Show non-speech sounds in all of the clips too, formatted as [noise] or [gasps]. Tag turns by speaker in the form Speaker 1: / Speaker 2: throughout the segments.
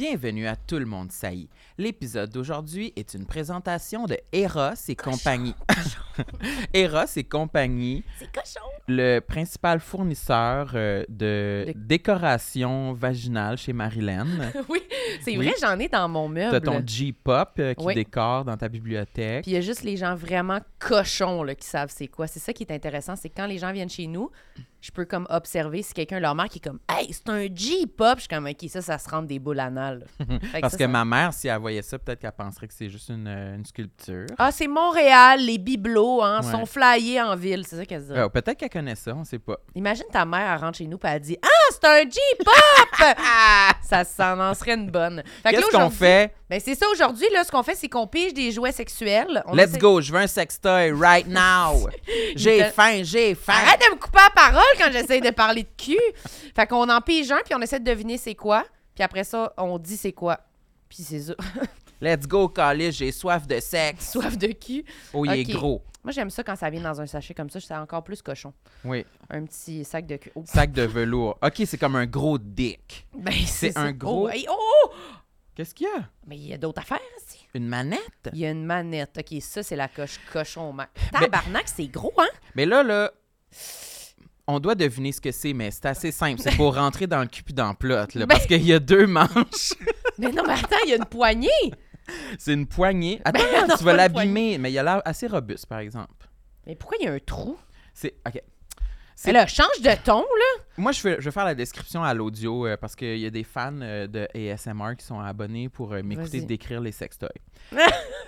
Speaker 1: Bienvenue à Tout le monde saillit. L'épisode d'aujourd'hui est une présentation de Eros et
Speaker 2: Cochon.
Speaker 1: compagnie.
Speaker 2: [laughs]
Speaker 1: [laughs] Eros et compagnie,
Speaker 2: C'est cochon.
Speaker 1: le principal fournisseur euh, de
Speaker 2: De-
Speaker 1: décoration vaginale chez Marilyn.
Speaker 2: [laughs] oui, c'est
Speaker 1: Oui.
Speaker 2: vrai, j'en ai dans mon meuble.
Speaker 1: T'as ton G-pop euh, qui
Speaker 2: Ah, Oui.
Speaker 1: décore dans ta bibliothèque.
Speaker 2: Puis il y a juste les gens vraiment cochons là, qui savent c'est quoi. C'est ça qui est intéressant, c'est que quand les gens viennent chez nous, je peux comme observer si quelqu'un leur marque qui est comme Hey, c'est un J-pop. Je suis comme OK, ça, ça se rentre des
Speaker 1: [laughs]
Speaker 2: boules anales. Fait que
Speaker 1: Parce
Speaker 2: ça,
Speaker 1: que
Speaker 2: ça-
Speaker 1: ma mère, si elle voyait ça, peut-être qu'elle penserait que c'est juste une, euh, une sculpture.
Speaker 2: Ah, c'est Montréal, les bibelots hein,
Speaker 1: Ouais.
Speaker 2: sont flyés en ville. C'est ça qu'elle se dit.
Speaker 1: Euh, peut-être qu'elle connaît ça, on sait pas.
Speaker 2: Imagine ta mère, elle rentre chez nous et elle dit Ah, c'est un J-pop
Speaker 1: [laughs]
Speaker 2: Ça s'en en serait une bonne. Fait que là,
Speaker 1: Qu'est-ce qu'on
Speaker 2: aujourd'hui-
Speaker 1: fait?
Speaker 2: Ben, c'est ça aujourd'hui. là, Ce qu'on fait, c'est qu'on pige des jouets sexuels. On
Speaker 1: Let's
Speaker 2: essaie-
Speaker 1: go, je veux un sextoy right
Speaker 2: [laughs]
Speaker 1: now. j'ai
Speaker 2: Little-
Speaker 1: faim, j'ai faim.
Speaker 2: Arrête de me couper la parole quand j'essaie de parler de cul. Fait qu'on en pige un, puis on essaie de deviner c'est quoi. Puis après ça, on dit c'est quoi. Puis c'est ça. [laughs]
Speaker 1: Let's go, college, j'ai soif de sexe.
Speaker 2: Soif de cul.
Speaker 1: Oh, il est
Speaker 2: Ok.
Speaker 1: gros.
Speaker 2: Moi, j'aime ça quand ça vient dans un sachet comme ça. C'est encore plus cochon.
Speaker 1: Oui,
Speaker 2: Un petit sac de cul. Oh,
Speaker 1: sac de velours. OK, c'est comme un gros dick.
Speaker 2: [laughs] ben,
Speaker 1: c'est un
Speaker 2: ça.
Speaker 1: gros-
Speaker 2: Oh, hey, oh, oh!
Speaker 1: Qu'est-ce qu'il y a?
Speaker 2: Mais il y a d'autres affaires aussi.
Speaker 1: Une manette?
Speaker 2: Il y a une manette. OK, ça, c'est la coche
Speaker 1: [laughs]
Speaker 2: cochon. ma- Tabarnak, c'est gros, hein?
Speaker 1: Mais là, là, on doit deviner ce que c'est, mais c'est assez simple. C'est pour rentrer dans le cul puis dans le plot, là,
Speaker 2: Ben-
Speaker 1: parce qu'il y a deux manches.
Speaker 2: Mais non, mais attends, il y a une poignée.
Speaker 1: C'est une poignée. Attends,
Speaker 2: Ben, non,
Speaker 1: tu
Speaker 2: pas
Speaker 1: vas
Speaker 2: une
Speaker 1: l'abîmer, mais il a l'air assez robuste, par exemple.
Speaker 2: Mais pourquoi il y a un trou?
Speaker 1: C'est... OK. C'est-
Speaker 2: C'est là, change de ton, là.
Speaker 1: Moi, je vais, je vais faire la description à l'audio euh, parce qu'il y a des fans euh, de ASMR qui sont abonnés pour euh, m'écouter
Speaker 2: Vas-y.
Speaker 1: décrire les
Speaker 2: [laughs]
Speaker 1: sextoys.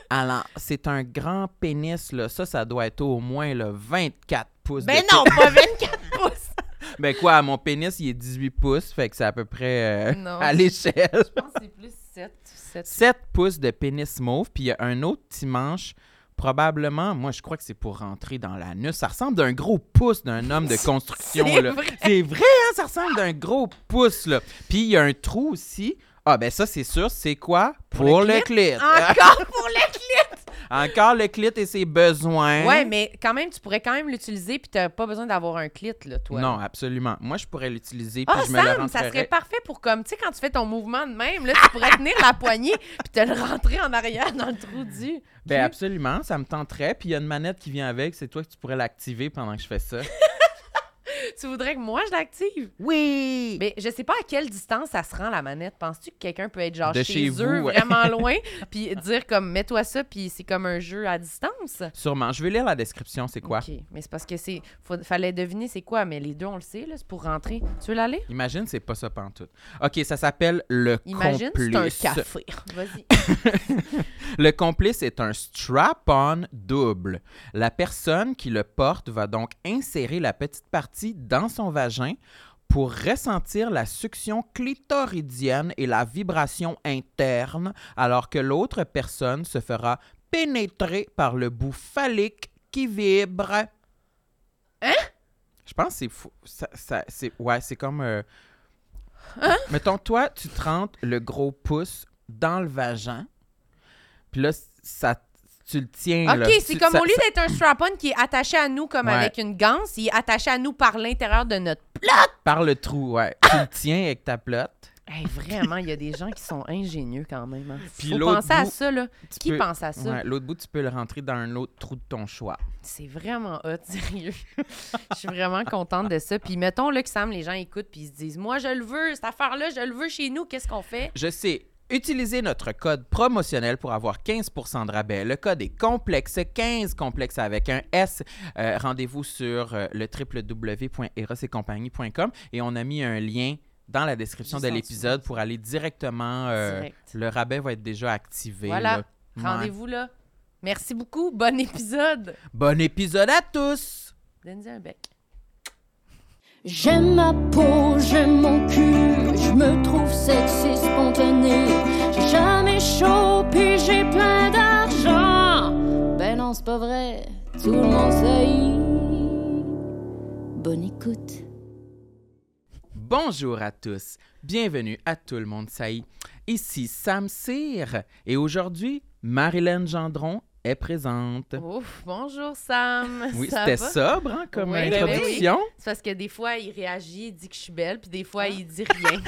Speaker 1: Alors, c'est un grand pénis, là. Ça, ça doit être au moins là, 24 pouces.
Speaker 2: Ben
Speaker 1: de
Speaker 2: non, pas 24 pouces.
Speaker 1: pé- Ben quoi, mon pénis, il est 18 pouces, fait que c'est à peu près euh,
Speaker 2: Non.
Speaker 1: à l'échelle.
Speaker 2: Je pense que c'est plus 7. 7.
Speaker 1: 7 pouces de pénis mauve, puis il y a un autre petit manche. Probablement, moi, je crois que c'est pour rentrer dans l'anus. Ça ressemble d'un gros pouce d'un homme de construction,
Speaker 2: [laughs] C'est
Speaker 1: là.
Speaker 2: vrai.
Speaker 1: C'est vrai, hein? Ça ressemble d'un gros pouce, là. Puis il y a un trou aussi. Ah, ben ça, c'est sûr. C'est quoi? Pour,
Speaker 2: le Ah!
Speaker 1: le clit.
Speaker 2: Encore pour les
Speaker 1: [laughs] Encore le clit et ses besoins.
Speaker 2: Ouais, mais quand même, tu pourrais quand même l'utiliser, puis t'as pas besoin d'avoir un clit, là, toi.
Speaker 1: Non, absolument. Moi, je pourrais l'utiliser, puis
Speaker 2: Ah,
Speaker 1: je me le
Speaker 2: Sam, ça
Speaker 1: rentrerais.
Speaker 2: serait parfait pour comme, tu sais, quand tu fais ton mouvement de même, là, tu pourrais tenir la poignée, puis te le rentrer en arrière dans le trou du.
Speaker 1: Ben absolument, ça me tenterait. Puis il y a une manette qui vient avec. C'est toi que tu pourrais l'activer pendant que je fais ça.
Speaker 2: Tu voudrais que moi, je l'active?
Speaker 1: Oui!
Speaker 2: Mais je sais pas à quelle distance ça se rend, la manette. Penses-tu que quelqu'un peut être, genre,
Speaker 1: De
Speaker 2: chez,
Speaker 1: chez vous,
Speaker 2: eux,
Speaker 1: ouais.
Speaker 2: vraiment
Speaker 1: [laughs]
Speaker 2: loin, puis dire comme, mets-toi ça, puis c'est comme un jeu à distance?
Speaker 1: Sûrement. Je vais lire la description, c'est quoi?
Speaker 2: OK, mais c'est parce que c'est... faut- Fallait deviner c'est quoi, mais les deux, on le sait, là, c'est pour rentrer. Tu veux l'aller?
Speaker 1: Imagine, c'est pas ça pantoute. OK, ça s'appelle le
Speaker 2: Imagine, c'est un
Speaker 1: complice.
Speaker 2: café. [laughs] Vas-y.
Speaker 1: Le complice est un strap-on double. La personne qui le porte va donc insérer la petite partie dans son vagin pour ressentir la succión clitoridienne et la vibration interne, alors que l'autre personne se fera pénétrer par le bout phallique qui vibre. Hein?
Speaker 2: Hein?
Speaker 1: Je pense que c'est fou. Ça, ça- c'est, ouais, c'est comme. euh,
Speaker 2: Hein?
Speaker 1: Mettons, toi, tu te rentres le gros pouce dans le vagin, puis là, ça, tu le tiens. là.
Speaker 2: OK, c'est
Speaker 1: Tu-
Speaker 2: comme
Speaker 1: ça-
Speaker 2: au lieu d'être un strap-on qui est attaché à nous comme
Speaker 1: Ouais.
Speaker 2: avec une ganse, il est attaché à nous par l'intérieur de notre...
Speaker 1: Par le trou, ouais. tu le tiens avec ta plotte.
Speaker 2: Hey, vraiment, il y a des gens qui sont ingénieux quand même. Hein.
Speaker 1: Puis
Speaker 2: Faut
Speaker 1: l'autre
Speaker 2: penser à
Speaker 1: bout,
Speaker 2: ça, là.
Speaker 1: Tu
Speaker 2: Qui
Speaker 1: peux-
Speaker 2: pense à ça?
Speaker 1: Ouais, l'autre bout, tu peux le rentrer dans un autre trou de ton choix.
Speaker 2: C'est vraiment hot, [laughs] sérieux. Je suis vraiment contente de ça. Puis mettons là que Sam, les gens écoutent puis ils se disent « Moi, je le veux, cette affaire-là, je le veux chez nous. Qu'est-ce qu'on fait?
Speaker 1: Je sais. Utilisez notre code promotionnel pour avoir 15% de rabais. Le code est complexe, 15 complexe avec un S. Euh, Rendez-vous sur euh, le www.erosetcompagnie.com et on a mis un lien dans la description
Speaker 2: Juste
Speaker 1: de
Speaker 2: en dessous.
Speaker 1: l'épisode pour aller directement. euh,
Speaker 2: Direct.
Speaker 1: Le rabais va être déjà activé.
Speaker 2: Voilà.
Speaker 1: là. Ouais.
Speaker 2: Rendez-vous là. Merci beaucoup. Bon épisode.
Speaker 1: Bon épisode à tous!
Speaker 2: Donne-y un bec.
Speaker 3: J'aime ma peau, j'aime mon cul, je me trouve sexy spontané. J'ai jamais chaud, puis j'ai plein d'argent. Ben non, c'est pas vrai, tout le monde sait. Bonne écoute.
Speaker 1: Bonjour à tous, bienvenue à Tout le monde saillit. Ici Sam Cyr et aujourd'hui Marilyn Gendron, est présente.
Speaker 2: Ouf, bonjour Sam.
Speaker 1: Euh. Oui,
Speaker 2: Ça
Speaker 1: c'était
Speaker 2: va?
Speaker 1: sobre hein, comme
Speaker 2: Oui, ben oui.
Speaker 1: introduction.
Speaker 2: C'est parce que des fois, il réagit, il dit que je suis belle, puis des fois,
Speaker 4: Ah.
Speaker 2: il dit
Speaker 4: [laughs]
Speaker 2: rien.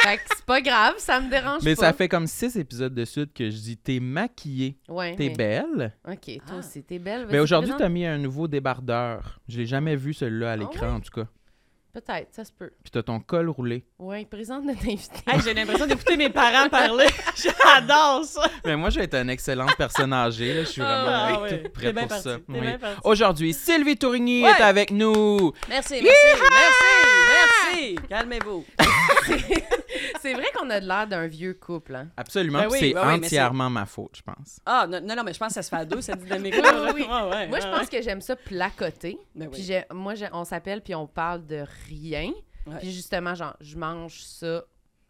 Speaker 2: fait que c'est pas grave, ça me dérange
Speaker 1: Mais
Speaker 2: pas.
Speaker 1: ça fait comme six épisodes de suite que je dis t'es maquillée,
Speaker 4: Eh
Speaker 2: Ouais,
Speaker 1: t'es
Speaker 2: mais-
Speaker 1: belle.
Speaker 2: OK, toi
Speaker 4: Ah.
Speaker 2: aussi, t'es belle.
Speaker 1: Mais
Speaker 2: vas-y,
Speaker 1: aujourd'hui,
Speaker 2: présente.
Speaker 1: t'as mis un nouveau débardeur. Je l'ai jamais vu
Speaker 4: Ah
Speaker 1: celui-là à l'écran, en tout cas.
Speaker 2: Peut-être, ça se peut.
Speaker 1: Puis t'as ton col [laughs] roulé.
Speaker 2: Oui, présente notre invité.
Speaker 4: Hey, J'ai l'impression d'écouter mes parents parler. [laughs] J'adore ça.
Speaker 1: Mais Ben, moi, j'ai été une excellente personne âgée. là. Je suis vraiment
Speaker 4: Ah, ouais.
Speaker 1: toute
Speaker 4: T'es
Speaker 1: prête
Speaker 4: bien
Speaker 1: pour
Speaker 4: parti.
Speaker 1: ça.
Speaker 4: T'es
Speaker 1: Oui.
Speaker 4: bien parti.
Speaker 1: Aujourd'hui, Sylvie Tourigny
Speaker 4: Ouais.
Speaker 1: est avec nous.
Speaker 4: Merci, merci, merci, merci. Calmez-vous.
Speaker 2: c'est vrai qu'on a de l'air d'un vieux couple, hein?
Speaker 1: Absolument.
Speaker 4: Ben
Speaker 1: puis
Speaker 4: oui,
Speaker 1: c'est
Speaker 4: ben oui, mais
Speaker 1: entièrement ma faute, je pense.
Speaker 4: Ah, non, non, non, mais je pense que ça se fait à deux, cette dynamique
Speaker 2: Oui, oui, oui. Moi, je pense que j'aime ça placoter.
Speaker 4: Ben
Speaker 2: Puis
Speaker 4: oui.
Speaker 2: j'ai- moi, j'ai- on s'appelle, puis on parle de rien.
Speaker 4: Ouais.
Speaker 2: Puis justement, genre, je mange ça,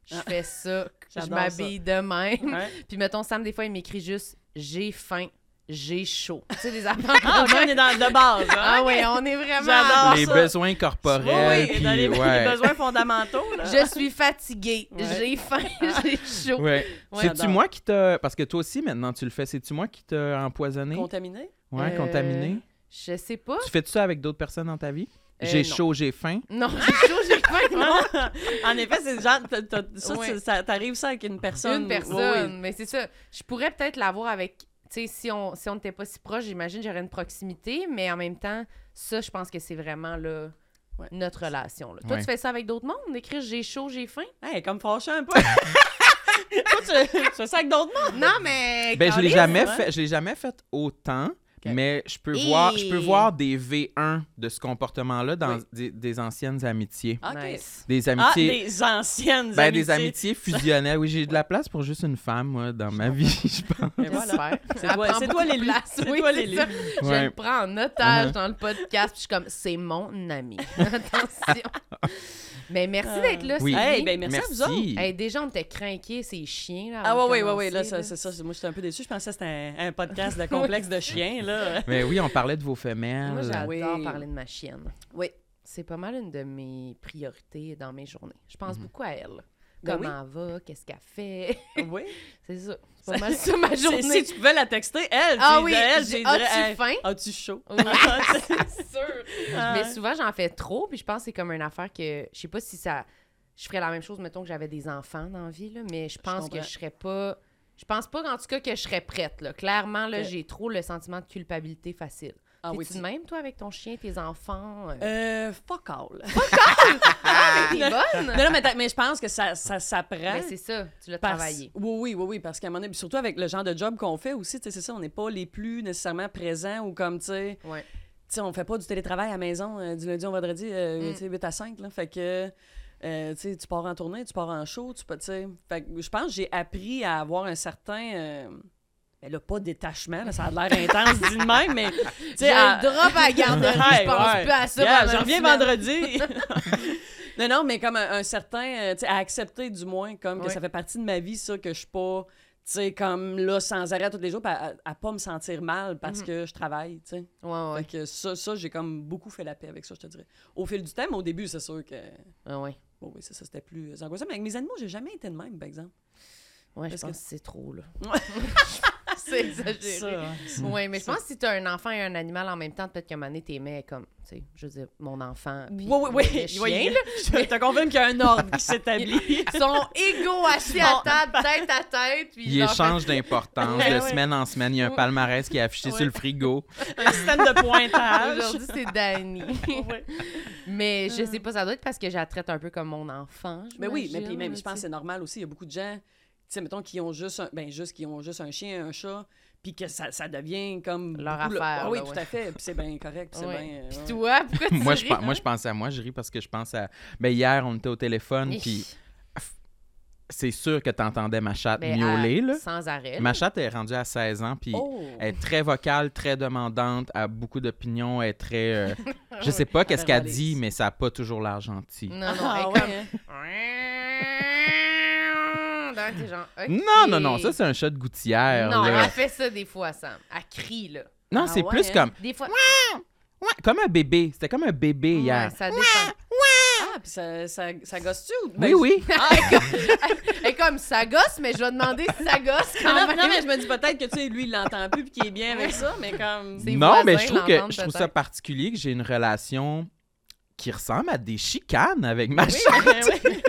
Speaker 2: je
Speaker 4: Ah.
Speaker 2: fais
Speaker 4: [laughs]
Speaker 2: ça, je
Speaker 4: J'adore
Speaker 2: m'habille de même.
Speaker 4: Ouais.
Speaker 2: Puis mettons, Sam, des fois, il m'écrit juste « j'ai faim, j'ai chaud ». Tu sais,
Speaker 4: [laughs]
Speaker 2: des affaires
Speaker 4: [laughs] Ah,
Speaker 2: de
Speaker 4: on
Speaker 2: même.
Speaker 4: est dans de base. hein?
Speaker 2: Ah ouais, on est vraiment...
Speaker 4: J'adore. Ah,
Speaker 1: les
Speaker 4: ça.
Speaker 1: besoins corporels.
Speaker 4: oui,
Speaker 1: puis,
Speaker 4: dans les, [laughs] les
Speaker 1: ouais.
Speaker 4: besoins fondamentaux. Là.
Speaker 2: Je suis fatiguée,
Speaker 4: [laughs] Ouais.
Speaker 2: j'ai faim, j'ai chaud.
Speaker 1: Ouais.
Speaker 2: Ouais,
Speaker 1: C'est-tu
Speaker 4: j'adore.
Speaker 1: moi qui t'a. Parce que toi aussi, maintenant, tu le fais. C'est-tu moi qui t'a empoisonné?
Speaker 4: Contaminé?
Speaker 1: Ouais,
Speaker 2: Euh,
Speaker 1: contaminé.
Speaker 2: Je sais
Speaker 4: ah!
Speaker 2: pas.
Speaker 1: Tu fais-tu ça avec d'autres personnes dans ta vie?
Speaker 2: Euh,
Speaker 1: j'ai
Speaker 2: non.
Speaker 1: chaud, j'ai faim.
Speaker 2: Non, [laughs] j'ai chaud, j'ai faim, non.
Speaker 4: [laughs] en effet, c'est genre, t'as- t'as- ça,
Speaker 2: Ouais.
Speaker 4: c'est- ça- t'arrives ça avec une personne.
Speaker 2: Une
Speaker 4: Oui,
Speaker 2: personne,
Speaker 4: oui.
Speaker 2: mais c'est ça. Je pourrais peut-être l'avoir avec. Tu sais, si on si on n'était pas si proche, j'imagine j'aurais une proximité, mais en même temps, ça, je pense que c'est vraiment là,
Speaker 4: Ouais.
Speaker 2: notre relation. là. Toi,
Speaker 1: Ouais.
Speaker 2: tu fais ça avec d'autres mondes, écrire j'ai chaud, j'ai faim.
Speaker 4: Hey, comme fâché un peu. [laughs] Toi, tu, tu fais ça avec d'autres mondes.
Speaker 2: Non, mais.
Speaker 1: Ben, je l'ai
Speaker 2: Caroline,
Speaker 1: jamais
Speaker 4: ouais.
Speaker 1: fait. Je l'ai jamais fait autant. Mais je peux,
Speaker 2: Et-
Speaker 1: voir, je peux voir des V1 de ce comportement-là dans
Speaker 4: Oui.
Speaker 1: des, des anciennes amitiés.
Speaker 4: OK.
Speaker 2: Nice.
Speaker 1: Des
Speaker 4: Ah,
Speaker 1: amitiés.
Speaker 4: des anciennes
Speaker 1: Ben,
Speaker 4: amitiés.
Speaker 1: des amitiés fusionnelles. Oui, j'ai de la place pour juste une femme, moi, dans ma vie, je pense.
Speaker 4: Et voilà.
Speaker 2: J'espère.
Speaker 4: C'est
Speaker 2: Elle
Speaker 4: toi-
Speaker 2: prend
Speaker 4: c'est
Speaker 2: pas
Speaker 4: toi
Speaker 2: de
Speaker 4: l'élu.
Speaker 2: place.
Speaker 4: [laughs] C'est
Speaker 2: Oui,
Speaker 4: toi
Speaker 2: c'est
Speaker 4: l'élu.
Speaker 2: ça. Je
Speaker 1: Ouais.
Speaker 2: le prends en otage
Speaker 1: Uh-huh.
Speaker 2: dans le podcast. Puis je suis comme, c'est mon ami. [laughs] Attention. Mais merci d'être là,
Speaker 1: Oui.
Speaker 4: Euh. Hey,
Speaker 2: Sylvie.
Speaker 4: ben, merci, à vous autres.
Speaker 2: Hey, déjà, on était craqués, c'est chiens. Là,
Speaker 4: Ah
Speaker 2: avant
Speaker 4: ouais,
Speaker 2: de
Speaker 4: ouais, ouais, ouais, là,
Speaker 2: commencer,
Speaker 4: ça, c'est ça. c'est- Moi, j'étais un peu déçue. Je pensais que c'était un, un podcast
Speaker 2: [laughs]
Speaker 4: de complexe de chiens, là.
Speaker 1: Mais oui, on parlait de vos femelles.
Speaker 2: Moi, j'adore
Speaker 4: Oui.
Speaker 2: parler de ma chienne.
Speaker 4: Oui.
Speaker 2: C'est pas mal une de mes priorités dans mes journées. Je pense
Speaker 1: Mhm.
Speaker 2: beaucoup à elle.
Speaker 4: Ben
Speaker 2: Comment elle va, qu'est-ce qu'elle fait. [laughs]
Speaker 4: Oui.
Speaker 2: C'est ça. [laughs] C'est pas mal ça ma journée.
Speaker 4: Si tu pouvais la texter, elle,
Speaker 2: Ah
Speaker 4: tu-
Speaker 2: oui,
Speaker 4: elle,
Speaker 2: j'ai-
Speaker 4: tu
Speaker 2: as-tu
Speaker 4: dirais, hey,
Speaker 2: faim?
Speaker 4: As-tu chaud?
Speaker 2: Oui.
Speaker 4: [laughs] Ah,
Speaker 2: C'est sûr. Mais souvent, j'en fais trop, puis je pense que c'est comme une affaire que. Je sais pas si ça. Je ferais la même chose, mettons que j'avais des enfants dans la vie, là, mais je pense que
Speaker 4: comprends.
Speaker 2: je serais pas. Je pense pas, en tout cas, que je serais prête. Là. Clairement, là,
Speaker 4: Ok.
Speaker 2: j'ai trop le sentiment de culpabilité facile.
Speaker 4: Ah oui,
Speaker 2: T'es-tu de même, toi, avec ton chien, tes enfants? euh?
Speaker 4: Euh, fuck all. Euh,
Speaker 2: Ah,
Speaker 4: [laughs]
Speaker 2: mais t'es
Speaker 4: hein?
Speaker 2: bonne!
Speaker 4: non, non, mais, t'as- mais je pense que ça, ça s'apprend.
Speaker 2: Ben, c'est ça, tu l'as
Speaker 4: Parce-
Speaker 2: travaillé.
Speaker 4: Oui, oui, oui, oui, parce qu'à un moment donné, puis surtout avec le genre de job qu'on fait aussi, tu sais, c'est ça, on n'est pas les plus nécessairement présents ou comme, tu sais,
Speaker 2: Ouais.
Speaker 4: tu sais, on fait pas du télétravail à la maison euh, du lundi au vendredi, euh,
Speaker 2: Mm.
Speaker 4: tu sais, 8 à 5, là, fait que, euh, tu sais, tu pars en tournée, tu pars en show, tu peux, tu sais, fait que je pense que j'ai appris à avoir un certain... euh, ben là, pas détachement, là, ça a l'air intense dit de
Speaker 2: [laughs]
Speaker 4: même, mais... tu sais,
Speaker 2: J'ai
Speaker 4: à-
Speaker 2: un drop à la
Speaker 4: [laughs]
Speaker 2: garderie, [laughs] je
Speaker 4: Ouais,
Speaker 2: pense
Speaker 4: ouais.
Speaker 2: plus à ça.
Speaker 4: Yeah,
Speaker 2: pendant
Speaker 4: je
Speaker 2: une
Speaker 4: reviens
Speaker 2: semaine.
Speaker 4: vendredi.
Speaker 2: [laughs]
Speaker 4: [laughs] non, non, mais comme un, un certain, euh, tu sais, à accepter du moins, comme que
Speaker 2: Ouais.
Speaker 4: ça fait partie de ma vie, ça, que je suis pas, tu sais, comme là, sans arrêt tous les jours, puis à, à- à pas me sentir mal parce
Speaker 2: Mm-hmm.
Speaker 4: que je travaille, tu sais.
Speaker 2: Ouais,
Speaker 4: Fait
Speaker 2: ouais,
Speaker 4: que ça, ça j'ai comme beaucoup fait la paix avec ça, je te dirais. Au fil du temps, mais au début, c'est sûr que.
Speaker 2: ouais, ouais.
Speaker 4: Bon, oui, c'est ça, c'était plus euh, angoissant. Mais avec mes animaux, j'ai jamais été de même, par exemple.
Speaker 2: Ouais, je
Speaker 4: Parce
Speaker 2: pense
Speaker 4: que-
Speaker 2: que c'est trop, là.
Speaker 4: [laughs] Ouais.
Speaker 2: [laughs] c'est exagéré.
Speaker 4: Ça,
Speaker 2: Oui, mais je
Speaker 4: Mmh. Ça.
Speaker 2: pense que si t'as un enfant et un animal en même temps, peut-être qu'à un moment donné, t'aimais comme, tu sais, je veux dire, mon enfant.
Speaker 4: Oui,
Speaker 2: puis
Speaker 4: oui, oui.
Speaker 2: le
Speaker 4: Je [laughs]
Speaker 2: chien,
Speaker 4: voyais-
Speaker 2: là,
Speaker 4: Je te confirme qu'il y a un ordre qui s'établit.
Speaker 2: Ils sont égaux assis à
Speaker 4: [laughs]
Speaker 2: table, tête à tête. Puis
Speaker 1: Il
Speaker 2: genre,
Speaker 1: échange d'importance
Speaker 4: Ouais,
Speaker 1: de
Speaker 4: ouais.
Speaker 1: semaine en semaine. Il y a un
Speaker 2: Ouais.
Speaker 1: palmarès qui est affiché
Speaker 4: Ouais.
Speaker 1: sur le frigo.
Speaker 4: un système de pointage.
Speaker 2: Aujourd'hui, c'est Danny.
Speaker 4: [laughs] Ouais. Mmh.
Speaker 2: mais je sais pas, ça doit être parce que je la traite un peu comme mon enfant.
Speaker 4: Mais oui, mais
Speaker 2: j'imagine,
Speaker 4: puis même,
Speaker 2: là,
Speaker 4: je pense
Speaker 2: tu
Speaker 4: que
Speaker 2: sais.
Speaker 4: c'est normal aussi. Il y a beaucoup de gens, tu sais, mettons, qui ont juste un, ben, juste, qui ont juste un chien, un chat, puis que ça, ça devient comme.
Speaker 2: Leur
Speaker 4: beaucoup
Speaker 2: affaire,
Speaker 4: Ah oui,
Speaker 2: là,
Speaker 4: tout
Speaker 2: ouais.
Speaker 4: à fait. Puis c'est bien correct. Puis c'est
Speaker 2: Ouais.
Speaker 4: bien. euh,
Speaker 2: Puis
Speaker 4: ouais.
Speaker 2: toi, pourquoi
Speaker 1: [laughs]
Speaker 2: tu
Speaker 1: moi, je,
Speaker 2: ris,
Speaker 1: pen- moi,
Speaker 2: hein?
Speaker 1: je pense à moi, je ris parce que je pense à. Ben, hier, on était au téléphone,
Speaker 2: Hi.
Speaker 1: puis c'est sûr que t'entendais ma chatte
Speaker 2: Ben,
Speaker 1: miauler,
Speaker 2: à-
Speaker 1: là.
Speaker 2: Sans arrêt.
Speaker 1: Ma chatte est rendue à 16 ans, puis
Speaker 4: Oh!
Speaker 1: elle est très vocale, très demandante, a beaucoup d'opinions, elle est très. euh, je sais pas qu'est-ce
Speaker 4: Elle
Speaker 1: qu'elle
Speaker 4: verbalise.
Speaker 1: dit, mais ça n'a pas toujours l'air gentil.
Speaker 2: Non, [laughs] non,
Speaker 4: Ah,
Speaker 2: elle
Speaker 4: ouais,
Speaker 2: comme-
Speaker 4: hein.
Speaker 2: Non, t'es genre, ok.
Speaker 1: Non, non, non, ça, c'est un chat de gouttière.
Speaker 2: Non, hein?
Speaker 1: là.
Speaker 2: elle fait ça des fois, Sam. Elle crie, là.
Speaker 1: Non,
Speaker 4: Ah
Speaker 1: c'est
Speaker 4: ouais,
Speaker 1: plus
Speaker 4: hein?
Speaker 1: comme.
Speaker 2: Des fois,
Speaker 1: Ouais, comme un bébé. C'était comme un bébé
Speaker 2: Ouais,
Speaker 1: hier.
Speaker 2: ça dépend.
Speaker 4: Ah, puis ça, ça, ça gosse-tu? ou-
Speaker 1: Oui,
Speaker 4: ben, [laughs]
Speaker 1: oui.
Speaker 2: Ah, elle est comme- elle est comme ça gosse, mais je vais demander si ça gosse
Speaker 4: Non,
Speaker 2: quand
Speaker 4: non,
Speaker 2: même.
Speaker 4: mais je me dis peut-être que, tu sais, lui, il l'entend plus, puis qu'il est bien avec ça, mais comme...
Speaker 2: C'est- Tes
Speaker 1: non, mais je
Speaker 2: voisins
Speaker 1: trouve, que,
Speaker 2: l'entendent
Speaker 1: je trouve ça
Speaker 2: peut-être.
Speaker 1: particulier que j'ai une relation qui ressemble à des chicanes avec ma
Speaker 4: Oui, [laughs]
Speaker 1: chatte.
Speaker 4: ben oui.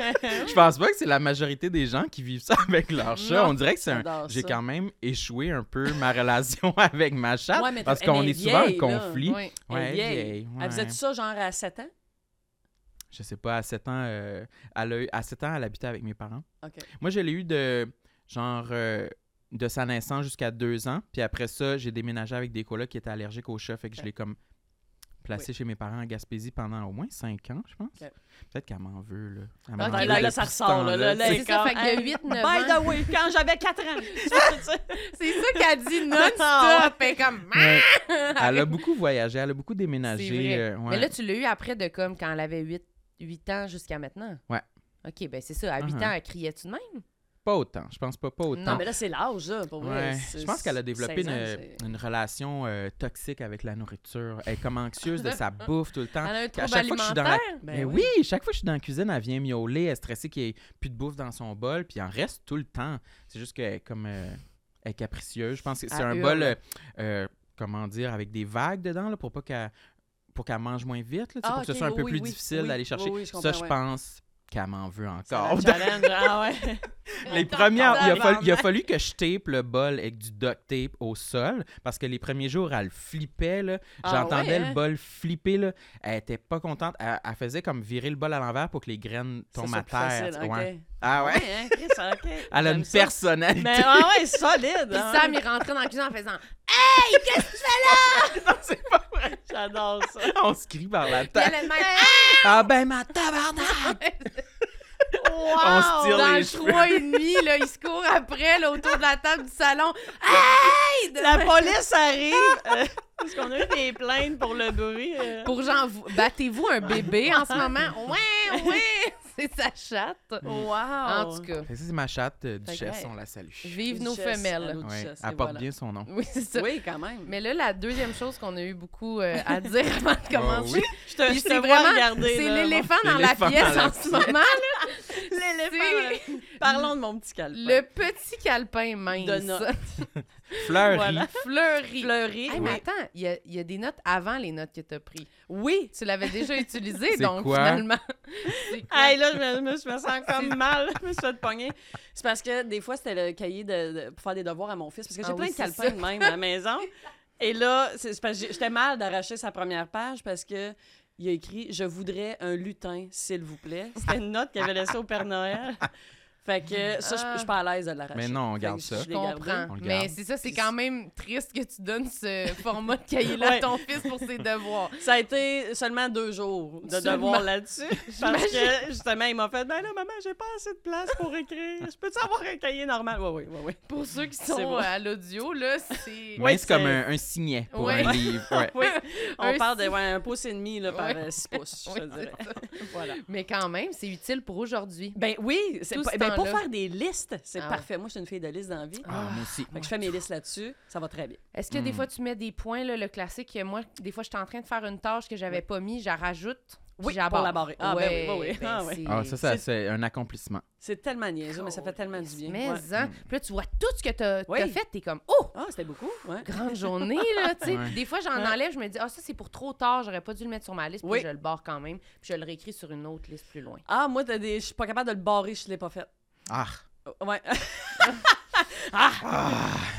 Speaker 1: Je pense pas que c'est la majorité des gens qui vivent ça [laughs] avec leur chat.
Speaker 4: Non,
Speaker 1: On dirait que [laughs] c'est un...
Speaker 4: j'adore
Speaker 1: J'ai
Speaker 4: ça.
Speaker 1: quand même échoué un peu ma relation [laughs] avec ma chatte
Speaker 4: Ouais, mais
Speaker 1: parce
Speaker 4: elle
Speaker 1: qu'on
Speaker 4: est
Speaker 1: est souvent
Speaker 4: vieille,
Speaker 1: en
Speaker 4: là.
Speaker 1: conflit.
Speaker 2: Oui.
Speaker 4: Elle est
Speaker 1: Ouais,
Speaker 4: vieille. Ah,
Speaker 1: vieille,
Speaker 4: Elle faisait
Speaker 1: ouais.
Speaker 4: tout ça, genre, à 7 ans?
Speaker 1: Je sais pas, à 7 ans, euh, elle a eu- à 7 ans, elle habitait avec mes parents.
Speaker 4: OK.
Speaker 1: Moi, je l'ai eu de genre euh, de sa naissance jusqu'à 2 ans. Puis après ça, j'ai déménagé avec des colocs qui étaient allergiques au chat. Fait que je l'ai comme placé chez mes parents à Gaspésie pendant au moins 5 ans, je pense.
Speaker 4: Ok.
Speaker 1: Peut-être qu'elle m'en veut, là. Elle
Speaker 2: Ok,
Speaker 1: m'en
Speaker 2: là,
Speaker 1: veut
Speaker 4: là,
Speaker 1: depuis
Speaker 4: ça
Speaker 1: ce
Speaker 4: ressort, là,
Speaker 1: temps-là,
Speaker 4: là, là,
Speaker 1: tu sais.
Speaker 2: C'est ça, fait qu'il y a
Speaker 4: Hey,
Speaker 2: 8-9
Speaker 4: By
Speaker 2: ans.
Speaker 4: the way, quand j'avais
Speaker 1: [laughs]
Speaker 4: 4 ans. Tu vois, tu sais.
Speaker 2: C'est ça qu'elle
Speaker 4: [laughs]
Speaker 2: dit non-stop. Elle est comme...
Speaker 1: Ouais.
Speaker 4: Ah!
Speaker 1: Elle a beaucoup voyagé, elle a beaucoup déménagé.
Speaker 2: C'est vrai.
Speaker 1: euh, ouais.
Speaker 2: Mais là, tu l'as eu après de comme quand elle avait 8, 8 ans jusqu'à maintenant.
Speaker 1: Ouais.
Speaker 2: OK, ben c'est ça. À 8
Speaker 1: Uh-huh.
Speaker 2: ans, elle criait tout de même.
Speaker 1: Pas autant, je pense pas, pas autant.
Speaker 4: non, mais là, c'est l'âge, là, pour vrai.
Speaker 1: Ouais.
Speaker 4: C'est-
Speaker 1: Je pense qu'elle a développé
Speaker 4: cinq ans,
Speaker 1: une,
Speaker 4: c'est-
Speaker 1: une relation euh, toxique avec la nourriture. Elle est comme anxieuse
Speaker 4: [laughs]
Speaker 1: de sa bouffe tout le temps.
Speaker 2: Elle a un
Speaker 1: À
Speaker 2: trouble
Speaker 1: chaque fois que je suis dans la...
Speaker 2: alimentaire.
Speaker 4: Ben
Speaker 1: Mais oui. chaque fois que je suis dans la cuisine, elle vient miauler, elle est stressée qu'il n'y ait plus de bouffe dans son bol, puis il en reste tout le temps. C'est juste qu'elle est comme euh, elle est capricieuse. Je pense que c'est
Speaker 2: Elle
Speaker 1: un
Speaker 2: hurle.
Speaker 1: bol, euh, euh, comment dire, avec des vagues dedans, là, pour pas qu'elle pour qu'elle mange moins vite, là, tu sais,
Speaker 4: Ah,
Speaker 1: pour que ce
Speaker 4: ok,
Speaker 1: soit un peu
Speaker 4: oui,
Speaker 1: plus
Speaker 4: oui,
Speaker 1: difficile
Speaker 4: oui,
Speaker 1: d'aller chercher.
Speaker 4: oui, oui, je
Speaker 1: ça,
Speaker 4: comprends,
Speaker 1: je
Speaker 4: ouais.
Speaker 1: pense qu'elle m'en veut
Speaker 4: c'est
Speaker 1: encore. [laughs]
Speaker 4: un challenge, ah ouais.
Speaker 1: [laughs] Les premières, il a, fallu, il a
Speaker 2: Tabarnak.
Speaker 1: fallu que je tape le bol avec du duct tape au sol parce que les premiers jours, elle flippait. là.
Speaker 4: Ah
Speaker 1: J'entendais
Speaker 4: ouais,
Speaker 1: le
Speaker 4: hein?
Speaker 1: bol flipper. là. Elle était pas contente. Elle, elle faisait comme virer le bol à l'envers pour que les graines
Speaker 4: Ça,
Speaker 1: tombent
Speaker 4: c'est
Speaker 1: à
Speaker 4: plus
Speaker 1: terre.
Speaker 4: facile,
Speaker 1: Ouais.
Speaker 4: ok.
Speaker 1: Ah ouais?
Speaker 4: hein, Chris, ok.
Speaker 1: Elle a
Speaker 4: J'aime
Speaker 1: une
Speaker 4: ça.
Speaker 1: personnalité.
Speaker 4: Mais ah ouais, solide.
Speaker 2: Puis
Speaker 4: hein.
Speaker 2: Sam, il rentrait dans la cuisine en faisant
Speaker 1: Non, c'est pas vrai.
Speaker 4: [laughs] J'adore ça.
Speaker 1: [laughs] On se crie par la
Speaker 2: « Puis
Speaker 1: tête.
Speaker 2: elle elle-même,
Speaker 1: Ah ben ma tabarnak!
Speaker 2: wow!
Speaker 1: On se tire
Speaker 2: dans
Speaker 1: les
Speaker 2: le
Speaker 1: cheveux.
Speaker 2: trois et demi, là, il se court après, là, autour de la table
Speaker 1: [laughs]
Speaker 2: du salon. Aide!
Speaker 4: La police arrive. euh, [laughs] parce qu'on a eu des plaintes pour le bruit. euh.
Speaker 2: Pour genre, vous- battez-vous un bébé en ce moment? Ouais, ouais! [laughs] C'est sa chatte.
Speaker 4: Wow.
Speaker 2: En tout cas,
Speaker 1: Fait que ça, c'est ma chatte euh,
Speaker 4: Fait que,
Speaker 1: Duchesse,
Speaker 4: hey.
Speaker 1: on la salue.
Speaker 2: vive nos
Speaker 4: Duchesse,
Speaker 2: femelles.
Speaker 4: allô,
Speaker 1: Ouais,
Speaker 4: Duchesse,
Speaker 1: Elle porte
Speaker 4: et voilà.
Speaker 1: bien son
Speaker 4: [laughs]
Speaker 1: nom.
Speaker 2: Oui, c'est ça.
Speaker 4: Oui, quand même.
Speaker 2: Mais là, la deuxième chose qu'on a eu beaucoup euh, à
Speaker 4: [laughs]
Speaker 2: dire avant de
Speaker 1: Oh,
Speaker 2: commencer,
Speaker 1: oui.
Speaker 4: Je te,
Speaker 2: Puis
Speaker 4: je te
Speaker 2: c'est
Speaker 4: vois
Speaker 2: vraiment-
Speaker 4: regarder.
Speaker 2: c'est
Speaker 4: là, mon-
Speaker 2: l'éléphant dans la
Speaker 1: L'éléphant
Speaker 2: pièce
Speaker 1: dans la
Speaker 2: en ce moment. là.
Speaker 4: L'éléphant. euh, Parlons de mon petit calme.
Speaker 2: Le petit calepin mince.
Speaker 4: De
Speaker 2: [laughs]
Speaker 4: notes.
Speaker 1: Fleurie.
Speaker 4: Voilà.
Speaker 2: Fleuri.
Speaker 4: Fleury.
Speaker 2: Hey, mais
Speaker 4: oui.
Speaker 2: attends, il y, a- il y a des notes avant les notes que t'as prises.
Speaker 4: Oui.
Speaker 2: Tu
Speaker 1: [laughs]
Speaker 2: l'avais déjà utilisé,
Speaker 1: C'est
Speaker 2: donc
Speaker 1: quoi?
Speaker 2: finalement. [laughs] C'est quoi?
Speaker 4: Hey, là, je me, je me- je me sens [laughs] comme mal. Je me suis fait pogner. C'est parce que des fois, c'était le cahier de, de- pour faire des devoirs à mon fils. Parce que j'ai
Speaker 2: Ah
Speaker 4: plein
Speaker 2: oui,
Speaker 4: de
Speaker 2: c'est
Speaker 4: calepins
Speaker 2: ça.
Speaker 4: de même à la [laughs] maison. Et là, c'est c'est parce que j'ai- j'étais mal d'arracher sa première page parce que il a écrit Je voudrais un lutin, s'il vous plaît. C'était une note qu'il avait laissée au Père [laughs] Noël. Fait que ça, je- je suis pas à l'aise de l'arracher.
Speaker 1: Ah. Mais non, on
Speaker 4: Fait que
Speaker 1: garde
Speaker 4: je-
Speaker 1: ça.
Speaker 4: je
Speaker 2: Je
Speaker 4: l'ai gardé.
Speaker 2: comprends.
Speaker 1: On le garde.
Speaker 2: Mais c'est ça, c'est quand même triste que tu donnes ce
Speaker 4: [laughs]
Speaker 2: format de cahier-là à
Speaker 4: Ouais.
Speaker 2: ton fils pour ses devoirs.
Speaker 4: Ça a été seulement deux jours de
Speaker 2: Seulement.
Speaker 4: devoir là-dessus. Parce que justement, il m'a fait Ben là, maman, j'ai pas assez de place pour écrire. Je peux-tu avoir un cahier normal? Oui, oui, oui, oui.
Speaker 2: Pour ceux qui
Speaker 4: C'est
Speaker 2: sont
Speaker 4: bon.
Speaker 2: euh, à l'audio, là, c'est.
Speaker 1: Mince
Speaker 4: c'est-
Speaker 1: comme un, un signet pour
Speaker 2: Ouais.
Speaker 1: un livre.
Speaker 4: [laughs]
Speaker 1: Ouais.
Speaker 4: Oui.
Speaker 2: [laughs]
Speaker 4: On
Speaker 2: Un
Speaker 4: parle de
Speaker 2: six.
Speaker 4: ouais, un pouce et demi là, par
Speaker 2: Ouais.
Speaker 4: euh, six pouces, je te
Speaker 2: [laughs] Oui,
Speaker 4: dirais.
Speaker 2: c'est ça.
Speaker 4: Voilà.
Speaker 2: Mais quand même, c'est utile pour aujourd'hui.
Speaker 4: Ben oui, c'est
Speaker 2: Tout
Speaker 4: pas-
Speaker 2: ce
Speaker 4: ben, pour
Speaker 2: temps-là.
Speaker 4: faire des listes, c'est
Speaker 2: Ah ouais.
Speaker 4: parfait. Moi, je suis une fille de liste dans la vie.
Speaker 1: Ah, moi aussi.
Speaker 4: Fait que je fais mes listes là-dessus, ça va très bien.
Speaker 2: Est-ce que des
Speaker 1: Hmm.
Speaker 2: fois tu mets des points, là, le classique, euh, moi, des fois je suis en train de faire une tâche que j'avais pas mis, j'en rajoute, puis
Speaker 4: Oui,
Speaker 2: j'abarre.
Speaker 4: pour la barrer. Ah, ben oui, ben oui.
Speaker 2: ben
Speaker 4: Ah, ouais.
Speaker 2: c'est-
Speaker 1: Ah, ça, ça, c'est un accomplissement.
Speaker 4: C'est tellement niaiseux, mais ça fait tellement du bien.
Speaker 2: Mais
Speaker 4: Ouais.
Speaker 2: hein, puis là tu vois tout ce que t'as
Speaker 4: Oui.
Speaker 2: t'as fait, t'es comme oh
Speaker 4: Ah, c'était beaucoup, ouais.
Speaker 2: grande journée là, tu sais.
Speaker 1: Ouais.
Speaker 2: Puis Des fois j'en
Speaker 4: Ouais.
Speaker 2: enlève, je me dis ah ça c'est pour trop tard, j'aurais pas dû le mettre sur ma liste, puis
Speaker 4: Oui.
Speaker 2: je le barre quand même, puis je le réécris sur une autre liste plus loin.
Speaker 4: Ah, moi, t'as des... je suis pas capable de le barrer, je l'ai pas fait.
Speaker 1: Ah,
Speaker 4: Oh,
Speaker 2: [laughs]
Speaker 4: Ouais. ah!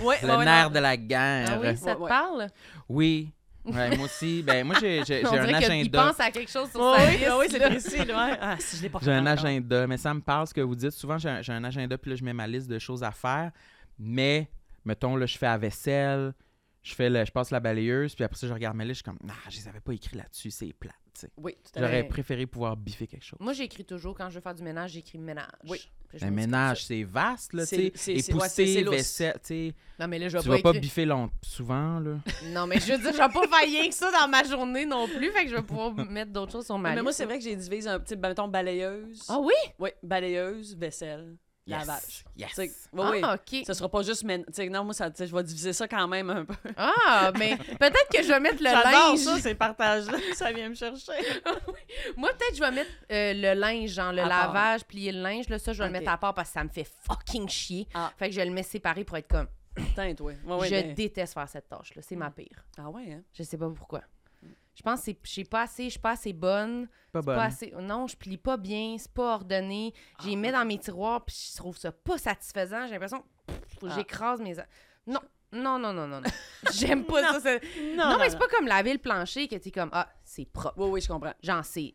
Speaker 4: Ouais,
Speaker 2: Eh,
Speaker 1: le
Speaker 4: ouais, ouais,
Speaker 1: nerf
Speaker 4: non.
Speaker 1: de la guerre.
Speaker 2: Ah oui, ça
Speaker 4: Ouais,
Speaker 2: te
Speaker 4: ouais.
Speaker 2: parle
Speaker 1: Oui. Ouais, moi aussi. Ben, moi, j'ai
Speaker 2: [laughs]
Speaker 1: j'ai-
Speaker 2: On
Speaker 1: j'ai un
Speaker 2: dirait qu'il
Speaker 1: agenda.
Speaker 2: pense à quelque chose sur
Speaker 4: Ouais,
Speaker 2: sa
Speaker 4: oui,
Speaker 2: liste.
Speaker 4: ah oui, c'est
Speaker 2: là.
Speaker 4: précis, ouais. Ah, si je l'ai pas fait.
Speaker 1: J'ai un
Speaker 4: encore.
Speaker 1: agenda, mais ça me parle ce que vous dites. Souvent, j'ai un, j'ai un agenda, puis là, je mets ma liste de choses à faire. Mais, mettons, là, je fais la vaisselle, je, fais le, je passe la balayeuse, puis après ça, je regarde ma liste, je suis comme, ah, je les avais pas écrits là-dessus, c'est plate. tu sais.
Speaker 4: Oui, tout à fait.
Speaker 1: J'aurais
Speaker 2: Ouais.
Speaker 1: préféré pouvoir biffer quelque chose.
Speaker 2: Moi j'écris toujours quand je veux faire du ménage, j'écris ménage.
Speaker 4: Oui.
Speaker 2: Puis je
Speaker 1: Le
Speaker 2: me dis comme ça.
Speaker 1: ménage, c'est vaste, là, tu sais.
Speaker 4: C'est- c'est- c'est- ouais, c'est- c'est
Speaker 1: Épousser,
Speaker 4: lousse.
Speaker 1: vaisselle, tu sais.
Speaker 2: Non mais là je vais
Speaker 1: Tu vas
Speaker 2: pas
Speaker 1: pas
Speaker 2: écrire.
Speaker 1: biffer long, souvent,
Speaker 2: [laughs]
Speaker 1: là.
Speaker 2: Non, mais je veux dire, je vais pas faire rien que ça dans ma journée non plus, fait que je vais pouvoir
Speaker 1: [laughs]
Speaker 2: mettre d'autres choses sur ma
Speaker 4: Ah, Mais moi,
Speaker 2: liste.
Speaker 4: c'est vrai que j'ai divisé un petit, mettons, ben, balayeuse.
Speaker 2: Ah oui?
Speaker 4: Oui, balayeuse, vaisselle.
Speaker 1: Yes.
Speaker 4: Lavage.
Speaker 1: Yes.
Speaker 4: Tu sais, oui,
Speaker 2: ah,
Speaker 4: oui.
Speaker 2: OK.
Speaker 4: Ce sera pas juste. Mais, tu sais, non, moi, ça, tu sais, je vais diviser ça quand même un peu.
Speaker 2: Ah,
Speaker 4: [laughs]
Speaker 2: mais peut-être que je vais mettre le
Speaker 4: J'adore
Speaker 2: linge.
Speaker 4: ça,
Speaker 2: [laughs]
Speaker 4: ces partages-là. Ça vient me chercher.
Speaker 2: Moi, peut-être je vais mettre euh, le linge, genre le
Speaker 4: À part.
Speaker 2: lavage, plier le linge. Là, ça, je vais
Speaker 4: Ok.
Speaker 2: le mettre à part parce que ça me fait fucking chier.
Speaker 4: Ah.
Speaker 2: Fait que je le mets séparé pour être comme.
Speaker 4: Putain, toi. Ouais, ouais,
Speaker 2: je
Speaker 4: mais-
Speaker 2: déteste faire cette tâche-là. C'est ma pire.
Speaker 4: Ah ouais, hein?
Speaker 2: Je sais pas pourquoi. Je pense que c'est- je suis pas assez, je suis pas assez bonne.
Speaker 1: Pas
Speaker 2: C'est
Speaker 1: bonne.
Speaker 2: Pas assez, non, je plie pas bien, c'est pas ordonné. J'y
Speaker 4: Ah.
Speaker 2: mets dans mes tiroirs, puis je trouve ça pas satisfaisant. J'ai l'impression pff, faut que
Speaker 4: Ah.
Speaker 2: j'écrase mes. a- Non, non, non, non, non,
Speaker 4: [laughs]
Speaker 2: non. J'aime pas ça. c'est-
Speaker 4: Non,
Speaker 2: Non, mais c'est pas comme laver le plancher que t'es comme ah c'est propre.
Speaker 4: Oui, oui, je comprends.
Speaker 2: Genre c'est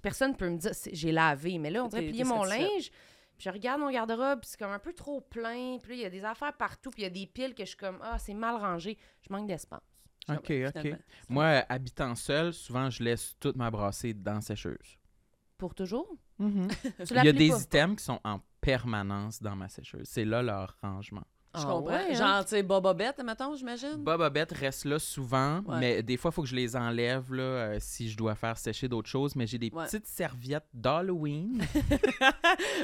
Speaker 2: personne peut me dire c'est- j'ai lavé, mais là on dirait
Speaker 4: T'es-
Speaker 2: plier
Speaker 4: t'es
Speaker 2: mon
Speaker 4: satisfaite.
Speaker 2: linge. Puis je regarde mon garde-robe, puis c'est comme un peu trop plein. Puis là, il y a des affaires partout, puis il y a des piles que je suis comme, ah, c'est mal rangé. Je manque d'espace.
Speaker 1: OK,
Speaker 4: Finalement.
Speaker 1: OK. Moi, euh, habitant seul, souvent, je laisse toute ma brassée dans la sécheuse.
Speaker 2: Pour
Speaker 4: [laughs]
Speaker 2: toujours? Tu
Speaker 1: Il y a
Speaker 2: l'applies
Speaker 1: des
Speaker 2: pas?
Speaker 1: items qui sont en permanence dans ma sécheuse. C'est là leur rangement.
Speaker 4: Je
Speaker 2: Ah
Speaker 4: comprends.
Speaker 2: ouais, hein?
Speaker 4: Genre, tu sais, Bobobette, mettons, j'imagine.
Speaker 2: [laughs]
Speaker 1: Bobobette reste là souvent,
Speaker 4: Mm. Ouais.
Speaker 1: mais des fois, il faut que je les enlève là, euh, si je dois faire sécher d'autres choses. Mais j'ai des
Speaker 4: Ouais.
Speaker 1: petites serviettes
Speaker 4: [laughs]
Speaker 1: d'Halloween.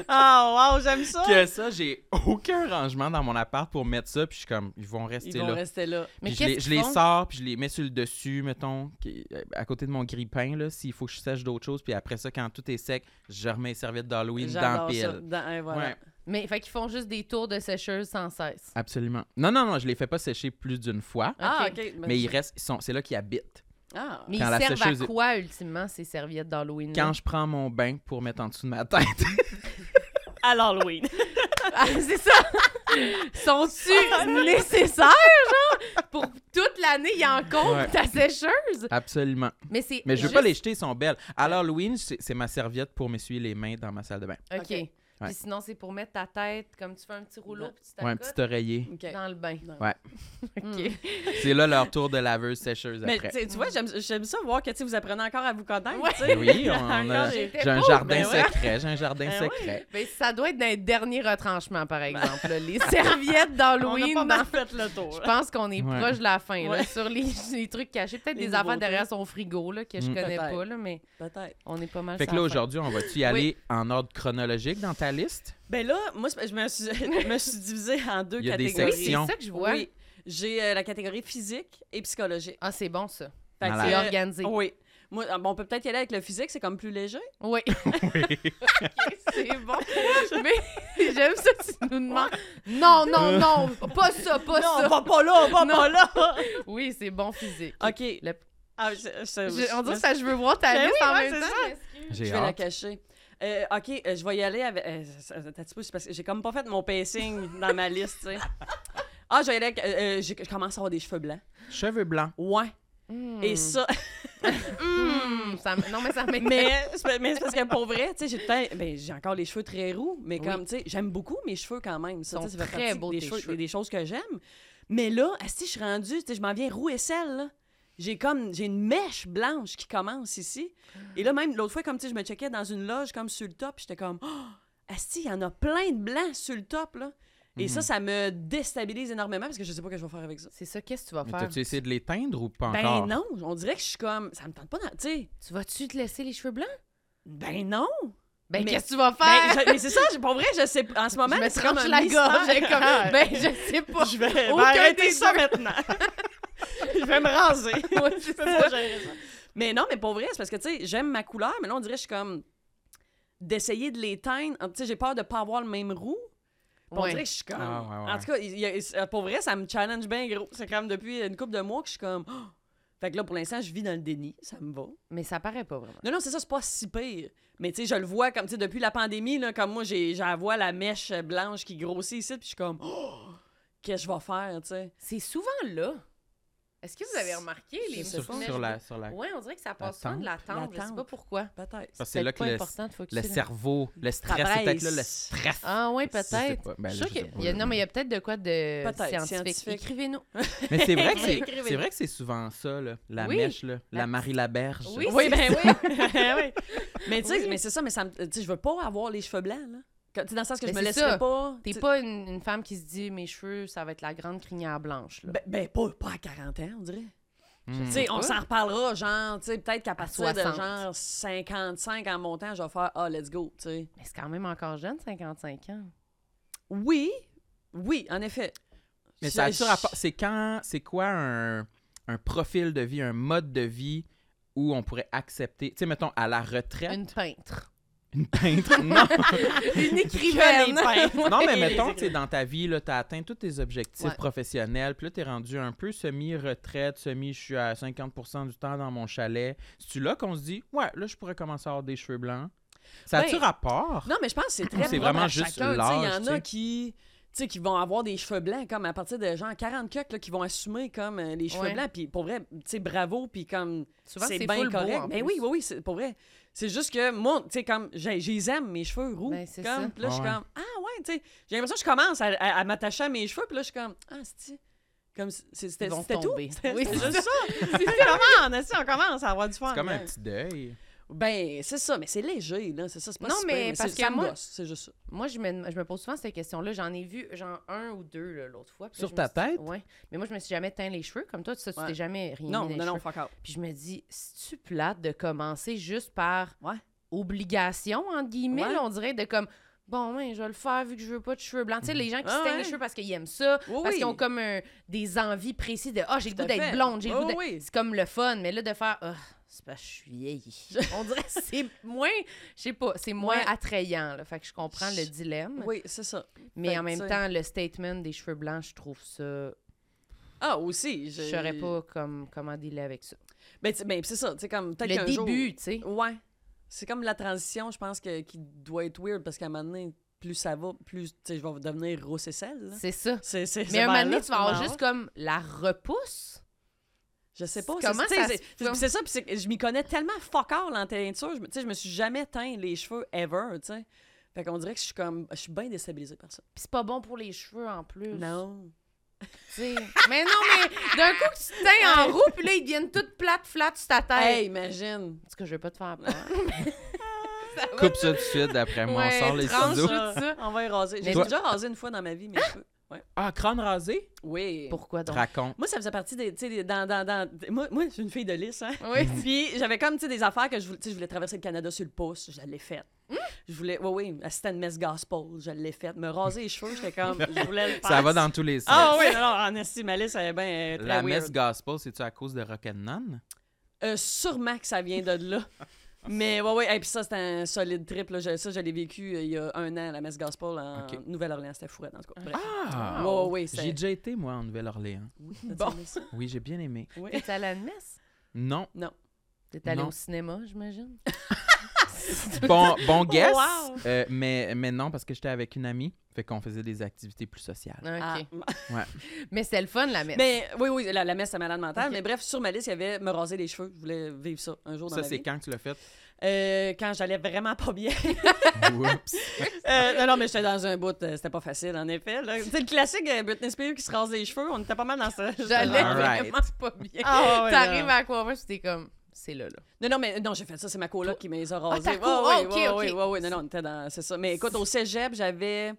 Speaker 4: Ah, wow, j'aime ça.
Speaker 1: que ça, j'ai aucun rangement dans mon appart pour mettre ça. Puis je suis comme, ils vont rester
Speaker 4: Ils vont
Speaker 1: là.
Speaker 4: rester là.
Speaker 2: Mais
Speaker 1: Puis je les,
Speaker 2: qu'est-ce
Speaker 1: je
Speaker 2: qu'ils
Speaker 1: les
Speaker 2: font?
Speaker 1: sors, puis je les mets sur le dessus, mettons, qui- à côté de mon grille-pain, là, s'il faut que je sèche d'autres choses. Puis après ça, quand tout est sec, je remets les serviettes d'Halloween dans
Speaker 4: J'adore
Speaker 1: pile.
Speaker 4: ça. Dans- hein, voilà.
Speaker 1: Ouais.
Speaker 2: Mais fait qu'ils font juste des tours de sécheuse sans cesse.
Speaker 1: Absolument. Non, non, non, je les fais pas sécher plus d'une fois,
Speaker 4: Ah,
Speaker 2: Ok.
Speaker 4: OK.
Speaker 1: mais ils restent, ils sont, c'est là qu'ils habitent.
Speaker 4: Ah,
Speaker 2: Mais
Speaker 1: Quand
Speaker 2: ils
Speaker 1: la
Speaker 2: servent
Speaker 1: sécheuse
Speaker 2: à
Speaker 1: est-
Speaker 2: quoi, ultimement, ces serviettes d'Halloween?
Speaker 1: Quand je prends mon bain pour mettre en dessous de ma tête, [laughs]
Speaker 4: à l'Halloween.
Speaker 2: [laughs] Ah, c'est
Speaker 4: [laughs]
Speaker 2: ça! Sont-tu nécessaires, genre? Pour toute l'année, il y en compte
Speaker 1: Ouais.
Speaker 2: ta sécheuse?
Speaker 1: absolument.
Speaker 2: Mais c'est.
Speaker 1: Mais je veux
Speaker 2: juste-
Speaker 1: pas les jeter, ils sont belles. À l'Halloween, c'est c'est ma serviette pour m'essuyer les mains dans ma salle de bain.
Speaker 2: OK.
Speaker 4: Ok.
Speaker 1: Ouais.
Speaker 2: Puis sinon, c'est pour mettre ta tête, comme tu fais un petit rouleau,
Speaker 4: Dans-
Speaker 2: puis tu
Speaker 1: Ouais, un
Speaker 2: t'accotes
Speaker 1: petit
Speaker 4: [laughs]
Speaker 1: oreiller.
Speaker 4: OK.
Speaker 2: dans le bain.
Speaker 4: Dans-
Speaker 1: Ouais.
Speaker 2: OK.
Speaker 1: C'est là leur tour de laveuse sécheuse
Speaker 4: Mais
Speaker 1: après.
Speaker 4: tu sais, tu vois, j'aime j'aime ça voir que tu sais, vous apprenez encore à vous connaître.
Speaker 2: Ouais.
Speaker 4: tu sais.
Speaker 1: Oui,
Speaker 4: [laughs]
Speaker 1: on a-
Speaker 4: Encore des-
Speaker 2: J'étais
Speaker 1: J'ai un
Speaker 2: pauvre,
Speaker 1: jardin
Speaker 4: ben ouais.
Speaker 1: secret, j'ai un jardin
Speaker 4: Ben ouais.
Speaker 1: secret.
Speaker 2: Ben, ça doit être dans les derniers retranchements, par exemple. là.
Speaker 4: [laughs]
Speaker 2: Les serviettes d'Halloween.
Speaker 4: On a pas [laughs] mal
Speaker 2: dans-
Speaker 4: fait le tour.
Speaker 2: Je pense qu'on est
Speaker 1: Ouais.
Speaker 2: proche de la fin, là,
Speaker 4: Ouais.
Speaker 2: sur les, [laughs] les trucs cachés. Peut-être
Speaker 4: Les
Speaker 2: des affaires
Speaker 4: nouveautés.
Speaker 2: derrière son frigo là, que je
Speaker 1: Mm.
Speaker 2: connais
Speaker 4: Peut-être.
Speaker 2: pas, là, mais
Speaker 4: Peut-être.
Speaker 2: on est pas mal
Speaker 1: Fait que là,
Speaker 2: sur la fin.
Speaker 1: aujourd'hui, on va-tu y aller en ordre chronologique dans ta liste?
Speaker 4: Ben là, moi, c'est- je me suis, [laughs] je me suis divisée en deux
Speaker 1: Il y a des
Speaker 4: catégories.
Speaker 2: Oui, c'est
Speaker 1: Action.
Speaker 2: ça que je vois.
Speaker 4: Oui. J'ai euh, la catégorie physique et psychologique.
Speaker 2: Ah, c'est bon, ça.
Speaker 4: Fait que
Speaker 1: Malade.
Speaker 2: C'est
Speaker 4: c'est-
Speaker 2: organisé. Oui.
Speaker 4: Oui. Moi, ah, bon, on peut peut-être y aller avec le physique, c'est comme plus léger.
Speaker 1: [laughs]
Speaker 2: [laughs] OK, c'est
Speaker 4: [laughs]
Speaker 2: bon. Mais [laughs] j'aime ça, tu nous demandes. Non,
Speaker 4: [laughs]
Speaker 2: non, non, pas ça, pas ça.
Speaker 4: va pas là, on va
Speaker 2: Non.
Speaker 4: pas là.
Speaker 2: [laughs] Oui, c'est bon physique.
Speaker 4: OK.
Speaker 2: Le-
Speaker 4: Ah, je- je-
Speaker 2: Je- on
Speaker 4: je-
Speaker 2: dirait que ça, je veux voir ta
Speaker 4: Ben
Speaker 2: liste
Speaker 4: oui,
Speaker 2: en
Speaker 4: ouais,
Speaker 2: même
Speaker 4: c'est
Speaker 2: temps.
Speaker 4: ça.
Speaker 2: Mmh, je m'excuse.
Speaker 1: J'ai
Speaker 4: Je vais la
Speaker 1: hâte.
Speaker 4: cacher. Euh, ok, euh, je vais y aller avec. euh, ça- ça- un petit peu, c'est parce que j'ai comme pas fait mon pacing dans ma liste,
Speaker 2: [laughs]
Speaker 4: tu sais. Ah, je vais y aller avec. euh, euh, j'ai- je commence à avoir des cheveux blancs.
Speaker 1: Cheveux blancs.
Speaker 4: Ouais.
Speaker 1: Hmm.
Speaker 4: Et ça.
Speaker 2: Hmm, ça m- non, mais ça
Speaker 4: [laughs]
Speaker 2: m'énerve.
Speaker 4: mais c'est mais c'est parce que pour vrai, tu sais, j'ai peut-être- ben, j'ai encore les cheveux très roux, mais
Speaker 2: Oui.
Speaker 4: comme, tu sais, j'aime beaucoup mes cheveux quand même. Ça,
Speaker 2: Ils
Speaker 4: tu sais,
Speaker 2: sont
Speaker 4: ça fait
Speaker 2: très
Speaker 4: partie
Speaker 2: beaux,
Speaker 4: des,
Speaker 2: tes
Speaker 4: cheveux-
Speaker 2: cheveux.
Speaker 4: des choses que j'aime. Mais là, si je suis rendue, tu sais, je m'en viens roux et sel, là. J'ai comme, j'ai une mèche blanche qui commence ici. Et là, même l'autre fois, comme, tu sais, je me checkais dans une loge, comme sur le top, puis j'étais comme, oh, Asti, il y en a plein de blancs sur le top, là. Et
Speaker 2: Mhm.
Speaker 4: ça, ça me déstabilise énormément parce que je sais pas ce que je vais faire avec ça.
Speaker 2: C'est ça, qu'est-ce que tu vas
Speaker 1: Mais
Speaker 2: faire?
Speaker 1: t'as-tu essayé de les teindre ou pas encore?
Speaker 4: Ben non, on dirait que je suis comme, ça me tente pas, d'en- tu sais.
Speaker 2: Tu vas-tu te laisser les cheveux blancs?
Speaker 4: Ben non!
Speaker 2: Ben,
Speaker 4: Mais-
Speaker 2: qu'est-ce que tu vas faire?
Speaker 4: Ben, je- mais c'est ça, je- pour vrai, je sais En ce moment,
Speaker 2: je me
Speaker 4: c'est
Speaker 2: tranche
Speaker 4: comme un
Speaker 2: la
Speaker 4: mystère.
Speaker 2: gorge. j'ai
Speaker 4: [laughs]
Speaker 2: Comme, ben, je sais pas.
Speaker 4: Je vais ben,
Speaker 2: Aucun
Speaker 4: arrêter
Speaker 2: des
Speaker 4: ça
Speaker 2: deux.
Speaker 4: maintenant. [laughs] je vais me raser.
Speaker 2: [laughs] Ouais,
Speaker 4: je
Speaker 2: c'est
Speaker 4: peux
Speaker 2: ça.
Speaker 4: pas gérer ça. Mais non, mais pour vrai, c'est parce que, tu sais, j'aime ma couleur, mais là, on dirait que je suis comme d'essayer de les teindre. Tu sais, j'ai peur de pas avoir le même roux. Puis On
Speaker 2: Ouais.
Speaker 4: dirait que je suis comme.
Speaker 1: Ah, ouais, ouais.
Speaker 4: En tout cas, il y a- c'est- pour vrai, ça me challenge bien gros. C'est comme depuis une couple de mois que je suis comme. [gasps] Oh! Fait que là, pour l'instant, je vis dans le déni. Ça me va.
Speaker 2: Mais ça paraît pas vraiment.
Speaker 4: Non, non, c'est ça, c'est pas si pire. Mais tu sais, je le vois comme, tu sais, depuis la pandémie, là, comme moi, j'ai, j'en vois la mèche blanche qui grossit ici, puis je suis comme, Oh! qu'est-ce que je vais faire, tu sais?
Speaker 2: C'est souvent là. Est-ce que vous avez remarqué
Speaker 4: Je
Speaker 2: les
Speaker 4: sais
Speaker 1: Sur,
Speaker 4: pas.
Speaker 2: mèches
Speaker 1: sur la,
Speaker 2: blanches?
Speaker 1: sur la...
Speaker 2: Ouais, on dirait que ça passe
Speaker 1: La
Speaker 2: souvent de la tempe. Je sais
Speaker 4: tempe.
Speaker 2: pas pourquoi.
Speaker 4: Peut-être.
Speaker 1: Parce que c'est là
Speaker 2: peut-être
Speaker 1: que
Speaker 2: pas
Speaker 1: le,
Speaker 2: important de focusser
Speaker 1: le
Speaker 2: là-
Speaker 1: cerveau, le stress,
Speaker 4: Travaille.
Speaker 1: c'est peut-être là le stress.
Speaker 2: Ah ouais,
Speaker 1: Je sais
Speaker 2: peut-être.
Speaker 1: pas. Ben,
Speaker 2: je
Speaker 1: là, je
Speaker 2: suis sûre
Speaker 1: sais
Speaker 2: qu'il
Speaker 1: pas.
Speaker 2: y a- non, mais il y a peut-être de quoi de
Speaker 4: Peut-être,
Speaker 2: scientifique.
Speaker 4: scientifique.
Speaker 2: Écrivez-nous.
Speaker 1: Mais c'est
Speaker 2: [laughs]
Speaker 1: vrai que c'est,
Speaker 4: Écrivez.
Speaker 1: c'est vrai que c'est souvent ça, là, la
Speaker 2: Oui.
Speaker 1: mèche, là, la
Speaker 2: La-
Speaker 1: Marie Laberge.
Speaker 2: Oui, c'est
Speaker 4: Oui, ben
Speaker 2: ça.
Speaker 4: [laughs] oui. Oui. Mais tu sais,
Speaker 2: Oui.
Speaker 4: mais c'est ça, mais ça me- tu sais, je veux pas avoir les cheveux blancs, là. Que- Tu sais, dans le sens que
Speaker 2: Mais
Speaker 4: je me
Speaker 2: c'est
Speaker 4: laisserai
Speaker 2: ça.
Speaker 4: pas. tu
Speaker 2: T'es
Speaker 4: sais-
Speaker 2: pas une, une femme qui se dit mes cheveux, ça va être la grande crinière blanche. Là.
Speaker 4: Ben, ben, pas, pas à 40 ans, on dirait.
Speaker 1: Mm.
Speaker 4: Tu sais, on
Speaker 2: pas.
Speaker 4: s'en reparlera, genre, tu sais, peut-être qu'à partir de
Speaker 2: 60.
Speaker 4: genre 55 en montant, je vais faire, ah, let's go, tu sais.
Speaker 2: Mais c'est quand même encore jeune, 55 ans.
Speaker 4: Oui, oui, en effet.
Speaker 1: Mais
Speaker 4: Je-
Speaker 1: ça a
Speaker 4: je-
Speaker 1: rapport. C'est quand, c'est quoi un, un profil de vie, un mode de vie où on pourrait accepter, tu sais, mettons, à la retraite,
Speaker 2: Une peintre.
Speaker 1: une peintre. Non,
Speaker 2: [laughs]
Speaker 1: [laughs]
Speaker 2: Une
Speaker 4: écrivaine.
Speaker 2: [laughs]
Speaker 1: non mais mettons, tu sais, dans ta vie, tu as atteint tous tes objectifs
Speaker 2: Ouais.
Speaker 1: professionnels, puis là, tu es rendu un peu semi-retraite, semi-je suis à 50 du temps dans mon chalet. C'est-tu là qu'on se dit, ouais, là, je pourrais commencer à avoir des cheveux blancs? Ça a-tu
Speaker 4: Ben,
Speaker 1: rapport?
Speaker 4: Non, mais je pense que c'est très
Speaker 1: C'est
Speaker 4: propre
Speaker 1: vraiment
Speaker 4: à
Speaker 1: juste
Speaker 4: chacun. Tu sais, Il y
Speaker 1: l'âge,
Speaker 4: en
Speaker 1: tu sais.
Speaker 4: a qui, tu sais, qui vont avoir des cheveux blancs, comme à partir de genre 40 cucks, là, qui vont assumer comme euh, les cheveux
Speaker 2: Ouais.
Speaker 4: blancs. Puis pour vrai, tu sais, bravo, puis comme
Speaker 2: Souvent,
Speaker 4: c'est
Speaker 2: c'est Ben
Speaker 4: bien
Speaker 2: full beau,
Speaker 4: correct.
Speaker 2: en plus.
Speaker 4: Mais oui, oui, oui, c'est pour vrai. C'est juste que moi, tu sais, comme, j'ai- j'ai les aime, mes cheveux roux.
Speaker 2: Ben, c'est
Speaker 4: comme,
Speaker 2: ça.
Speaker 4: puis là, je suis
Speaker 1: Ouais.
Speaker 4: comme, ah ouais, tu sais, j'ai l'impression que je commence à, à- à m'attacher à mes cheveux, puis là, je suis comme, ah, c'est comme c'est- c'était
Speaker 2: Ils vont
Speaker 4: c'était tout.
Speaker 2: tomber.
Speaker 4: C'était
Speaker 2: Oui,
Speaker 4: c'était
Speaker 2: c'est
Speaker 4: juste ça. [laughs] C'est vraiment, on, essaie, on commence à avoir du fun.
Speaker 1: C'est comme un
Speaker 4: là.
Speaker 1: petit deuil.
Speaker 4: Ben, c'est ça, mais c'est léger, là. C'est ça, c'est pas
Speaker 2: Non,
Speaker 4: si
Speaker 2: mais
Speaker 4: pire,
Speaker 2: parce
Speaker 4: c'est-
Speaker 2: que
Speaker 4: ça me
Speaker 2: moi-
Speaker 4: gosse, C'est juste ça.
Speaker 2: Moi, je me, je me pose souvent cette question-là. J'en ai vu, genre, un ou deux là, l'autre fois. puis là,
Speaker 1: Sur
Speaker 2: je me
Speaker 1: ta
Speaker 2: suis dit-
Speaker 1: tête?
Speaker 2: Ouais. Mais moi, je me suis jamais teint les cheveux. Comme toi, tu sais, tu
Speaker 4: Ouais.
Speaker 2: t'es jamais rien
Speaker 4: Non,
Speaker 2: mis les
Speaker 4: non, non,
Speaker 2: cheveux.
Speaker 4: fuck out.
Speaker 2: Puis je me dis, c'est-tu plate de commencer juste par
Speaker 4: Ouais.
Speaker 2: obligation, entre guillemets,
Speaker 4: Ouais.
Speaker 2: là, on dirait, de comme, bon, ben, je vais le faire vu que je veux pas de cheveux blancs. Tu sais, les gens qui
Speaker 4: Ah
Speaker 2: se teignent
Speaker 4: ouais.
Speaker 2: les cheveux parce qu'ils aiment ça,
Speaker 4: Oui,
Speaker 2: parce
Speaker 4: oui.
Speaker 2: qu'ils ont comme un- des envies précises de, ah, j'ai le
Speaker 4: Tout à
Speaker 2: goût d'être
Speaker 4: fait.
Speaker 2: blonde, j'ai le
Speaker 4: Oui,
Speaker 2: goût de...
Speaker 4: oui.
Speaker 2: C'est comme le fun, mais là, de faire, ah, c'est parce que je suis vieille. [laughs] on dirait que c'est moins, je sais pas, c'est moins
Speaker 4: Ouais.
Speaker 2: attrayant, là. Fait que je comprends le dilemme.
Speaker 4: Oui, c'est ça.
Speaker 2: mais
Speaker 4: fait
Speaker 2: en
Speaker 4: que,
Speaker 2: même
Speaker 4: tu sais.
Speaker 2: temps, le statement des cheveux blancs, je trouve ça...
Speaker 4: Ah, aussi.
Speaker 2: Je saurais pas comme, comment dealer avec ça.
Speaker 4: Ben, tu- ben, c'est ça, tu sais, comme peut-être
Speaker 2: Le
Speaker 4: qu'un
Speaker 2: début, tu sais.
Speaker 4: jour- Ouais. C'est comme la transition, je pense, que, qui doit être weird parce qu'à un moment donné, plus ça va, plus tu sais, je vais devenir rousse et sel. là.
Speaker 2: C'est ça.
Speaker 4: C'est, c'est,
Speaker 2: Mais
Speaker 4: c'est
Speaker 2: un moment
Speaker 4: vers
Speaker 2: donné,
Speaker 4: là,
Speaker 2: tu vas avoir
Speaker 4: non.
Speaker 2: juste comme la repousse.
Speaker 4: Je sais pas.
Speaker 2: Comment
Speaker 4: c'est, tu sais,
Speaker 2: ça
Speaker 4: c'est,
Speaker 2: se-
Speaker 4: c'est- puis c'est ça, puis c'est que je m'y connais tellement fuck all en teinture. Je, me- tu sais, je me suis jamais teint les cheveux ever, tu sais. Fait qu'on dirait que je suis comme. Je suis bien déstabilisée par ça.
Speaker 2: Puis c'est pas bon pour les cheveux en plus.
Speaker 4: Non.
Speaker 2: Tu sais. mais non, mais d'un coup, tu te teins en roux, puis là, ils deviennent toutes plates, flattes sur ta tête.
Speaker 4: Hey, imagine.
Speaker 2: En tout cas, je vais pas te faire peur.
Speaker 1: Coupe ça tout de suite, après moi,
Speaker 2: Ouais,
Speaker 1: on sort les
Speaker 2: tranche.
Speaker 1: ciseaux.
Speaker 2: ça.
Speaker 4: Ça, On va y raser. J'ai
Speaker 2: Mais toi-
Speaker 4: déjà rasé une fois dans ma vie mes cheveux. Ouais.
Speaker 1: Ah, crâne rasé?
Speaker 4: Oui.
Speaker 2: Pourquoi donc?
Speaker 1: Raconte.
Speaker 4: Moi, ça faisait partie des. Tu sais, des- dans, dans, dans- moi, moi, je suis une fille de lisse, hein.
Speaker 2: Oui.
Speaker 4: [laughs] Puis j'avais comme, tu sais, des affaires que je voulais, tu sais, je voulais traverser le Canada sur le pouce. Je l'ai faite.
Speaker 1: Hum?
Speaker 4: Je voulais. Oui, oui. Assistant de messe gospel. Je l'ai faite. Me raser les cheveux, j'étais comme. Je voulais le
Speaker 1: [laughs]
Speaker 4: faire.
Speaker 1: Ça va dans tous les sens.
Speaker 4: Ah oui, non, non, en estime, ma lisse, elle est bien. euh, très
Speaker 1: La
Speaker 4: weird.
Speaker 1: messe gospel, c'est-tu à cause de Rock'n'None?
Speaker 4: Euh, sûrement que ça vient de
Speaker 1: [laughs]
Speaker 4: là. Mais ouais, ouais. Et puis ça, c'était un solide trip. Là. Je- Ça, je l'ai vécu euh, il y a un an à la messe gospel en
Speaker 1: Ok.
Speaker 4: Nouvelle-Orléans. C'était fourette, en tout cas. Bref.
Speaker 1: Ah!
Speaker 4: Ouais, ouais, ouais, c'est-
Speaker 1: J'ai déjà été, moi, en Nouvelle-Orléans.
Speaker 4: Oui,
Speaker 2: Bon.
Speaker 4: t'as aimé ça?
Speaker 1: Oui, j'ai bien aimé.
Speaker 4: Oui.
Speaker 2: T'es allé à la messe?
Speaker 1: Non.
Speaker 2: T'es allé
Speaker 1: Non.
Speaker 2: au cinéma, j'imagine?
Speaker 1: Bon,
Speaker 4: [laughs]
Speaker 1: bon guess,
Speaker 4: Wow.
Speaker 1: euh, mais, mais non, parce que j'étais avec une amie, fait qu'on faisait des activités plus sociales.
Speaker 2: Ah, OK.
Speaker 1: Ouais.
Speaker 2: Mais c'est le fun, la messe.
Speaker 4: Mais oui, oui, la, la messe, c'est malade mentale.
Speaker 2: Ok.
Speaker 4: Mais bref, sur ma liste, il y avait me raser les cheveux. Je voulais vivre ça un jour dans
Speaker 1: Ça,
Speaker 4: ma
Speaker 1: c'est
Speaker 4: vie.
Speaker 1: quand que tu l'as fait?
Speaker 4: Euh, quand j'allais vraiment pas bien. [laughs]
Speaker 1: Oups.
Speaker 4: Euh, non, non, mais j'étais dans un bout, euh, c'était pas facile, en effet. là. C'est le classique euh, Britney Spears qui se rase les cheveux. On était pas mal dans ça.
Speaker 2: J'allais
Speaker 1: All right.
Speaker 2: vraiment pas bien.
Speaker 4: Ah, ouais, ouais,
Speaker 2: T'arrives
Speaker 4: ouais.
Speaker 2: à Aquaverse, puis t'es comme, c'est là, là.
Speaker 4: Non, non, mais non, j'ai fait ça, c'est ma coloc qui m'a les a rasés.
Speaker 2: ta
Speaker 4: Ouais,
Speaker 2: co-
Speaker 4: ouais,
Speaker 2: oh, ok,
Speaker 4: ouais,
Speaker 2: ok.
Speaker 4: ouais, ouais, ouais. Non, non, on était dans. C'est ça. Mais écoute, au cégep, j'avais,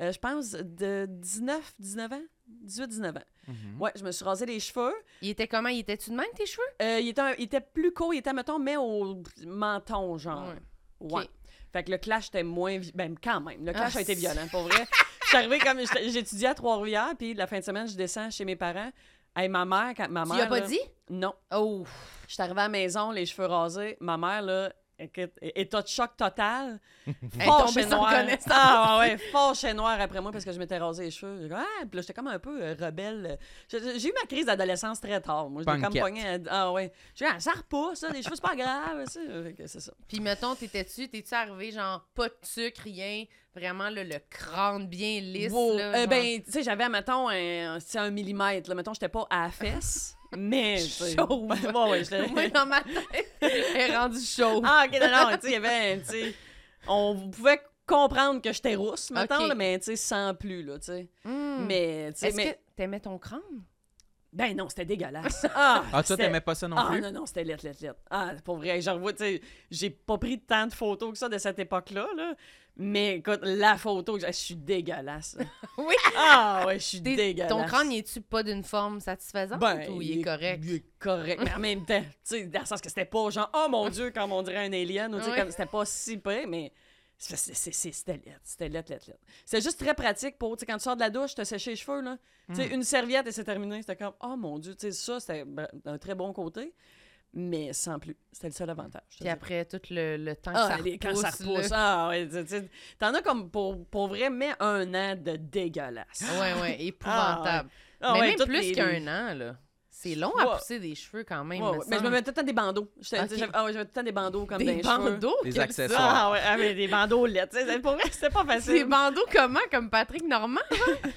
Speaker 4: euh, je pense, de 19, 19 ans. 18, 19 ans.
Speaker 1: Mhm.
Speaker 4: Ouais, je me suis rasé les cheveux.
Speaker 2: Il était comment? Il était-tu de même, tes cheveux?
Speaker 4: Euh, il, était un- il était plus court, il était, mettons, mais au menton, genre. Ouais.
Speaker 2: Ok.
Speaker 4: Fait que le clash était moins. vi- Ben, quand même, le clash
Speaker 2: Ah,
Speaker 4: a été
Speaker 2: c'est-
Speaker 4: violent, pour vrai. Je suis arrivée comme. j'étais- J'étudiais à Trois-Rivières, puis la fin de semaine, je descends chez mes parents. Hey, ma mère, quand ma
Speaker 2: Tu
Speaker 4: mère.
Speaker 2: lui as pas
Speaker 4: là-
Speaker 2: dit?
Speaker 4: Non.
Speaker 2: Oh,
Speaker 4: Je suis arrivée à la maison, les cheveux rasés. Ma mère, là, écoute, é- état de choc
Speaker 2: [laughs]
Speaker 4: total.
Speaker 2: Elle est
Speaker 4: Fort
Speaker 2: tombée
Speaker 4: chez
Speaker 2: sans
Speaker 4: noir.
Speaker 2: connaissance.
Speaker 4: Ah, ouais, ouais, fort chez noir après moi parce que je m'étais rasé les cheveux. J'ai dit, Ah, puis là, j'étais comme un peu euh, rebelle. J'ai j'ai eu ma crise d'adolescence très tard. Moi, je l'ai comme
Speaker 1: Punkette.
Speaker 4: pogné. à- Ah, ouais. J'ai dit, ah, ça repousse, ça, les cheveux, c'est pas grave. ça. Fait que C'est ça.
Speaker 2: Puis mettons, t'étais-tu, t'es-tu arrivé genre pas de sucre, rien, vraiment là, le crâne bien lisse
Speaker 4: Wow.
Speaker 2: là,
Speaker 4: Euh,
Speaker 2: genre-
Speaker 4: ben, tu sais, j'avais, mettons, un, c'est un millimètre. Là. Mettons, j'étais pas à la fesse, [laughs] mais. tu sais.
Speaker 2: Chauve.
Speaker 4: Ouais,
Speaker 2: [laughs]
Speaker 4: ouais, j'étais-
Speaker 2: [laughs] moi dans ma tête, [laughs] elle est rendue chaude.
Speaker 4: Ah, ok, non, non, tu sais, il y avait, un, tu sais, on pouvait comprendre que j'étais rousse, mettons,
Speaker 2: Ok.
Speaker 4: là, mais, tu sais, sans plus, là, tu sais.
Speaker 2: Hmm.
Speaker 4: Mais, tu sais,
Speaker 2: est-ce
Speaker 4: mais...
Speaker 2: que t'aimais ton crâne
Speaker 4: Ben non,
Speaker 2: [laughs]
Speaker 4: c'était dégueulasse. Ah,
Speaker 1: Ah, toi,
Speaker 4: c'était-
Speaker 1: t'aimais pas ça non
Speaker 4: Ah,
Speaker 1: plus?
Speaker 4: non, non, c'était lettre, lettre, lettre. Ah, pour vrai, je revois, tu sais, j'ai pas pris tant de photos que ça de cette époque-là, là. Mais écoute, la photo, que j'ai- je suis dégueulasse.
Speaker 2: [laughs] Oui.
Speaker 4: Ah, ouais, je suis
Speaker 2: T'es-
Speaker 4: dégueulasse. Ben,
Speaker 2: Ton crâne, il est-tu pas d'une forme satisfaisante ou il est correct
Speaker 4: Il est correct. Mais en même temps, tu sais, dans le sens que c'était pas genre, oh mon Dieu, comme on dirait un alien, ou tu sais,
Speaker 2: Ouais.
Speaker 4: comme c'était pas si près, mais C'est- c'est- c'est- c'est- C'était lettre, c'était lettre, lettre, lettre. C'était juste très pratique pour, tu sais, quand tu sors de la douche, te sécher les cheveux, là. Tu
Speaker 2: Mm.
Speaker 4: sais, une serviette et c'est terminé. C'était comme, oh mon Dieu, tu sais, ça, c'était br- un très bon côté, mais sans plus. C'était le seul avantage. je te
Speaker 2: Puis
Speaker 4: dirais.
Speaker 2: après, tout le, le temps que ça
Speaker 4: Ah, les-
Speaker 2: repousse.
Speaker 4: quand ça repousse.
Speaker 2: là.
Speaker 4: Ah, ouais, tu- tu- T'en as comme pour, pour vrai, mais un an de dégueulasse.
Speaker 2: [laughs] Ouais, ouais, épouvantable.
Speaker 4: hein. Ah,
Speaker 2: Mais
Speaker 4: ouais,
Speaker 2: même
Speaker 4: toutes
Speaker 2: plus
Speaker 4: les-
Speaker 2: qu'un an, là. C'est long à
Speaker 4: Ouais.
Speaker 2: pousser des cheveux quand même.
Speaker 4: Ouais, ouais.
Speaker 2: me
Speaker 4: Mais je me
Speaker 2: semble.
Speaker 4: mets tout le temps des bandeaux. J'étais-
Speaker 2: Ok.
Speaker 4: j'avais- Ah, ouais, j'avais tout le temps des bandeaux comme
Speaker 2: des
Speaker 4: dans les cheveux.
Speaker 2: bandeaux.
Speaker 1: Des
Speaker 2: quel
Speaker 1: accessoires.
Speaker 2: sort.
Speaker 4: Ah, ouais, ah, mais des bandeaux lettres. tu sais, c'est- Pour vrai, c'était pas facile.
Speaker 2: [laughs] Des bandeaux comment? Comme Patrick Normand? hein?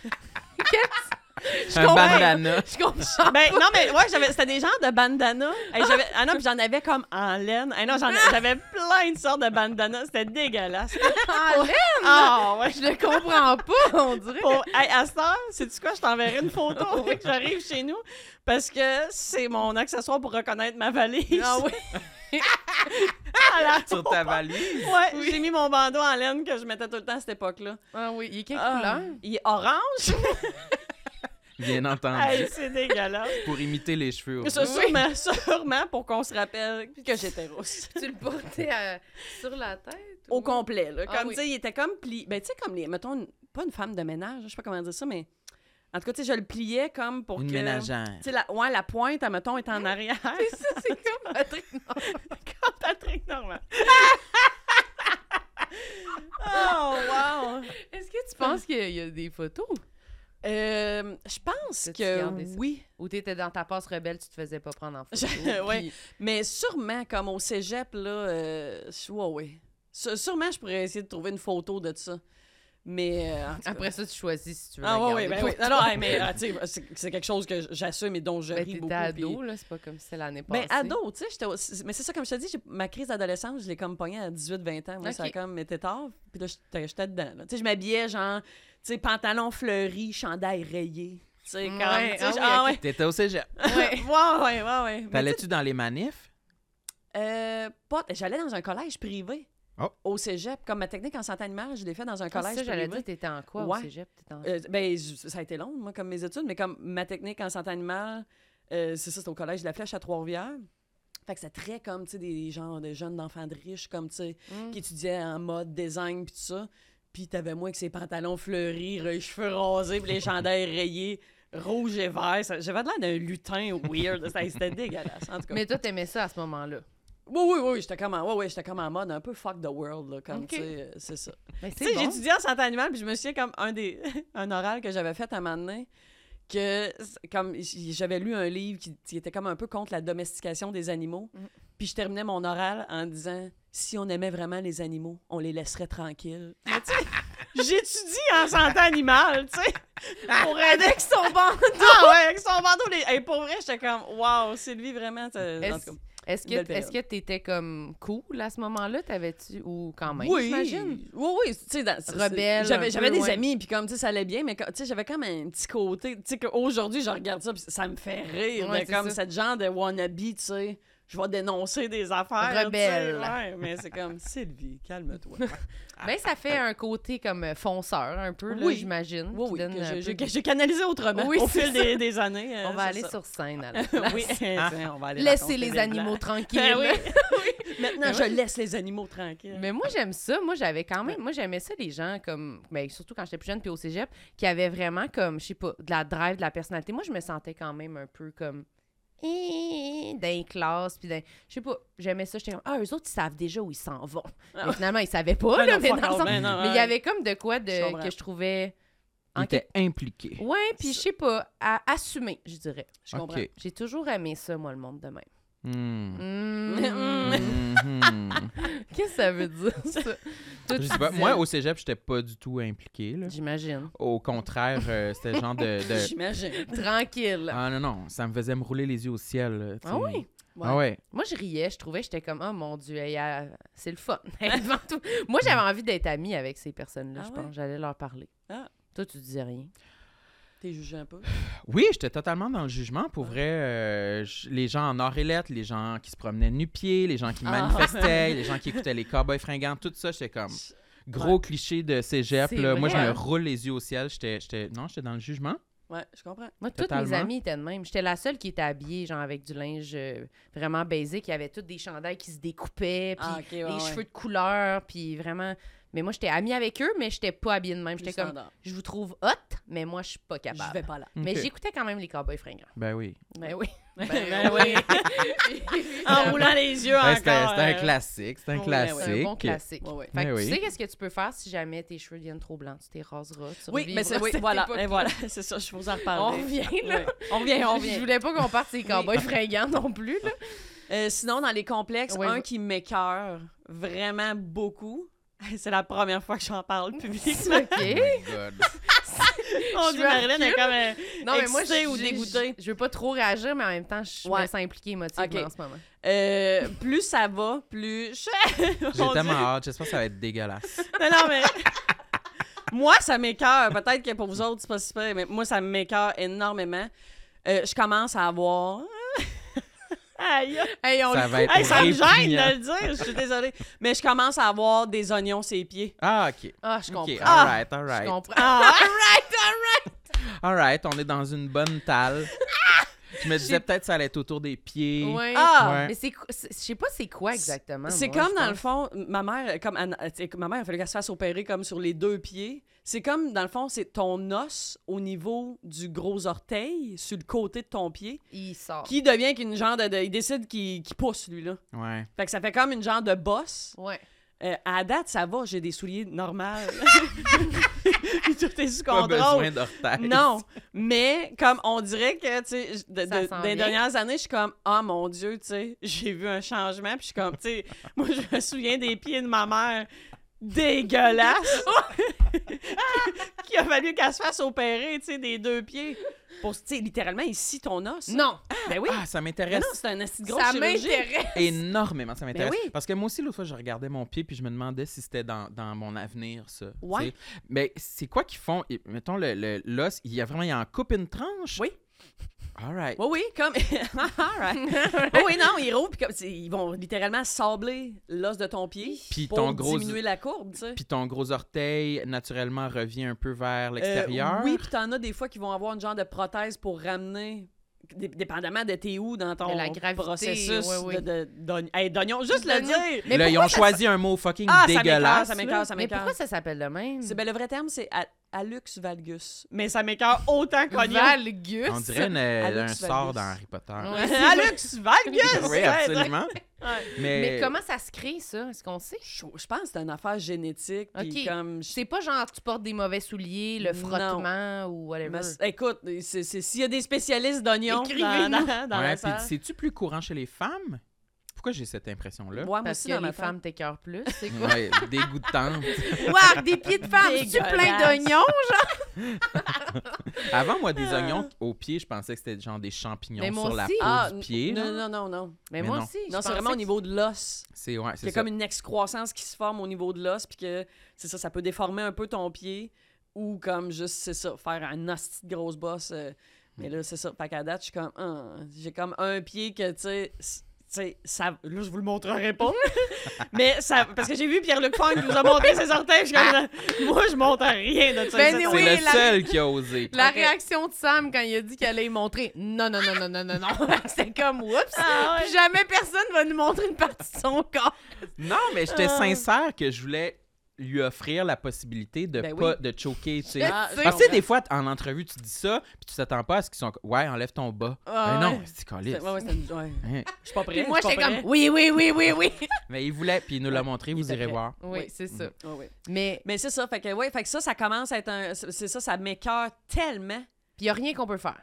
Speaker 2: Qu'est-ce-
Speaker 1: Un
Speaker 4: [laughs]
Speaker 1: bandana.
Speaker 2: Je [laughs] comprends.
Speaker 4: Ben, non, mais ouais, j'avais, c'était des genres de bandanas. Hey, j'avais, ah non, puis j'en avais comme en laine. Hey, non,
Speaker 2: [laughs]
Speaker 4: j'en- j'avais plein de sortes de bandanas. C'était dégueulasse.
Speaker 2: Ah, [laughs] laine!
Speaker 4: Ah, ouais.
Speaker 2: Je le comprends
Speaker 4: [laughs]
Speaker 2: pas, on dirait.
Speaker 4: Pour, hey, à cette heure, sais-tu quoi? Je t'enverrai
Speaker 2: [laughs]
Speaker 4: une photo que [laughs] j'arrive chez nous parce que c'est mon accessoire pour reconnaître ma valise.
Speaker 2: Ah
Speaker 4: [laughs]
Speaker 2: oui.
Speaker 4: À la-
Speaker 1: Sur ta valise.
Speaker 4: Ouais, j'ai mis mon bandeau en laine que je mettais tout le temps à cette époque-là.
Speaker 2: Ah oui, il est quelle
Speaker 4: Ah,
Speaker 2: couleur?
Speaker 4: Il est orange.
Speaker 1: Bien entendu.
Speaker 4: Hey, c'est dégueulasse.
Speaker 1: Pour imiter les cheveux.
Speaker 4: Ça,
Speaker 2: Oui.
Speaker 4: [laughs] sûrement, sûrement pour qu'on se rappelle que j'étais rousse.
Speaker 2: Tu le portais
Speaker 4: euh,
Speaker 2: à- sur la tête?
Speaker 4: au
Speaker 2: ou-
Speaker 4: complet. Là. Comme
Speaker 2: Ah oui.
Speaker 4: tu sais, il était comme pli... Ben, tu sais, comme les. Mettons, une- pas une femme de ménage, je sais pas comment dire ça, mais. En tout cas, tu sais, je le pliais comme pour
Speaker 1: Une
Speaker 4: que.
Speaker 1: ménagère.
Speaker 4: Tu sais, la... ouais, la pointe, mettons, est en [laughs] arrière.
Speaker 2: [laughs] C'est ça, c'est
Speaker 4: [laughs]
Speaker 2: comme Patrick Normand.
Speaker 4: comme Patrick Normand. [laughs] oh, wow!
Speaker 2: Est-ce que tu penses qu'il y a- il y a des photos?
Speaker 4: Euh, je pense
Speaker 2: Peux-tu garder
Speaker 4: que
Speaker 2: ça?
Speaker 4: oui.
Speaker 2: Ou t'étais dans ta passe rebelle, tu te faisais pas prendre en photo.
Speaker 4: Je- [laughs] ouais.
Speaker 2: puis-
Speaker 4: Mais sûrement, comme au cégep, là. Euh... je- Ouais, ouais. Sû- Sûrement, je pourrais essayer de trouver une photo de ça. Mais. euh, en tout cas-
Speaker 2: Après ça, tu choisis si tu veux.
Speaker 4: Ah
Speaker 2: la
Speaker 4: ouais, ouais,
Speaker 2: garder
Speaker 4: ben
Speaker 2: pour
Speaker 4: oui. Non,
Speaker 2: toi.
Speaker 4: non, hey, mais ah, tu sais, c'est c'est quelque chose que j'assume et dont je
Speaker 2: Ben,
Speaker 4: ris beaucoup.
Speaker 2: t'étais ado,
Speaker 4: puis-
Speaker 2: là, c'est pas comme si c'était l'année passée.
Speaker 4: Ben, ado, tu sais, j'étais aussi- mais c'est ça, comme je te dis, j'ai- ma crise d'adolescence, je l'ai comme pognée à 18-20 ans. Moi,
Speaker 2: Ok.
Speaker 4: ça a comme était tard. Puis là, j'étais j'étais dedans. là. Tu sais, je m'habillais genre, tu sais, pantalon fleuri, chandail rayé. Tu sais, comme.
Speaker 2: Ouais,
Speaker 4: tu sais,
Speaker 2: ah
Speaker 4: je-
Speaker 2: oui,
Speaker 4: ah,
Speaker 2: ok.
Speaker 4: ouais.
Speaker 1: T'étais au cégep.
Speaker 2: Ouais.
Speaker 4: ouais, [laughs] ouais, ouais, ouais. Mais tu
Speaker 1: T'allais-tu dans les manifs?
Speaker 4: sais, euh, pas- J'allais dans un collège privé.
Speaker 1: Oh.
Speaker 4: Au cégep. Comme ma technique en santé animale, je l'ai fait dans un
Speaker 2: Ah, c'est
Speaker 4: collège
Speaker 2: ça, j'allais dire,
Speaker 4: privé.
Speaker 2: t'étais en quoi au
Speaker 4: Ouais.
Speaker 2: cégep? T'étais en-
Speaker 4: Euh, ben, j- ça a été long, moi, comme mes études, mais comme ma technique en santé animale, euh, c'est ça, c'est au collège de la Flèche à Trois-Rivières. Fait que c'est très comme, tu sais, des gens, des jeunes d'enfants de riches, comme, tu sais,
Speaker 2: Mm.
Speaker 4: qui étudiaient en mode design puis tout ça. Puis t'avais moi avec ses pantalons fleuris, les cheveux rasés, puis les chandails rayés, rouge et vert. Ça- J'avais l'air d'un lutin weird. Ça-
Speaker 2: [laughs]
Speaker 4: C'était dégueulasse, en tout cas.
Speaker 2: Mais toi, t'aimais ça à ce moment-là.
Speaker 4: Oui, oui, oui, j'étais comme, en... ouais, ouais, j'étais comme en mode un peu fuck the world, là, comme,
Speaker 2: Ok.
Speaker 4: tu sais, euh, c'est ça.
Speaker 2: Mais
Speaker 4: Tu sais,
Speaker 2: c'est bon.
Speaker 4: j'étudiais en santé animale, puis je me souviens comme un des [laughs] un oral que j'avais fait à un moment donné, que c'est- comme j- j'avais lu un livre qui, qui était comme un peu contre la domestication des animaux, puis je terminais mon oral en disant si on aimait vraiment les animaux, on les laisserait tranquilles. Mais tu sais, [laughs] j'étudie en santé animale, tu sais. [laughs] Pour aider avec son bandeau. Ah ouais, [laughs] avec son bandeau. Les... Et pour vrai, j'étais comme, waouh, Sylvie, vraiment. t'as- en
Speaker 2: Est-ce
Speaker 4: tout cas.
Speaker 2: est-ce
Speaker 4: Une belle
Speaker 2: que est-ce que t'étais comme cool à ce moment-là? T'avais-tu... Ou quand même, j'imagine?
Speaker 4: Oui, oui, tu sais, dans- c'est- c'est-
Speaker 2: Rebelle, un peu,
Speaker 4: J'avais, j'avais des
Speaker 2: ouais.
Speaker 4: amis, puis comme, tu sais, ça allait bien, mais quand- tu sais, j'avais comme un petit côté, tu sais, qu'aujourd'hui, je regarde ça, puis ça me fait rire,
Speaker 2: Ouais,
Speaker 4: de
Speaker 2: c'est
Speaker 4: comme
Speaker 2: ça.
Speaker 4: cette genre de wannabe, tu sais, je vais dénoncer des affaires. tu sais,
Speaker 2: Rebelle.
Speaker 4: Ouais, mais
Speaker 2: [laughs]
Speaker 4: c'est comme, Sylvie, calme-toi.
Speaker 2: Ben, ça fait un côté comme euh, fonceur, un peu, là,
Speaker 4: Ah, Oui.
Speaker 2: j'imagine.
Speaker 4: oui,
Speaker 2: qui
Speaker 4: oui,
Speaker 2: donne
Speaker 4: que
Speaker 2: un
Speaker 4: j'ai,
Speaker 2: peu
Speaker 4: j'ai-
Speaker 2: de-
Speaker 4: que j'ai canalisé autrement
Speaker 2: Oui,
Speaker 4: au
Speaker 2: c'est
Speaker 4: fil
Speaker 2: ça.
Speaker 4: des, des années. euh,
Speaker 2: On va
Speaker 4: c'est
Speaker 2: aller
Speaker 4: ça.
Speaker 2: sur
Speaker 4: [laughs]
Speaker 2: scène, alors.
Speaker 4: oui, tiens, on va aller
Speaker 2: Laissez
Speaker 4: raconter
Speaker 2: les
Speaker 4: des
Speaker 2: animaux
Speaker 4: blagues.
Speaker 2: tranquilles.
Speaker 4: Ben [laughs] oui. Maintenant,
Speaker 2: Mais
Speaker 4: je
Speaker 2: moi,
Speaker 4: laisse les animaux tranquilles.
Speaker 2: Mais moi, j'aime ça. Moi, j'avais quand même. Moi, j'aimais ça, les gens, comme. ben, surtout quand j'étais plus jeune, puis au cégep, qui avaient vraiment, comme, je sais pas, de la drive, de la personnalité. Moi, je me sentais quand même un peu comme. Hi, hi, hi, Dans les classes, puis dans. Je sais pas, j'aimais ça. J'étais comme, ah, eux autres, ils savent déjà où ils s'en vont.
Speaker 4: Ah.
Speaker 2: Mais finalement, ils savaient pas,
Speaker 4: Ben
Speaker 2: là,
Speaker 4: non,
Speaker 2: mais
Speaker 4: fuck
Speaker 2: dans le
Speaker 4: off,
Speaker 2: sens-
Speaker 4: ben non,
Speaker 2: Mais il y
Speaker 4: ouais.
Speaker 2: avait comme de quoi
Speaker 4: Je
Speaker 2: de,
Speaker 4: comprends.
Speaker 2: que je trouvais.
Speaker 1: Il
Speaker 2: en
Speaker 1: était impliqué.
Speaker 2: Ouais, puis je sais pas, à assumer, je dirais.
Speaker 4: Je comprends.
Speaker 1: OK.
Speaker 2: J'ai toujours aimé ça, moi, le monde de même.
Speaker 1: Hmm.
Speaker 2: Mm.
Speaker 4: [laughs]
Speaker 1: Mhm.
Speaker 2: Qu'est-ce que ça veut dire, ça? Toi,
Speaker 1: Je
Speaker 2: tu
Speaker 1: sais pas.
Speaker 2: disais-
Speaker 1: Moi, au cégep, j'étais pas du tout impliqué. là.
Speaker 2: J'imagine.
Speaker 1: Au contraire, euh, c'était le genre de- de...
Speaker 4: J'imagine.
Speaker 2: Tranquille.
Speaker 1: Ah non, non, ça me faisait me rouler les yeux au ciel. là, tu
Speaker 2: Ah
Speaker 1: sais.
Speaker 2: oui?
Speaker 1: Ah ouais.
Speaker 2: Moi, je riais, je trouvais, j'étais comme, oh mon Dieu, hey, ah, c'est le fun. [laughs] Avant tout. Moi, j'avais envie d'être amie avec ces personnes-là,
Speaker 4: Mm. Ah
Speaker 2: je
Speaker 4: ouais?
Speaker 2: pense. J'allais leur parler.
Speaker 4: Ah.
Speaker 2: Toi, tu disais rien.
Speaker 4: T'es jugé un peu.
Speaker 1: Oui, j'étais totalement dans le jugement. Pour vrai, euh, j- les gens en or et lettres, les gens qui se promenaient nu-pieds, les gens qui
Speaker 4: Ah.
Speaker 1: manifestaient, les gens qui écoutaient les cowboys fringants, tout ça, j'étais comme gros cliché de cégep.
Speaker 2: C'est
Speaker 1: là. Moi, je
Speaker 2: vrai,
Speaker 1: me
Speaker 2: hein?
Speaker 1: roule les yeux au ciel. J'étais, j'étais- Non, j'étais dans le jugement.
Speaker 4: Ouais, je comprends.
Speaker 2: Moi, toutes mes
Speaker 1: Totalement.
Speaker 2: amies étaient de même. J'étais la seule qui était habillée, genre, avec du linge euh, vraiment basique. Il y avait toutes des chandails qui se découpaient, puis
Speaker 4: Ah, ok, ouais,
Speaker 2: des
Speaker 4: ouais.
Speaker 2: cheveux de couleur, puis vraiment... Mais moi, j'étais amie avec eux, mais j'étais pas habillée de même. J'étais
Speaker 4: Plus
Speaker 2: comme,
Speaker 4: standard.
Speaker 2: je vous trouve hot, mais moi, je suis pas
Speaker 4: Je
Speaker 2: capable.
Speaker 4: vais pas là.
Speaker 2: Mais
Speaker 1: Ok.
Speaker 2: j'écoutais quand même les Cowboys fringants.
Speaker 1: Ben oui.
Speaker 2: Ben oui.
Speaker 4: [laughs] Ben oui. [laughs] en roulant les
Speaker 2: Ah,
Speaker 4: yeux
Speaker 1: Ben,
Speaker 4: encore.
Speaker 1: c'était c'était un
Speaker 4: euh,
Speaker 1: classique. C'était un
Speaker 4: oui, ben oui,
Speaker 1: classique.
Speaker 2: C'est Ah un bon classique.
Speaker 4: Ouais, ouais.
Speaker 2: Fait que
Speaker 1: Ben
Speaker 2: tu
Speaker 1: oui.
Speaker 2: sais qu'est-ce que tu peux faire si jamais tes cheveux deviennent trop blancs. Tu t'es raseras, tu
Speaker 4: Oui, mais c'est
Speaker 2: revivras
Speaker 4: oui,
Speaker 2: cette [laughs]
Speaker 4: voilà,
Speaker 2: époque-là.
Speaker 4: et voilà, [laughs] c'est ça, je vous en reparle.
Speaker 2: On revient, là.
Speaker 4: On revient, on
Speaker 2: Je
Speaker 4: revient.
Speaker 2: voulais pas qu'on parte ces [laughs] cowboys fringants non plus, là.
Speaker 4: Euh, sinon, dans les complexes,
Speaker 2: Ouais,
Speaker 4: un
Speaker 2: ouais.
Speaker 4: qui m'écœure vraiment beaucoup, [laughs] c'est la première fois que j'en [laughs] parle
Speaker 2: [laughs]
Speaker 4: publiquement.
Speaker 1: Oh
Speaker 2: OK.
Speaker 1: my
Speaker 2: [laughs]
Speaker 1: God.
Speaker 4: On
Speaker 2: Je
Speaker 4: dit
Speaker 2: suis
Speaker 4: Marilyn est
Speaker 2: orgueilleuse.
Speaker 4: comme euh,
Speaker 2: Non, mais moi,
Speaker 4: Excité
Speaker 2: je-
Speaker 4: ou
Speaker 2: je-
Speaker 4: dégoûté?
Speaker 2: Je je veux pas trop réagir, mais en même temps, je
Speaker 4: Ouais.
Speaker 2: me sens impliquée émotivement
Speaker 4: Ok.
Speaker 2: en ce moment.
Speaker 4: euh, plus ça va, plus [laughs]
Speaker 1: J'ai tellement hâte. J'espère que ça va être dégueulasse.
Speaker 4: Non, non, mais. [laughs] moi, ça m'écœure. Peut-être que pour vous autres, c'est pas si pire, mais moi, ça m'écœure énormément. Euh, je commence à avoir. [laughs] Aïe!
Speaker 2: Hey, on
Speaker 1: Ça
Speaker 2: le-
Speaker 1: va être
Speaker 4: Hey, ça me gêne
Speaker 1: répugnant.
Speaker 4: de le dire, je suis désolée. Mais je commence à avoir des oignons sur les pieds.
Speaker 1: Ah, OK.
Speaker 2: Ah, je comprends.
Speaker 1: OK,
Speaker 4: Ah!
Speaker 1: all right, all
Speaker 2: Je
Speaker 1: right.
Speaker 2: comprends.
Speaker 1: [laughs]
Speaker 4: Ah!
Speaker 1: All right, on est dans une bonne talle. Je me disais peut-être que ça allait être autour des pieds.
Speaker 2: Ouais.
Speaker 4: Ah!
Speaker 1: Ouais.
Speaker 2: Mais c'est quoi- c'est- je sais pas c'est quoi exactement.
Speaker 4: C'est
Speaker 2: moi,
Speaker 4: comme
Speaker 2: je
Speaker 4: dans le
Speaker 2: pense.
Speaker 4: fond, ma mère, comme elle- elle- t'sais, ma mère, il fallait qu'elle se fasse opérer comme sur les deux pieds. C'est comme dans le fond, c'est ton os au niveau du gros orteil sur le côté de ton pied
Speaker 2: Il sort.
Speaker 4: qui devient qu'une genre de, de- il décide qu'il qu'il pousse lui là.
Speaker 1: Ouais.
Speaker 4: Fait que ça fait comme une genre de bosse.
Speaker 2: Ouais.
Speaker 4: Euh, à la date, ça va, j'ai des
Speaker 1: [laughs]
Speaker 4: souliers normaux. Tout est sous
Speaker 1: Pas
Speaker 4: contrôle.
Speaker 1: besoin d'orteils.
Speaker 4: Non, mais comme on dirait que, tu sais, je- de-
Speaker 2: Ça
Speaker 4: de-
Speaker 2: s'en
Speaker 4: des
Speaker 2: vient.
Speaker 4: dernières années, je suis comme, ah mon Dieu, tu sais, j'ai vu un changement, puis je suis comme, tu sais, moi, je me souviens des pieds de ma mère
Speaker 2: [laughs]
Speaker 4: dégueulasses, [laughs] qu'il a fallu qu'elle se fasse opérer, tu sais, des deux pieds. Pour, tu sais, littéralement, ici, ton os.
Speaker 2: Non,
Speaker 4: Ben oui.
Speaker 1: Ah, ça
Speaker 4: Mais
Speaker 1: m'intéresse
Speaker 4: non, c'est un acide gros
Speaker 2: ça m'intéresse.
Speaker 1: énormément. Ça m'intéresse.
Speaker 4: oui.
Speaker 1: Parce que moi aussi, l'autre fois, je regardais mon pied puis je me demandais si c'était dans, dans mon avenir, ça. tu
Speaker 4: Ouais.
Speaker 1: sais. Mais c'est quoi qu'ils font? Et, mettons, le- le- l'os, il y a vraiment, il en coupe une tranche?
Speaker 4: Oui.
Speaker 1: All right.
Speaker 4: Oui, oui, comme. [laughs] All right. Oh oui, non, ils roulent, puis comme, c'est- ils vont littéralement sabler l'os de ton pied
Speaker 1: Puis
Speaker 4: pour
Speaker 1: ton gros-
Speaker 4: diminuer la courbe, tu sais.
Speaker 1: Puis ton gros orteil, naturellement, revient un peu vers
Speaker 4: Euh,
Speaker 1: l'extérieur.
Speaker 4: oui, puis t'en as des fois qui vont avoir une genre de prothèse pour ramener, dé- dépendamment de t'es où dans ton
Speaker 2: De la gravité,
Speaker 4: processus
Speaker 2: ouais, ouais.
Speaker 4: de, de- d'oign- hey, d'oignon. Juste le
Speaker 2: D'oignon.
Speaker 4: dire!
Speaker 2: Mais
Speaker 1: là, ils
Speaker 2: pourquoi
Speaker 1: ont
Speaker 2: ça-
Speaker 1: choisi un mot fucking
Speaker 4: Ah, ça m'écoeure,
Speaker 1: dégueulasse.
Speaker 4: ça
Speaker 1: là.
Speaker 4: m'écoeure, ça
Speaker 2: Mais
Speaker 4: m'écoeure.
Speaker 2: pourquoi ça s'appelle le même?
Speaker 4: C'est, ben, le vrai terme, c'est a- Alux valgus. Mais ça m'écoeure autant qu'oignon.
Speaker 2: Valgus.
Speaker 1: On dirait une- euh, un
Speaker 4: Valgus.
Speaker 1: sort dans Harry Potter.
Speaker 2: Ouais.
Speaker 4: [laughs] Alux [laughs] valgus!
Speaker 1: oui, absolument.
Speaker 4: Ouais.
Speaker 1: Mais,
Speaker 2: Mais comment ça se crée, ça? Est-ce qu'on sait?
Speaker 4: Je, je pense que c'est une affaire génétique.
Speaker 2: Ok.
Speaker 4: puis comme je-
Speaker 2: C'est pas genre tu portes des mauvais souliers, le
Speaker 4: Non.
Speaker 2: frottement ou whatever.
Speaker 4: Mais c'est- ah, écoute, c'est- c'est- s'il y a des spécialistes d'oignons dans,
Speaker 2: Écrivez-nous.
Speaker 4: dans- dans
Speaker 1: Ouais,
Speaker 4: la
Speaker 1: puis
Speaker 4: salle.
Speaker 1: c'est-tu plus courant chez les femmes? Pourquoi j'ai cette impression-là?
Speaker 4: Ouais, moi
Speaker 2: Parce
Speaker 4: aussi,
Speaker 2: que
Speaker 4: dans ma
Speaker 2: les
Speaker 4: tête.
Speaker 2: femmes t'écœurent plus,
Speaker 4: [laughs]
Speaker 2: c'est quoi?
Speaker 1: Ouais, dégoûtante.
Speaker 2: Ouah, des pieds de femme, tu plein
Speaker 4: Dégueulasse.
Speaker 2: d'oignons?
Speaker 1: Avant, moi, des
Speaker 4: Ah.
Speaker 1: oignons au pied, je pensais que c'était genre des champignons
Speaker 2: Mais moi
Speaker 1: sur la peau
Speaker 2: aussi.
Speaker 1: du
Speaker 4: n-
Speaker 1: pied.
Speaker 4: Ah, Non,
Speaker 1: là.
Speaker 4: non, non, non.
Speaker 2: Mais,
Speaker 1: Mais
Speaker 2: moi
Speaker 1: non.
Speaker 2: aussi. je
Speaker 4: Non, c'est vraiment au
Speaker 2: pensais que-
Speaker 4: niveau de l'os.
Speaker 1: C'est ouais, c'est
Speaker 4: C'est
Speaker 1: ça.
Speaker 4: comme une excroissance qui se forme au niveau de l'os, puis que c'est ça, ça peut déformer un peu ton pied, ou comme juste, c'est ça, faire un hostie de grosse bosse. euh, mais là, c'est ça, fait qu'à date, je suis comme, Ah, j'ai comme un pied que, tu sais, c- tu sais, ça, là, je vous le montrerai pas. [laughs] mais ça, parce que j'ai vu Pierre-Luc Fong qui nous a monté ses orteils, je suis comme, [laughs] moi, je monte à rien de
Speaker 2: Ah!
Speaker 4: ça.
Speaker 2: Ben
Speaker 4: ça-
Speaker 1: C'est
Speaker 2: oui,
Speaker 1: le
Speaker 2: la-
Speaker 1: seul qui a osé.
Speaker 2: La
Speaker 4: Ok.
Speaker 2: réaction de Sam quand il a dit qu'elle allait y montrer non, non, non, non, non, non, non.
Speaker 4: [laughs]
Speaker 2: c'est comme oups.
Speaker 4: Ah ouais.
Speaker 2: Puis jamais personne va nous montrer une partie de son corps.
Speaker 1: Non, mais j'étais
Speaker 4: Ah.
Speaker 1: sincère que je voulais lui offrir la possibilité de
Speaker 4: Ben
Speaker 1: pas de choquer, tu sais.
Speaker 4: Ah,
Speaker 2: c'est-
Speaker 1: Parce que tu sais, des fois, t- en entrevue, tu dis ça, puis tu t'attends pas à ce qu'ils sont. Ouais, enlève ton bas.
Speaker 4: Ah,
Speaker 1: mais non,
Speaker 4: ouais.
Speaker 1: c'est
Speaker 4: Ouais,
Speaker 1: calice.
Speaker 4: ouais, c'est une- ouais.
Speaker 1: Hein.
Speaker 4: Je suis pas prêt.
Speaker 2: Puis moi,
Speaker 4: je suis
Speaker 2: j'étais
Speaker 4: pas
Speaker 2: comme
Speaker 4: prêt.
Speaker 2: oui, oui, oui, oui, oui.
Speaker 1: Mais il voulait, puis il nous l'a montré, vous
Speaker 4: était
Speaker 1: irez
Speaker 4: prêt.
Speaker 1: voir.
Speaker 2: Oui, c'est ça.
Speaker 4: Ouais, ouais.
Speaker 2: Mais
Speaker 4: Mais c'est ça, fait que, ouais, fait que ça, ça commence à être un. C'est ça, ça m'écœure tellement.
Speaker 2: il y a rien qu'on peut faire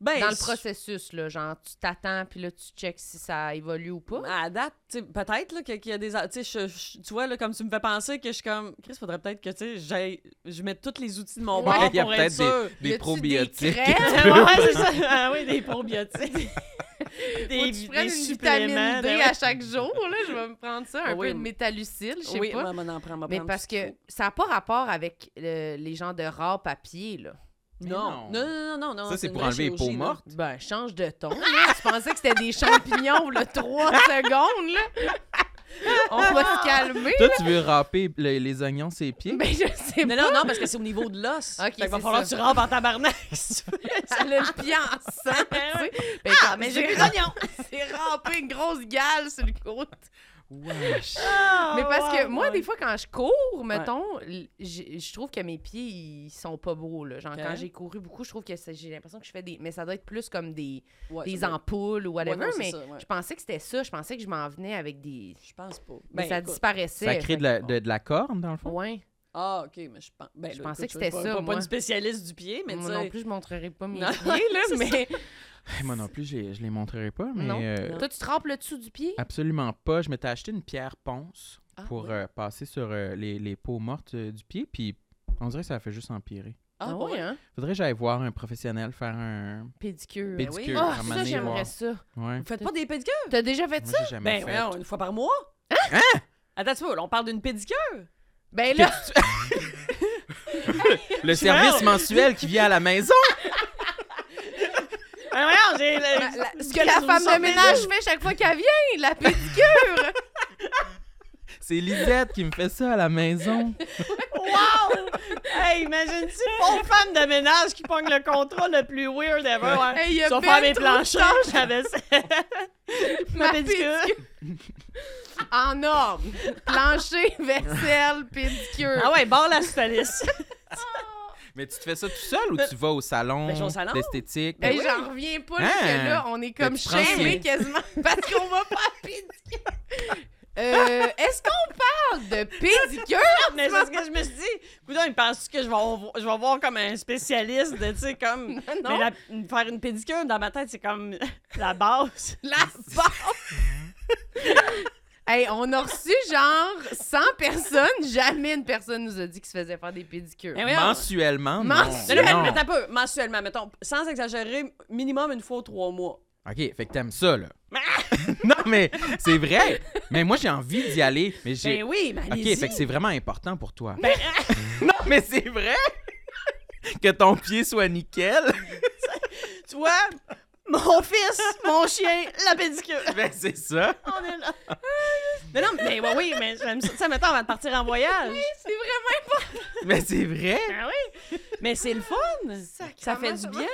Speaker 4: Ben,
Speaker 2: dans le
Speaker 4: je-
Speaker 2: processus là, genre tu t'attends puis là tu checks si ça évolue ou pas.
Speaker 4: À la date, tu sais, peut-être là, que- qu'il y a des. a- Tu sais, je- je- tu vois, là, comme tu me fais penser que je suis comme. Chris, faudrait peut-être que tu sais, j'aille- je mette tous les outils de mon bord
Speaker 1: Il y a
Speaker 4: pour être
Speaker 1: peut-être
Speaker 4: sûr.
Speaker 1: des,
Speaker 2: [laughs] Y a-tu
Speaker 1: des probiotiques. [laughs]
Speaker 2: crèmes?
Speaker 4: ouais, c'est ça. Ah oui,
Speaker 2: [laughs]
Speaker 4: des probiotiques.
Speaker 2: Faut
Speaker 4: des
Speaker 2: que tu prennes
Speaker 4: des
Speaker 2: une
Speaker 4: suppléments,
Speaker 2: vitamine D
Speaker 4: ben ouais.
Speaker 2: à chaque jour là, je vais me prendre ça un
Speaker 4: Oui,
Speaker 2: peu de
Speaker 4: mais-
Speaker 2: métallucile, je sais
Speaker 4: Oui,
Speaker 2: pas.
Speaker 4: ouais, on en prend, on va
Speaker 2: Mais
Speaker 4: prendre
Speaker 2: parce
Speaker 4: tout ce
Speaker 2: que
Speaker 4: qu'il
Speaker 2: ça n'a pas rapport avec euh, les gens de rare papier, là.
Speaker 4: faut.
Speaker 1: non.
Speaker 4: Non. Non, non, non, non.
Speaker 1: Ça, c'est
Speaker 4: une
Speaker 1: pour
Speaker 4: vraie
Speaker 1: enlever les peaux
Speaker 4: chirurgie, là.
Speaker 1: mortes.
Speaker 2: Ben, change de ton, là. Je pensais que c'était des champignons, là,
Speaker 4: [laughs]
Speaker 2: trois secondes, là. On va se calmer.
Speaker 1: Toi, tu veux râper le- les oignons sur les pieds?
Speaker 2: Ben, je sais
Speaker 4: Non,
Speaker 2: pas.
Speaker 4: non, non, parce que c'est au niveau de l'os.
Speaker 2: Ok,
Speaker 4: Fait qu'il va
Speaker 2: c'est
Speaker 4: falloir que
Speaker 2: ça.
Speaker 4: tu rentres en tabarnak. [laughs] si
Speaker 2: [laughs]
Speaker 4: tu veux.
Speaker 2: Elle a le pied en sang, tu sais. Ben,
Speaker 4: Ah,
Speaker 2: comme [laughs]
Speaker 4: mais
Speaker 2: j'ai-
Speaker 4: j'ai des oignons.
Speaker 2: C'est rampé une grosse gale sur le côté.
Speaker 1: Wesh.
Speaker 4: Ah,
Speaker 2: Mais parce que moi,
Speaker 4: des
Speaker 2: des fois, quand je cours, mettons, l- j'ai- je trouve que mes pieds, ils sont pas beaux. Là. Genre,
Speaker 4: Ok.
Speaker 2: quand j'ai couru beaucoup, je trouve que c'est- j'ai l'impression que je fais des. Mais ça doit être plus comme des,
Speaker 4: Ouais,
Speaker 2: des
Speaker 4: ça doit-
Speaker 2: ampoules ou whatever.
Speaker 4: Ouais, non, c'est
Speaker 2: mais
Speaker 4: ça, ouais.
Speaker 2: je pensais que c'était ça. Je pensais que je m'en venais avec des.
Speaker 4: Je pense pas.
Speaker 2: Mais
Speaker 4: Ben,
Speaker 2: ça
Speaker 4: écoute.
Speaker 2: disparaissait.
Speaker 1: Ça crée de la, de, de la corne, dans le
Speaker 2: Fait que-
Speaker 1: fond?
Speaker 2: Ouais.
Speaker 4: Ah, OK, mais je pense. Ben,
Speaker 2: Je
Speaker 4: là,
Speaker 2: pensais
Speaker 4: écoute,
Speaker 2: que c'était
Speaker 4: suis
Speaker 2: ça,
Speaker 4: Pas, pas
Speaker 2: moi.
Speaker 4: une spécialiste du pied, mais tu
Speaker 2: Moi
Speaker 4: sais.
Speaker 2: non plus, je montrerai pas mes
Speaker 4: Non.
Speaker 2: pieds,
Speaker 4: [laughs]
Speaker 2: là,
Speaker 4: C'est
Speaker 2: mais.
Speaker 1: Moi non plus, j'ai- je les montrerai pas, mais
Speaker 2: Non.
Speaker 1: euh,
Speaker 2: [laughs]
Speaker 4: Non.
Speaker 2: Toi, tu trempes le dessous du pied?
Speaker 1: Ah, absolument pas. Je m'étais acheté une pierre ponce
Speaker 2: Ah,
Speaker 1: pour
Speaker 2: ouais.
Speaker 1: euh, passer sur euh, les, les peaux mortes euh, du pied, puis on dirait que ça fait juste empirer.
Speaker 4: Ah,
Speaker 2: oui,
Speaker 4: ouais.
Speaker 2: hein?
Speaker 1: Faudrait que j'aille voir un professionnel faire un
Speaker 2: Pédicure.
Speaker 4: Ben oui.
Speaker 1: pédicure.
Speaker 2: Ah,
Speaker 1: à un moment
Speaker 2: ça,
Speaker 1: donné,
Speaker 2: j'aimerais
Speaker 1: voir.
Speaker 2: ça.
Speaker 1: Ouais.
Speaker 4: Vous faites pas des pédicures?
Speaker 2: T'as déjà fait
Speaker 1: Moi,
Speaker 2: ça?
Speaker 1: j'ai jamais
Speaker 4: Ben,
Speaker 1: fait.
Speaker 4: voyons, une fois par mois. Hein? Attends, tu vois, on parle d'une pédicure.
Speaker 2: Ben là,
Speaker 1: [laughs] Le service mensuel qui vient à la maison.
Speaker 4: [laughs] Ben, voyons, j'ai.
Speaker 2: la- la- ce que la femme de ménage fait chaque fois qu'elle vient, la pédicure!
Speaker 1: C'est Lisette qui me fait ça à la maison.
Speaker 4: [laughs] Wow! Hey, imagine-tu, pauvre femme de ménage qui pogne le contrat le plus weird ever. Ouais.
Speaker 2: Hey, y a
Speaker 4: Sauf
Speaker 2: ben
Speaker 4: faire mes
Speaker 2: trop
Speaker 4: planchers, j'avais ça.
Speaker 2: Ma
Speaker 4: Ma pédicure.
Speaker 2: en ordre.
Speaker 4: [laughs]
Speaker 2: Plancher, vaisselle, pédicure.
Speaker 4: Ah ouais, barre la syphilis. [laughs]
Speaker 1: Mais tu te fais ça tout seul ou tu vas au salon
Speaker 4: Ben, je vais au salon.
Speaker 1: d'esthétique?
Speaker 2: Ben,
Speaker 1: Ben,
Speaker 2: j'en reviens pas,
Speaker 1: Hein?
Speaker 2: parce que là, on est comme
Speaker 1: Ben, tu prends
Speaker 2: chaînés
Speaker 1: soin.
Speaker 2: quasiment [laughs] parce qu'on va pas à pédicure. Euh, Est-ce qu'on parle de pédicure?
Speaker 4: Mais c'est ce que je me suis dit. Coudon, il pense que je vais, en- je vais voir comme un spécialiste de, tu sais, comme. [laughs] Mais la- faire une pédicure, dans ma tête, c'est comme [laughs] la base.
Speaker 2: La [laughs] bombe! hey, on a reçu genre 100 personnes. Jamais une personne nous a dit qu'il se faisait faire des pédicures.
Speaker 4: Mais voyons.
Speaker 1: Ben, Mensuellement, non.
Speaker 4: Mais là,
Speaker 1: Non.
Speaker 4: mais attends un peu, mensuellement, mettons, sans exagérer, minimum une fois aux trois mois.
Speaker 1: OK, fait que t'aimes ça, là. [laughs]
Speaker 4: ah!
Speaker 1: non, mais c'est vrai. Mais moi, j'ai envie d'y aller. Mais j'ai...
Speaker 4: Ben oui, mais
Speaker 1: OK,
Speaker 4: allez-y. Ben, ah!
Speaker 1: fait que c'est vraiment important pour toi. [laughs] non, mais c'est vrai que ton pied soit nickel. [laughs]
Speaker 4: Tu vois, mon fils, mon chien, la pédicure.
Speaker 1: ben, c'est ça.
Speaker 4: [laughs] On est là. Mais non, mais ouais, oui, mais j'aime ça. Tu sais, mettons, avant de partir en voyage.
Speaker 2: C'est vraiment
Speaker 1: Mais c'est vrai.
Speaker 4: Ben oui. Mais c'est le fun. Ça fait du
Speaker 2: ça
Speaker 4: bien.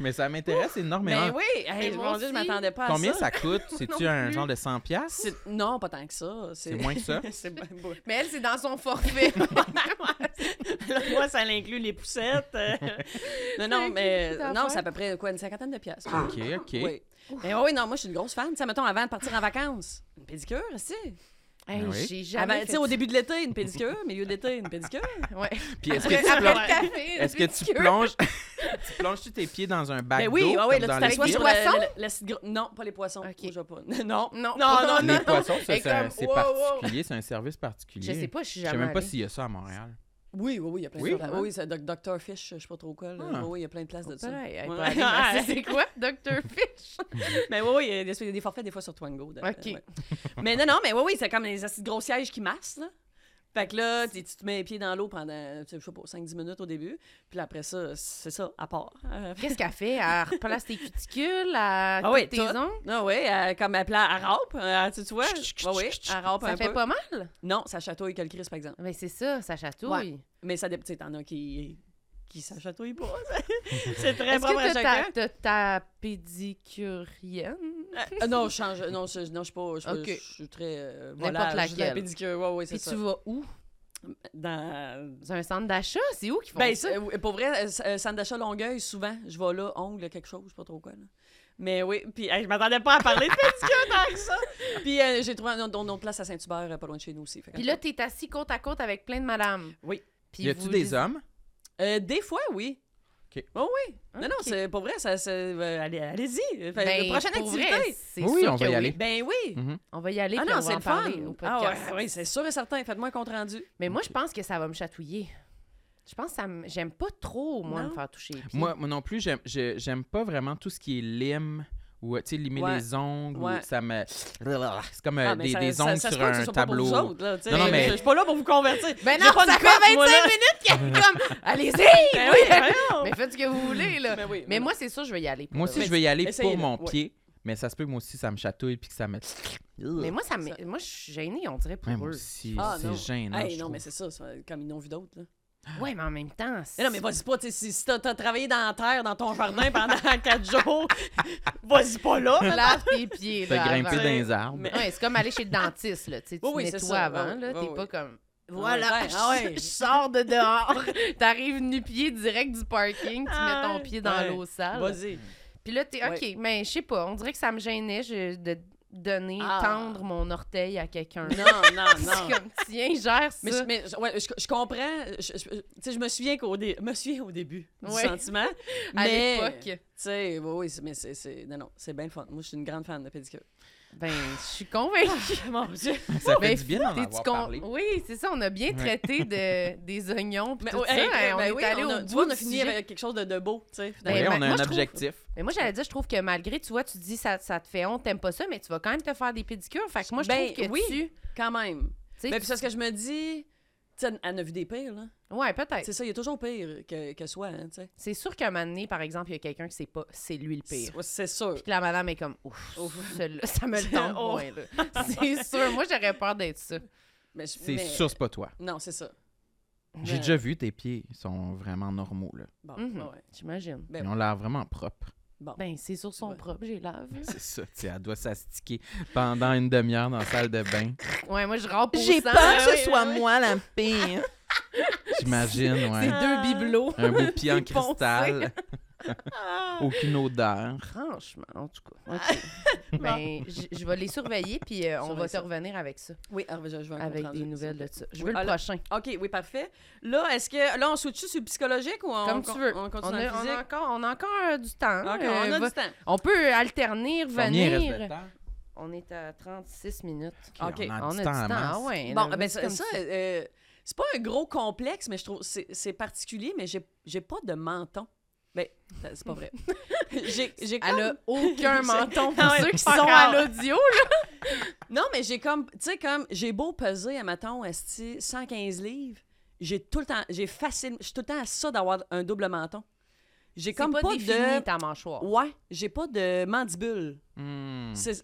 Speaker 1: Mais ça m'intéresse énormément.
Speaker 4: Ben oui. Hey,
Speaker 2: Mais moi
Speaker 4: mon Dieu, je
Speaker 2: aussi.
Speaker 4: m'attendais pas à
Speaker 1: Combien
Speaker 4: ça.
Speaker 1: ça coûte? C'est-tu
Speaker 2: non
Speaker 1: un
Speaker 2: plus.
Speaker 1: genre de 100$? piastres?
Speaker 4: C'est- Non, pas tant que ça.
Speaker 1: C'est moins que ça?
Speaker 4: [laughs] c'est ben beau.
Speaker 2: Mais elle, c'est dans son
Speaker 4: [laughs]
Speaker 2: forfait.
Speaker 4: Là, moi, ça l'inclut les poussettes. euh. [laughs] non, non,
Speaker 2: inclut
Speaker 4: mais
Speaker 2: toutes les
Speaker 4: non,
Speaker 2: affaires.
Speaker 4: c'est à peu près quoi, une cinquantaine de pièces.
Speaker 1: OK, Ah, OK.
Speaker 4: Oui. Mais oui, non, moi, je suis une grosse fan. Tu sais, mettons, avant de partir en vacances, une pédicure, aussi.
Speaker 2: Hey,
Speaker 4: Ben
Speaker 1: Ah oui?
Speaker 2: J'ai jamais.
Speaker 4: Avant- Tu
Speaker 2: fait
Speaker 4: sais, au début de l'été, une pédicure, milieu d'été, une
Speaker 1: [laughs]
Speaker 4: pédicure.
Speaker 2: ça. Ouais.
Speaker 1: Puis est-ce que
Speaker 2: Après,
Speaker 1: tu
Speaker 2: après
Speaker 1: plonges...
Speaker 2: le café. une
Speaker 1: Est-ce
Speaker 4: [laughs]
Speaker 1: que tu
Speaker 2: pédicure.
Speaker 1: plonges... [laughs] tu plonges-tu tes pieds dans un bac
Speaker 4: Ben oui,
Speaker 1: d'eau
Speaker 4: ah oui,
Speaker 1: comme
Speaker 4: là, tu
Speaker 1: dans les
Speaker 4: t'assois
Speaker 1: films?
Speaker 4: sur
Speaker 2: Les
Speaker 4: le-
Speaker 2: poissons?
Speaker 4: le- le site gros- Non, pas les poissons.
Speaker 2: Ok.
Speaker 4: Je vois pas. [laughs] Non.
Speaker 2: Non.
Speaker 4: non, non,
Speaker 1: Les
Speaker 4: non.
Speaker 1: poissons, ça,
Speaker 2: Et
Speaker 1: c'est un-
Speaker 2: comme,
Speaker 1: c'est
Speaker 2: wow, wow.
Speaker 1: particulier, c'est un service particulier.
Speaker 2: Je sais pas, je suis
Speaker 1: Je
Speaker 2: jamais.
Speaker 1: sais même pas
Speaker 2: allée.
Speaker 1: s'il y a ça à Montréal.
Speaker 4: Oui, oui, oui, il y a plein
Speaker 1: Oui?
Speaker 4: de places. Oui, c'est Doc- Dr. Fish, je sais pas trop quoi. là.
Speaker 1: Ah.
Speaker 4: Oui, oui, il y a plein de places de ça.
Speaker 2: Pareil, hey,
Speaker 4: Ouais. Ah,
Speaker 2: pour
Speaker 4: [laughs]
Speaker 2: aller [laughs] masser, c'est quoi, Dr. Fish?
Speaker 4: Mais Ben oui, oui, il y a des, il y a des forfaits des fois sur Twango. de-
Speaker 2: Ok.
Speaker 4: ouais. mais non, non, mais oui, oui, c'est comme les acides gros sièges qui massent, là. Fait que là, tu tu te mets les pieds dans l'eau pendant, tu sais, je sais pas, 5-10 minutes au début. Puis là, après ça, c'est ça, à part. Euh,
Speaker 2: [laughs]
Speaker 4: [laughs]
Speaker 2: Qu'est-ce qu'elle fait? Elle replace tes cuticules, elle
Speaker 4: Ah
Speaker 2: coupe
Speaker 4: oui,
Speaker 2: tes
Speaker 4: tout.
Speaker 2: ongles.
Speaker 4: non, oui, euh, comme elle, pla- elle rampe, euh, tu, tu vois? Oui, oui, elle rampe un
Speaker 2: Ça fait
Speaker 4: peu.
Speaker 2: pas mal?
Speaker 4: Non, ça chatouille que le Christ, par exemple.
Speaker 2: Mais c'est ça, ça chatouille.
Speaker 4: Ouais. Mais ça dépend, tu sais, t'en as qui, qui ça [laughs] chatouille pas. c'est très
Speaker 2: Est-ce
Speaker 4: propre à
Speaker 2: que t'as
Speaker 4: chacun.
Speaker 2: ta, t'as ta pédicurienne?
Speaker 4: Euh, non, je change. Non, je, non, je suis pas. Je,
Speaker 2: Ok.
Speaker 4: je suis très. Euh,
Speaker 2: N'importe
Speaker 4: volage, je suis
Speaker 2: laquelle.
Speaker 4: la pédicure, ouais, ouais, c'est
Speaker 2: Puis
Speaker 4: ça.
Speaker 2: tu vas où?
Speaker 4: Dans.
Speaker 2: Dans un centre d'achat? C'est où qu'ils font
Speaker 4: Ben,
Speaker 2: ça?
Speaker 4: c'est- euh, pour vrai, euh, euh, Sandacha Longueuil, souvent, je vais là, ongle, quelque chose, je sais pas trop quoi. Là. Mais oui, puis hey, je m'attendais pas à parler de pédicure dans ça. Puis euh, j'ai trouvé un autre, un autre place à Saint-Hubert, euh, pas loin de chez nous aussi. Fait que-
Speaker 2: Puis là, t'es assis côte à côte avec plein de madames.
Speaker 4: Oui.
Speaker 2: Puis
Speaker 1: Y a-tu
Speaker 2: vous-
Speaker 1: des hommes?
Speaker 4: Euh, des fois, oui.
Speaker 1: Ok.
Speaker 4: Oh oui. Non, non,
Speaker 2: Ok.
Speaker 4: c'est pour vrai, ça, c'est- euh, allez- allez-y. Fait-
Speaker 2: Ben,
Speaker 4: prochaine
Speaker 2: pour vrai,
Speaker 4: activité.
Speaker 2: c'est
Speaker 1: Oui,
Speaker 2: sûr
Speaker 1: on
Speaker 2: que
Speaker 1: va y
Speaker 2: oui.
Speaker 1: aller.
Speaker 4: Ben oui.
Speaker 2: On va y aller,
Speaker 4: Ah
Speaker 2: puis
Speaker 4: non,
Speaker 2: on va
Speaker 4: c'est
Speaker 2: en
Speaker 4: le fun.
Speaker 2: parler au
Speaker 4: Ah
Speaker 2: podcast.
Speaker 4: ouais, oui, c'est sûr et certain. Faites-moi un compte
Speaker 1: Euh,
Speaker 4: rendu.
Speaker 2: Mais moi, je pense que ça va me chatouiller. Je pense que ça me- j'aime pas trop, moi,
Speaker 4: Non.
Speaker 2: me faire toucher les pieds.
Speaker 1: Moi, moi non plus, j'aime je- j'aime pas vraiment tout ce qui est lime ou, euh, tu sais, limer
Speaker 4: Ouais.
Speaker 1: les ongles. ou
Speaker 4: Ouais.
Speaker 1: ça me... C'est comme euh,
Speaker 4: Ah, mais
Speaker 1: des,
Speaker 4: ça-
Speaker 1: des
Speaker 4: ça-
Speaker 1: ongles
Speaker 4: ça se
Speaker 1: sur
Speaker 4: peut que ce
Speaker 1: un
Speaker 4: soit pas pour
Speaker 1: tableau.
Speaker 4: vous autres, là, tu sais.
Speaker 1: Non, non, mais-
Speaker 4: Je je suis pas là pour vous convertir.
Speaker 2: Ben
Speaker 4: J'ai
Speaker 2: non,
Speaker 4: pas de
Speaker 2: ça fait
Speaker 4: cote,
Speaker 2: 25
Speaker 4: moi, là.
Speaker 2: minutes qu'elle
Speaker 1: Ah,
Speaker 2: est comme « Allez-y!
Speaker 4: Ben
Speaker 2: [laughs] oui.
Speaker 4: oui, voyons.
Speaker 2: Mais faites ce que vous voulez, là.
Speaker 4: Mais oui,
Speaker 2: Mais
Speaker 4: mais
Speaker 2: moi, c'est sûr, je vais y aller. pour
Speaker 1: Moi
Speaker 2: de
Speaker 1: aussi,
Speaker 2: vrai.
Speaker 1: je vais y aller
Speaker 4: Essayez-le,
Speaker 1: pour mon
Speaker 4: ouais.
Speaker 1: pied, mais ça se peut que moi aussi, ça me chatouille puis que ça me...
Speaker 2: Mais moi, ça me- moi, je suis gênée, on dirait, pour
Speaker 1: Ouais, moi
Speaker 2: eux.
Speaker 1: aussi,
Speaker 4: Ah, non.
Speaker 1: c'est gênant,
Speaker 4: Hey,
Speaker 1: je
Speaker 4: non,
Speaker 1: trouve.
Speaker 4: mais c'est ça, ça- comme ils n'ont vu d'autres. là.
Speaker 2: Ouais, mais en même temps.
Speaker 4: Mais non, mais vas-y pas, tu sais, si, si t'as t'as travaillé dans la terre, dans ton jardin pendant [laughs] quatre jours, vas-y
Speaker 2: [laughs]
Speaker 4: pas là. là.
Speaker 2: Lave tes pieds.
Speaker 1: Fait
Speaker 2: là,
Speaker 1: grimper
Speaker 2: avant.
Speaker 1: dans les arbres.
Speaker 4: hein. Mais-
Speaker 2: Ouais, c'est comme aller chez le dentiste, là. Tu sais, tu
Speaker 4: Oui, oui, c'est
Speaker 2: nettoies
Speaker 4: ça.
Speaker 2: avant,
Speaker 4: Oui,
Speaker 2: là.
Speaker 4: oui,
Speaker 2: T'es
Speaker 4: oui.
Speaker 2: pas comme.
Speaker 4: Ah
Speaker 2: Voilà,
Speaker 4: ouais, ah ouais.
Speaker 2: je sors de dehors. [laughs] T'arrives nu-pied direct du parking, tu mets ton
Speaker 4: Ah,
Speaker 2: pied dans
Speaker 4: ouais.
Speaker 2: l'eau sale.
Speaker 4: Vas-y.
Speaker 2: Puis là, t'es OK,
Speaker 4: Ouais.
Speaker 2: mais je sais pas, on dirait que ça me gênait je- de donner,
Speaker 4: Ah.
Speaker 2: tendre mon orteil à quelqu'un.
Speaker 4: Non, non, non.
Speaker 2: [laughs] C'est comme, tiens, gère ça.
Speaker 4: Mais, je, mais je- ouais, je, je comprends. Je, je- tu sais, je me souviens qu'au dé- me souviens au début du
Speaker 2: Ouais.
Speaker 4: sentiment.
Speaker 2: à
Speaker 4: mais, Tu
Speaker 2: l'époque.
Speaker 4: sais, oui, oui, c'est- mais c'est- c'est. Non, non, c'est bien le fun. Moi, je suis une grande fan de
Speaker 2: [laughs]
Speaker 4: pédicure. Ah,
Speaker 2: Ben, je suis convaincue.
Speaker 4: Mon Dieu.
Speaker 1: Ça fait
Speaker 2: Mais
Speaker 1: du bien d'en
Speaker 2: T'es-tu
Speaker 1: avoir
Speaker 2: con-
Speaker 1: parlé.
Speaker 2: Oui, c'est ça, on a bien
Speaker 1: [laughs]
Speaker 2: traité de, des oignons. Puis
Speaker 4: Mais
Speaker 2: tout
Speaker 4: ouais,
Speaker 2: ça,
Speaker 4: hey,
Speaker 2: hein, on
Speaker 4: [laughs] ben
Speaker 2: est
Speaker 4: oui,
Speaker 2: allé
Speaker 4: on a-
Speaker 2: au
Speaker 4: tu
Speaker 2: bout
Speaker 4: vois, on
Speaker 2: du
Speaker 4: a fini
Speaker 2: sujet.
Speaker 4: avec quelque chose de, de beau, tu sais.
Speaker 1: Oui,
Speaker 2: Ben,
Speaker 4: finalement.
Speaker 1: on a
Speaker 2: moi,
Speaker 1: un
Speaker 2: je trouve-
Speaker 1: objectif.
Speaker 2: Mais moi, j'allais dire, je trouve que malgré, tu vois, tu dis ça, ça te fait honte, t'aimes pas ça, mais tu vas quand même te faire des pédicures. Fait que moi, je
Speaker 4: Ben,
Speaker 2: trouve que
Speaker 4: oui.
Speaker 2: tu.
Speaker 4: Quand même.
Speaker 2: tu sais,
Speaker 4: Mais
Speaker 2: tu-
Speaker 4: puis c'est ce que je me dis. Tu sais, elle a vu des pires, là.
Speaker 2: Ouais, peut-être.
Speaker 4: C'est ça, il y a toujours pire que, que soi, hein, tu sais.
Speaker 2: C'est sûr qu'à un moment donné, par exemple, il y a quelqu'un qui sait pas, c'est lui le pire.
Speaker 4: C'est- C'est sûr.
Speaker 2: Puis que la madame est comme, ouf,
Speaker 4: Ouf.
Speaker 2: celle-là, ça [laughs] me le tente
Speaker 4: Oh.
Speaker 2: moins, là. [laughs] C'est sûr. Moi, j'aurais peur d'être ça.
Speaker 4: Mais je-
Speaker 1: C'est
Speaker 4: mais-
Speaker 1: sûr, c'est pas toi.
Speaker 4: Non, c'est ça.
Speaker 1: J'ai
Speaker 4: Ouais.
Speaker 1: déjà vu tes pieds, ils sont vraiment normaux. Là.
Speaker 4: Bon,
Speaker 2: Mhm.
Speaker 4: ouais, ouais.
Speaker 2: J'imagine.
Speaker 4: Ben-
Speaker 1: Ils ont l'air vraiment propres. [laughs]
Speaker 4: Bon.
Speaker 2: Ben, c'est sur son
Speaker 4: Ouais.
Speaker 2: propre, j'ai lave.
Speaker 1: C'est ça, tu sais, elle doit s'astiquer pendant une demi-heure dans la salle de bain.
Speaker 2: [laughs] Ouais, moi, je rampe au sang.
Speaker 4: que ce soit
Speaker 2: ah
Speaker 1: moi la pire. J'imagine,
Speaker 2: C'est
Speaker 1: ouais.
Speaker 2: deux bibelots.
Speaker 1: Un bout de pied en
Speaker 2: C'est poncé.
Speaker 1: cristal. [laughs] Aucune odeur.
Speaker 2: Ah. Franchement, en tout [laughs] cas. OK. ben, je je vais les surveiller, puis euh, on
Speaker 4: Surveille
Speaker 2: va te
Speaker 4: ça.
Speaker 2: revenir avec ça.
Speaker 4: Oui, ah, je, je vais un
Speaker 2: Avec
Speaker 4: compte-rendu,
Speaker 2: des nouvelles de ça.
Speaker 4: s'il vous plaît.
Speaker 2: Je veux
Speaker 4: Oui,
Speaker 2: le
Speaker 4: alors-
Speaker 2: prochain.
Speaker 4: OK, oui, parfait. Là, est-ce que. Là, on switch sur le psychologique ou on.
Speaker 2: Comme tu
Speaker 4: con-
Speaker 2: veux.
Speaker 4: On
Speaker 2: on, a,
Speaker 4: continue en
Speaker 2: on a
Speaker 4: physique?
Speaker 2: encore, on a encore euh, du temps.
Speaker 4: Encore,
Speaker 2: Euh,
Speaker 4: on a
Speaker 2: va-
Speaker 4: du temps.
Speaker 2: On peut alterner,
Speaker 1: Combien il reste de
Speaker 2: venir.
Speaker 1: temps?
Speaker 2: On est à 36 minutes.
Speaker 4: OK.
Speaker 1: On a
Speaker 2: on
Speaker 1: du
Speaker 2: a
Speaker 1: temps
Speaker 2: du
Speaker 1: en
Speaker 2: temps. Ah
Speaker 1: masse.
Speaker 2: ouais,
Speaker 4: Bon,
Speaker 2: là,
Speaker 4: ben,
Speaker 2: c'est
Speaker 4: ça,
Speaker 2: comme
Speaker 4: ça,
Speaker 2: si-
Speaker 4: euh, c'est pas un gros complexe, mais je trouve c'est c'est particulier, mais j'ai j'ai pas de menton. Ben, ça, c'est pas vrai. [laughs] j'ai j'ai
Speaker 2: Elle a [laughs]
Speaker 4: comme-
Speaker 2: aucun
Speaker 4: Je-
Speaker 2: menton pour
Speaker 4: Ah ouais,
Speaker 2: ceux qui sont
Speaker 4: pas
Speaker 2: à
Speaker 4: encore.
Speaker 2: l'audio.
Speaker 4: Non, mais j'ai comme tu sais comme j'ai beau peser à mettons esti, 115 livres, j'ai tout le temps j'ai facile, je suis tout le temps à ça d'avoir un double menton. J'ai
Speaker 2: Comme
Speaker 4: comme
Speaker 2: pas,
Speaker 4: pas,
Speaker 2: défini
Speaker 4: de
Speaker 2: ta [laughs] mâchoire.
Speaker 4: Ouais, j'ai pas de mandibule.
Speaker 1: Hmm,
Speaker 4: C'est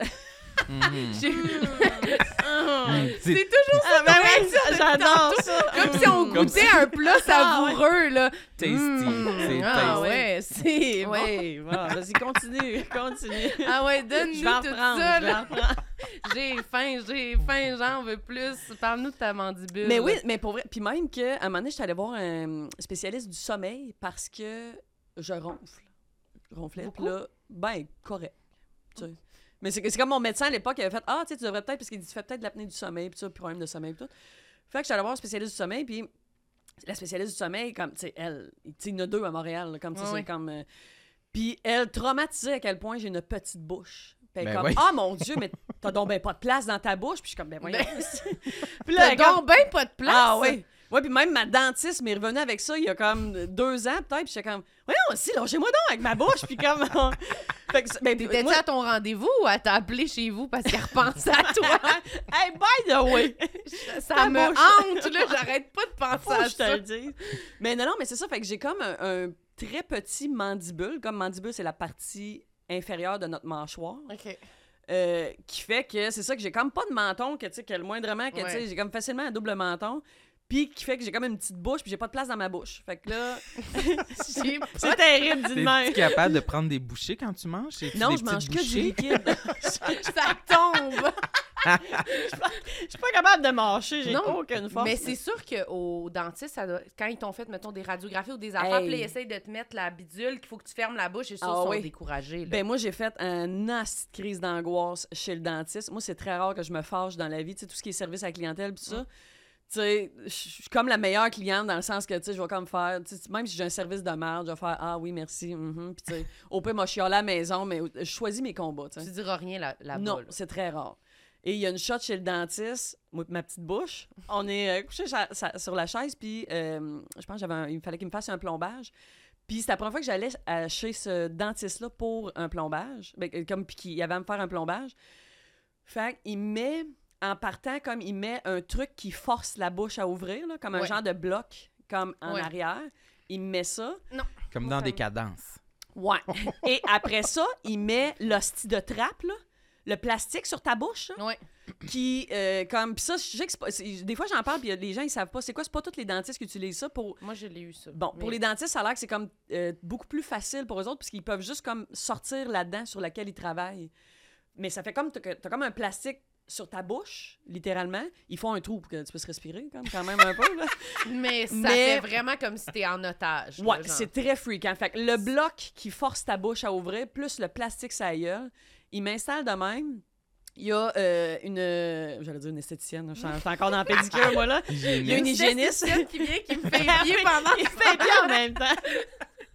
Speaker 1: hmm,
Speaker 2: J'ai-
Speaker 1: hmm.
Speaker 2: C'est
Speaker 1: C'est-
Speaker 2: toujours Ah, ben ça.
Speaker 4: [laughs]
Speaker 2: ta réaction depuis
Speaker 4: j'adore
Speaker 2: tantôt.
Speaker 4: ça.
Speaker 2: Comme si on
Speaker 1: Comme
Speaker 2: goûtait un
Speaker 4: [laughs]
Speaker 2: plat
Speaker 4: Ah
Speaker 2: savoureux, là.
Speaker 1: Tasty.
Speaker 2: Mm.
Speaker 1: C'est
Speaker 2: ah
Speaker 1: tasty.
Speaker 2: ouais, c'est bon.
Speaker 4: Oui, bon, vas-y, continue, [laughs] continue.
Speaker 2: Ah ouais,
Speaker 4: Je
Speaker 2: donne-nous
Speaker 4: vais en
Speaker 2: tout
Speaker 4: prendre,
Speaker 2: ça,
Speaker 4: je vais en
Speaker 2: là. J'ai faim, j'ai faim, j'en veux plus. Parle-nous de ta mandibule.
Speaker 4: Mais oui, mais pour vrai. Puis même qu'à un moment donné, j'étais allée voir un spécialiste du sommeil parce que je ronfle. Je ronflais, puis
Speaker 2: Beaucoup?
Speaker 4: là, ben, correct. tu sais. Mais c'est que- c'est comme mon médecin à l'époque, il avait fait Ah, tu sais, tu devrais peut-être, parce qu'il dit Tu fais peut-être de l'apnée du sommeil, puis ça, puis problème de sommeil, puis tout. Fait que j'étais allée voir un spécialiste du sommeil, puis la spécialiste du sommeil, comme, tu sais, elle, tu sais, il y en a deux à Montréal, là, comme, tu sais,
Speaker 2: Ouais,
Speaker 4: c'est
Speaker 2: ouais.
Speaker 4: comme. euh, puis elle traumatisait à quel point j'ai une petite bouche. Puis elle
Speaker 1: Ben
Speaker 4: comme,
Speaker 1: oui.
Speaker 4: ah mon Dieu, mais t'as donc ben pas de place dans ta bouche. Puis je suis comme, ben [laughs] voyons. Puis là,
Speaker 2: T'as
Speaker 4: elle comme-
Speaker 2: donc ben pas de place.
Speaker 4: ah oui. Ouais, puis même ma dentiste m'est revenue avec ça il y a comme deux ans peut-être, puis j'étais comme voyons, si lâchez-moi donc avec ma bouche, puis comme
Speaker 2: [laughs]
Speaker 4: fait que ça- ben, puis
Speaker 2: T'étais-tu
Speaker 4: moi-
Speaker 2: à ton rendez-vous ou elle t'a appelé chez vous parce qu'elle repense à
Speaker 4: [laughs]
Speaker 2: toi?
Speaker 4: hey, by the way,
Speaker 2: Ça me
Speaker 4: bouche.
Speaker 2: hante, là, j'arrête pas de penser
Speaker 4: faut
Speaker 2: à
Speaker 4: que je te
Speaker 2: [laughs] ça.
Speaker 4: le dise. Mais non non, mais c'est ça fait que j'ai comme un, un très petit mandibule, comme mandibule c'est la partie inférieure de notre mâchoire,
Speaker 2: OK.
Speaker 4: euh, qui fait que c'est ça que j'ai comme pas de menton que tu sais que le moindrement que tu sais
Speaker 2: Ouais.
Speaker 4: j'ai comme facilement un double menton, puis qui fait que j'ai comme une petite bouche, puis j'ai pas de place dans ma bouche. Fait que là,
Speaker 2: [laughs]
Speaker 4: [laughs]
Speaker 2: J'ai pas
Speaker 4: c'est terrible d'une main.
Speaker 1: T'es-tu capable de prendre des bouchées quand tu manges? C'est-tu
Speaker 4: Non,
Speaker 1: des
Speaker 4: je mange
Speaker 1: petites
Speaker 4: que du
Speaker 1: bouchées?
Speaker 4: liquide. [laughs]
Speaker 2: [laughs] ça tombe.
Speaker 4: Je suis pas capable de marcher, j'ai
Speaker 2: Non,
Speaker 4: aucune force.
Speaker 2: Mais c'est sûr qu'au dentiste, ça doit- quand ils t'ont fait, mettons, des radiographies ou des affaires,
Speaker 4: Hey.
Speaker 2: puis là, ils essayent de te mettre la bidule qu'il faut que tu fermes la bouche, et ça,
Speaker 4: Ah
Speaker 2: ils sont
Speaker 4: oui.
Speaker 2: découragés. là.
Speaker 4: Ben moi, j'ai fait un acide crise d'angoisse chez le dentiste. Moi, c'est très rare que je me fâche dans la vie, tu sais, tout ce qui est service à la clientèle pis ça. Tu sais, je suis comme la meilleure cliente dans le sens que, tu sais, je vais comme faire... tu sais, Même si j'ai un service de merde, je vais faire « Ah oui, merci, mhm. Puis tu sais, au pire, moi, je suis à la maison, mais je choisis mes combats, tu sais.
Speaker 2: tu diras rien là- là-bas.
Speaker 4: Non,
Speaker 2: là.
Speaker 4: c'est très rare. Et il y a une shot chez le dentiste, moi pis ma petite bouche. On est euh, couché sur la chaise, puis euh, je pense qu'il fallait qu'il me fasse un plombage. Puis c'était la première fois que j'allais à- chez ce dentiste-là pour un plombage, ben, euh, comme puis qu'il avait à me faire un plombage. Fait qu'il met, en partant, comme il met un truc qui force la bouche à ouvrir, là, comme un
Speaker 2: Ouais.
Speaker 4: genre de bloc, comme en
Speaker 2: Ouais.
Speaker 4: arrière. Il met ça.
Speaker 1: Comme dans des cadences.
Speaker 4: Ouais. Et après ça, il met l'hostie de trappe, là. le plastique sur ta bouche. là,
Speaker 2: Ouais.
Speaker 4: Qui, euh, comme, pis ça, je sais que c'est pas- c'est- des fois j'en parle, puis les gens ils savent pas. C'est quoi? C'est pas tous les dentistes qui utilisent ça pour
Speaker 2: Moi, je l'ai eu, ça.
Speaker 4: Bon, pour
Speaker 2: Mais-
Speaker 4: les dentistes, ça a l'air que c'est comme euh, beaucoup plus facile pour eux autres parce qu'ils peuvent juste comme sortir la dent sur laquelle ils travaillent. Mais ça fait comme t'as que- t'as comme un plastique sur ta bouche, littéralement. Ils font un trou pour que tu puisses respirer comme, quand même un peu. là.
Speaker 2: [laughs] Mais ça
Speaker 4: Mais-
Speaker 2: fait vraiment comme si t'es en otage. là,
Speaker 4: Ouais,
Speaker 2: genre.
Speaker 4: c'est très freakant. Fait que le bloc qui force ta bouche à ouvrir, plus le plastique ça gueule, ils m'installent de même. Il y a euh, une, euh, j'allais dire une esthéticienne, je suis en- je suis encore [laughs] dans la pédicure moi là. Il y a une hygiéniste.
Speaker 2: esthéticienne qui vient
Speaker 4: [laughs]
Speaker 2: qui me fait pied pendant
Speaker 4: Ah Il fait bien en même temps.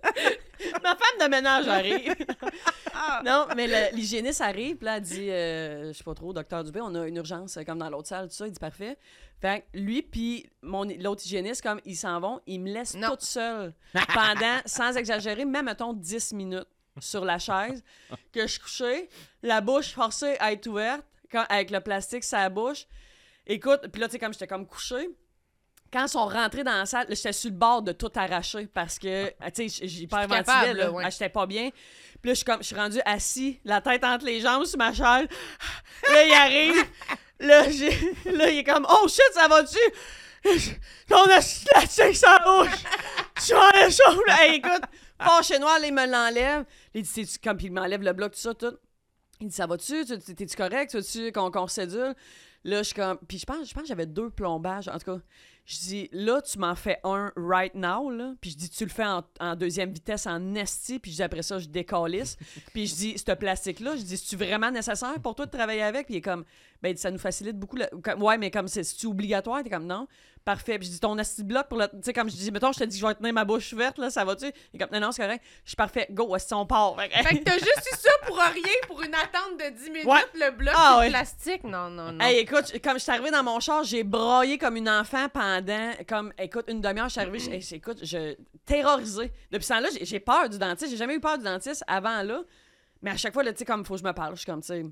Speaker 4: [laughs] Ma femme de ménage arrive. [laughs] non, mais le- l'hygiéniste arrive, puis là, elle dit euh, Je sais pas trop, docteur Dubé, on a une urgence euh, comme dans l'autre salle, tout ça. Il dit Parfait. Fait que lui, puis mon- l'autre hygiéniste, comme ils s'en vont, ils me laissent
Speaker 2: Non.
Speaker 4: toute seule pendant, [laughs] sans exagérer, même mettons 10 minutes sur la chaise, que je couchais, la bouche forcée à être ouverte, quand- avec le plastique sur la bouche. Écoute, puis là, tu sais, comme j'étais comme couchée, quand ils sont rentrés dans la salle, là, j'étais sur le bord de tout arracher parce que, ah, tu sais, j'ai pas ventilé,
Speaker 2: capable,
Speaker 4: là.
Speaker 2: là, ouais.
Speaker 4: Ah, J'étais pas bien. Puis là, je suis comme, je suis rendue assis, la tête entre les jambes sur ma chaise. Là, il arrive. Là, j'ai- là, il est comme, oh shit, ça va-tu? Je- Ton plastique sans rouge. Je m'en échauffe, là. Hey, écoute, pas chez noir, là, il me l'enlève. Il dit, c'est-tu comme, puis il m'enlève le bloc, tout ça, tout. Il dit, ça va-tu? Tu- tu- T'es-tu correct? Tu veux-tu qu'on qu'on recédule? Là, je suis comme. Puis je pense, je pense que j'avais deux plombages. En tout cas, je dis, là, tu m'en fais un right now. Là. Puis je dis, tu le fais en, en deuxième vitesse, en esti. Puis je dis, après ça, je [laughs] décalisse. puis je dis, ce plastique-là, je dis, c'est-tu vraiment nécessaire pour toi de travailler avec? Puis il est comme, ben, il dit, ça nous facilite beaucoup. le- comme- ouais, mais comme, c'est- c'est-tu obligatoire? T'es comme, non. Parfait. Puis je dis, ton esti de bloc pour le. Tu sais, comme je dis, mettons, je te dis, que je vais tenir ma bouche ouverte, là, ça va-tu? Il est comme, non, non, c'est correct. Je suis parfait. Go, esti, on part. Fait que-
Speaker 2: Fait que t'as juste eu ça pour rien, pour une attente de 10 minutes,
Speaker 4: Ouais.
Speaker 2: le bloc
Speaker 4: Ah
Speaker 2: de
Speaker 4: ouais.
Speaker 2: plastique. Non, non, non.
Speaker 4: Hey, écoute, comme je suis arrivée dans mon char, j'ai broyé comme une enfant pendant, comme, écoute, une demi-heure, je suis arrivée, je- hey, écoute, je terrorisée. Depuis ce temps-là, j'ai- j'ai peur du dentiste. J'ai jamais eu peur du dentiste avant là. Mais à chaque fois, là, tu sais, comme, faut que je me parle. Je suis comme, tu sais,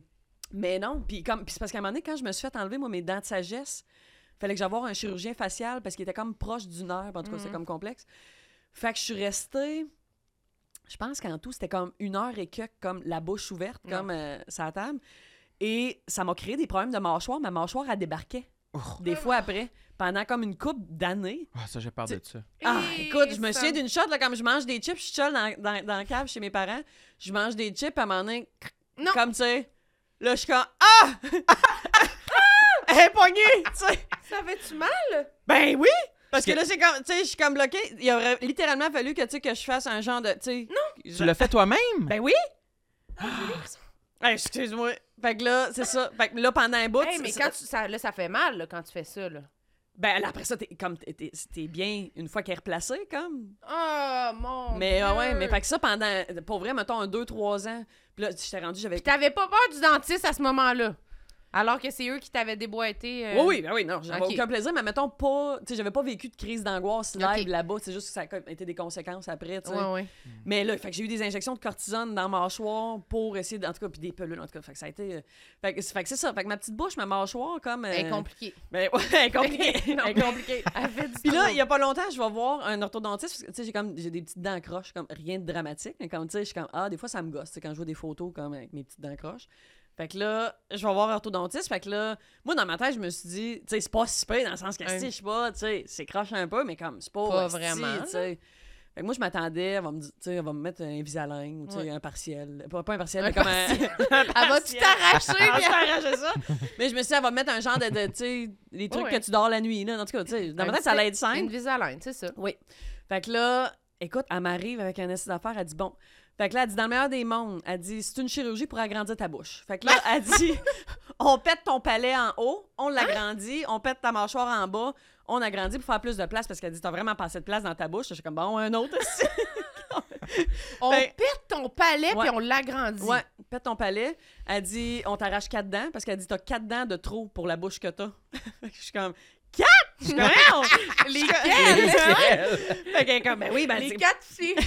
Speaker 4: mais non. Puis comme, puis c'est parce qu'à un moment donné, quand je me suis fait enlever, moi, mes dents de sagesse, fallait que j'aille voir un chirurgien facial parce qu'il était comme proche du nerf. En tout cas, c'est comme complexe. Fait que je suis restée... Je pense qu'en tout, c'était comme une heure et quelques, comme la bouche ouverte,
Speaker 2: Non.
Speaker 4: comme euh, ça table. Et ça m'a créé des problèmes de mâchoire. Ma mâchoire, elle débarquait. Des fois après, pendant comme une coupe d'années.
Speaker 1: Oh, Ah, ça, j'ai peur de ça.
Speaker 4: Ah,
Speaker 2: Et
Speaker 4: écoute, je me
Speaker 2: ça-
Speaker 4: souviens d'une shot, là, comme je mange des chips, je suis seule dans, dans, dans la cave chez mes parents. Je mange des chips, à un moment donné, cric,
Speaker 2: Non.
Speaker 4: comme tu sais, là, je suis comme Ah! [laughs] Elle est pognée! Tu sais,
Speaker 2: Ça fait-tu mal?
Speaker 4: ben oui! Parce que,
Speaker 1: que-
Speaker 4: là, c'est comme, tu sais, je suis comme bloquée. Il aurait littéralement fallu que, tu sais, que je fasse un genre de, tu sais...
Speaker 1: Tu l'as fait toi-même?
Speaker 4: Ben oui!
Speaker 2: Ah,
Speaker 4: Hey, excuse-moi. Fait que là, c'est ça. Fait que là, pendant un bout...
Speaker 2: Hey,
Speaker 4: tu-
Speaker 2: mais
Speaker 4: ça-
Speaker 2: quand tu, ça, là, ça fait mal là, quand tu fais ça. Là.
Speaker 4: Ben là, après ça, t'es, comme t'es, t'es- t'es bien une fois qu'elle est replacée, comme.
Speaker 2: Oh mon
Speaker 4: mais
Speaker 2: Dieu.
Speaker 4: ah ouais, mais fait que ça pendant, pour vrai, mettons un 2-3 ans. Puis là, j'étais rendue, j'avais.
Speaker 2: Puis t'avais pas peur du dentiste à ce moment-là. Alors que c'est eux qui t'avaient déboîté. euh,
Speaker 4: Oui, oui, ben oui, non, j'avais
Speaker 2: Ok.
Speaker 4: aucun plaisir, mais mettons pas. Tu sais, j'avais pas vécu de crise d'angoisse live
Speaker 2: Ok.
Speaker 4: là-bas, c'est juste que ça a comme été des conséquences après, tu sais.
Speaker 2: Ouais, ouais.
Speaker 4: Mais là, fait que j'ai eu des injections de cortisone dans ma mâchoire pour essayer, de- en tout cas, puis des pelules, en tout cas, fait que ça a été. euh, Fait que, fait que c'est ça, fait que ma petite bouche, ma mâchoire, comme. euh,
Speaker 2: Elle est compliquée.
Speaker 4: ben, ouais, elle est [laughs]
Speaker 2: [laughs]
Speaker 4: compliquée.
Speaker 2: Non,
Speaker 4: Elle est
Speaker 2: compliquée. Elle fait du
Speaker 4: Puis là,
Speaker 2: trouble.
Speaker 4: il y a pas longtemps, je vais voir un orthodontiste. parce que, Tu sais, j'ai comme j'ai des petites dents croches, comme rien de dramatique, mais comme tu sais, je suis comme ah, des fois ça me gosse, tu sais, quand je vois des photos comme avec mes petites dents croches. Fait que là, je vais voir un orthodontiste. Fait que là, moi dans ma tête, je me suis dit, tu sais, c'est pas si pire dans le sens que
Speaker 2: Hum.
Speaker 4: si je sais pas, tu sais, c'est croche un peu, mais comme c'est pas,
Speaker 2: Pas
Speaker 4: si,
Speaker 2: vraiment,
Speaker 4: tu sais. Fait que moi, je m'attendais, elle va me, dire- tu sais, elle va me mettre un Invisalign ou tu sais,
Speaker 2: Ouais.
Speaker 4: un partiel. Pas, pas un partiel,
Speaker 2: Un
Speaker 4: mais comme
Speaker 2: partiel.
Speaker 4: un.
Speaker 2: Elle va tout arracher.
Speaker 4: [laughs] Ah,
Speaker 2: puis
Speaker 4: je
Speaker 2: [laughs]
Speaker 4: t'arrachais ça. Mais je me suis dit, elle va me mettre un genre de, de, tu sais, les trucs
Speaker 2: Ouais, ouais.
Speaker 4: que tu dors la nuit, là. En tout cas, tu sais, dans
Speaker 2: Un
Speaker 4: ma tête, ça allait être
Speaker 2: elle- Une
Speaker 4: simple.
Speaker 2: Invisalign, c'est ça.
Speaker 4: Oui. Fait que là, écoute, elle m'arrive avec un essai d'affaires, elle dit bon. Fait que là, elle dit dans le meilleur des mondes, elle dit c'est une chirurgie pour agrandir ta bouche. Fait que là, elle [laughs] dit on pète ton palais en haut, on l'agrandit, on pète ta mâchoire en bas, on agrandit pour faire plus de place parce qu'elle dit t'as vraiment pas assez de place dans ta bouche. Je suis comme bon, un autre [laughs] aussi.
Speaker 2: On
Speaker 4: Ben-
Speaker 2: pète ton palais
Speaker 4: Ouais.
Speaker 2: puis on l'agrandit.
Speaker 4: ouais, pète ton palais. Elle dit on t'arrache quatre dents parce qu'elle dit t'as quatre dents de trop pour la bouche que t'as. [laughs] Fait que je suis comme quatre [laughs] Je suis comme, Voyons!
Speaker 2: Lesquelles?
Speaker 4: Fait qu'elle est comme ben oui, ben
Speaker 2: les
Speaker 4: c'est-
Speaker 2: quatre
Speaker 4: [laughs]
Speaker 2: filles,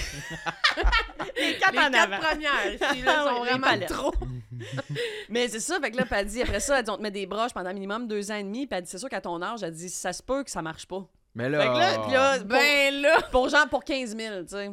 Speaker 4: les quatre
Speaker 2: les
Speaker 4: en avant.
Speaker 2: quatre premières,
Speaker 4: [laughs]
Speaker 2: ici, là,
Speaker 4: Ah
Speaker 2: sont
Speaker 4: oui, les
Speaker 2: vraiment
Speaker 4: palettes.
Speaker 2: trop.
Speaker 4: [laughs] Mais c'est ça, fait que là, puis elle dit, après ça, elle dit, on te met des broches pendant minimum deux ans et demi, puis elle dit, c'est sûr qu'à ton âge, elle dit, ça se peut que ça marche pas.
Speaker 1: Mais
Speaker 4: Fait que là,
Speaker 1: là.
Speaker 4: puis là, pour,
Speaker 2: Ben là!
Speaker 4: pour genre, pour 15 000, tu sais.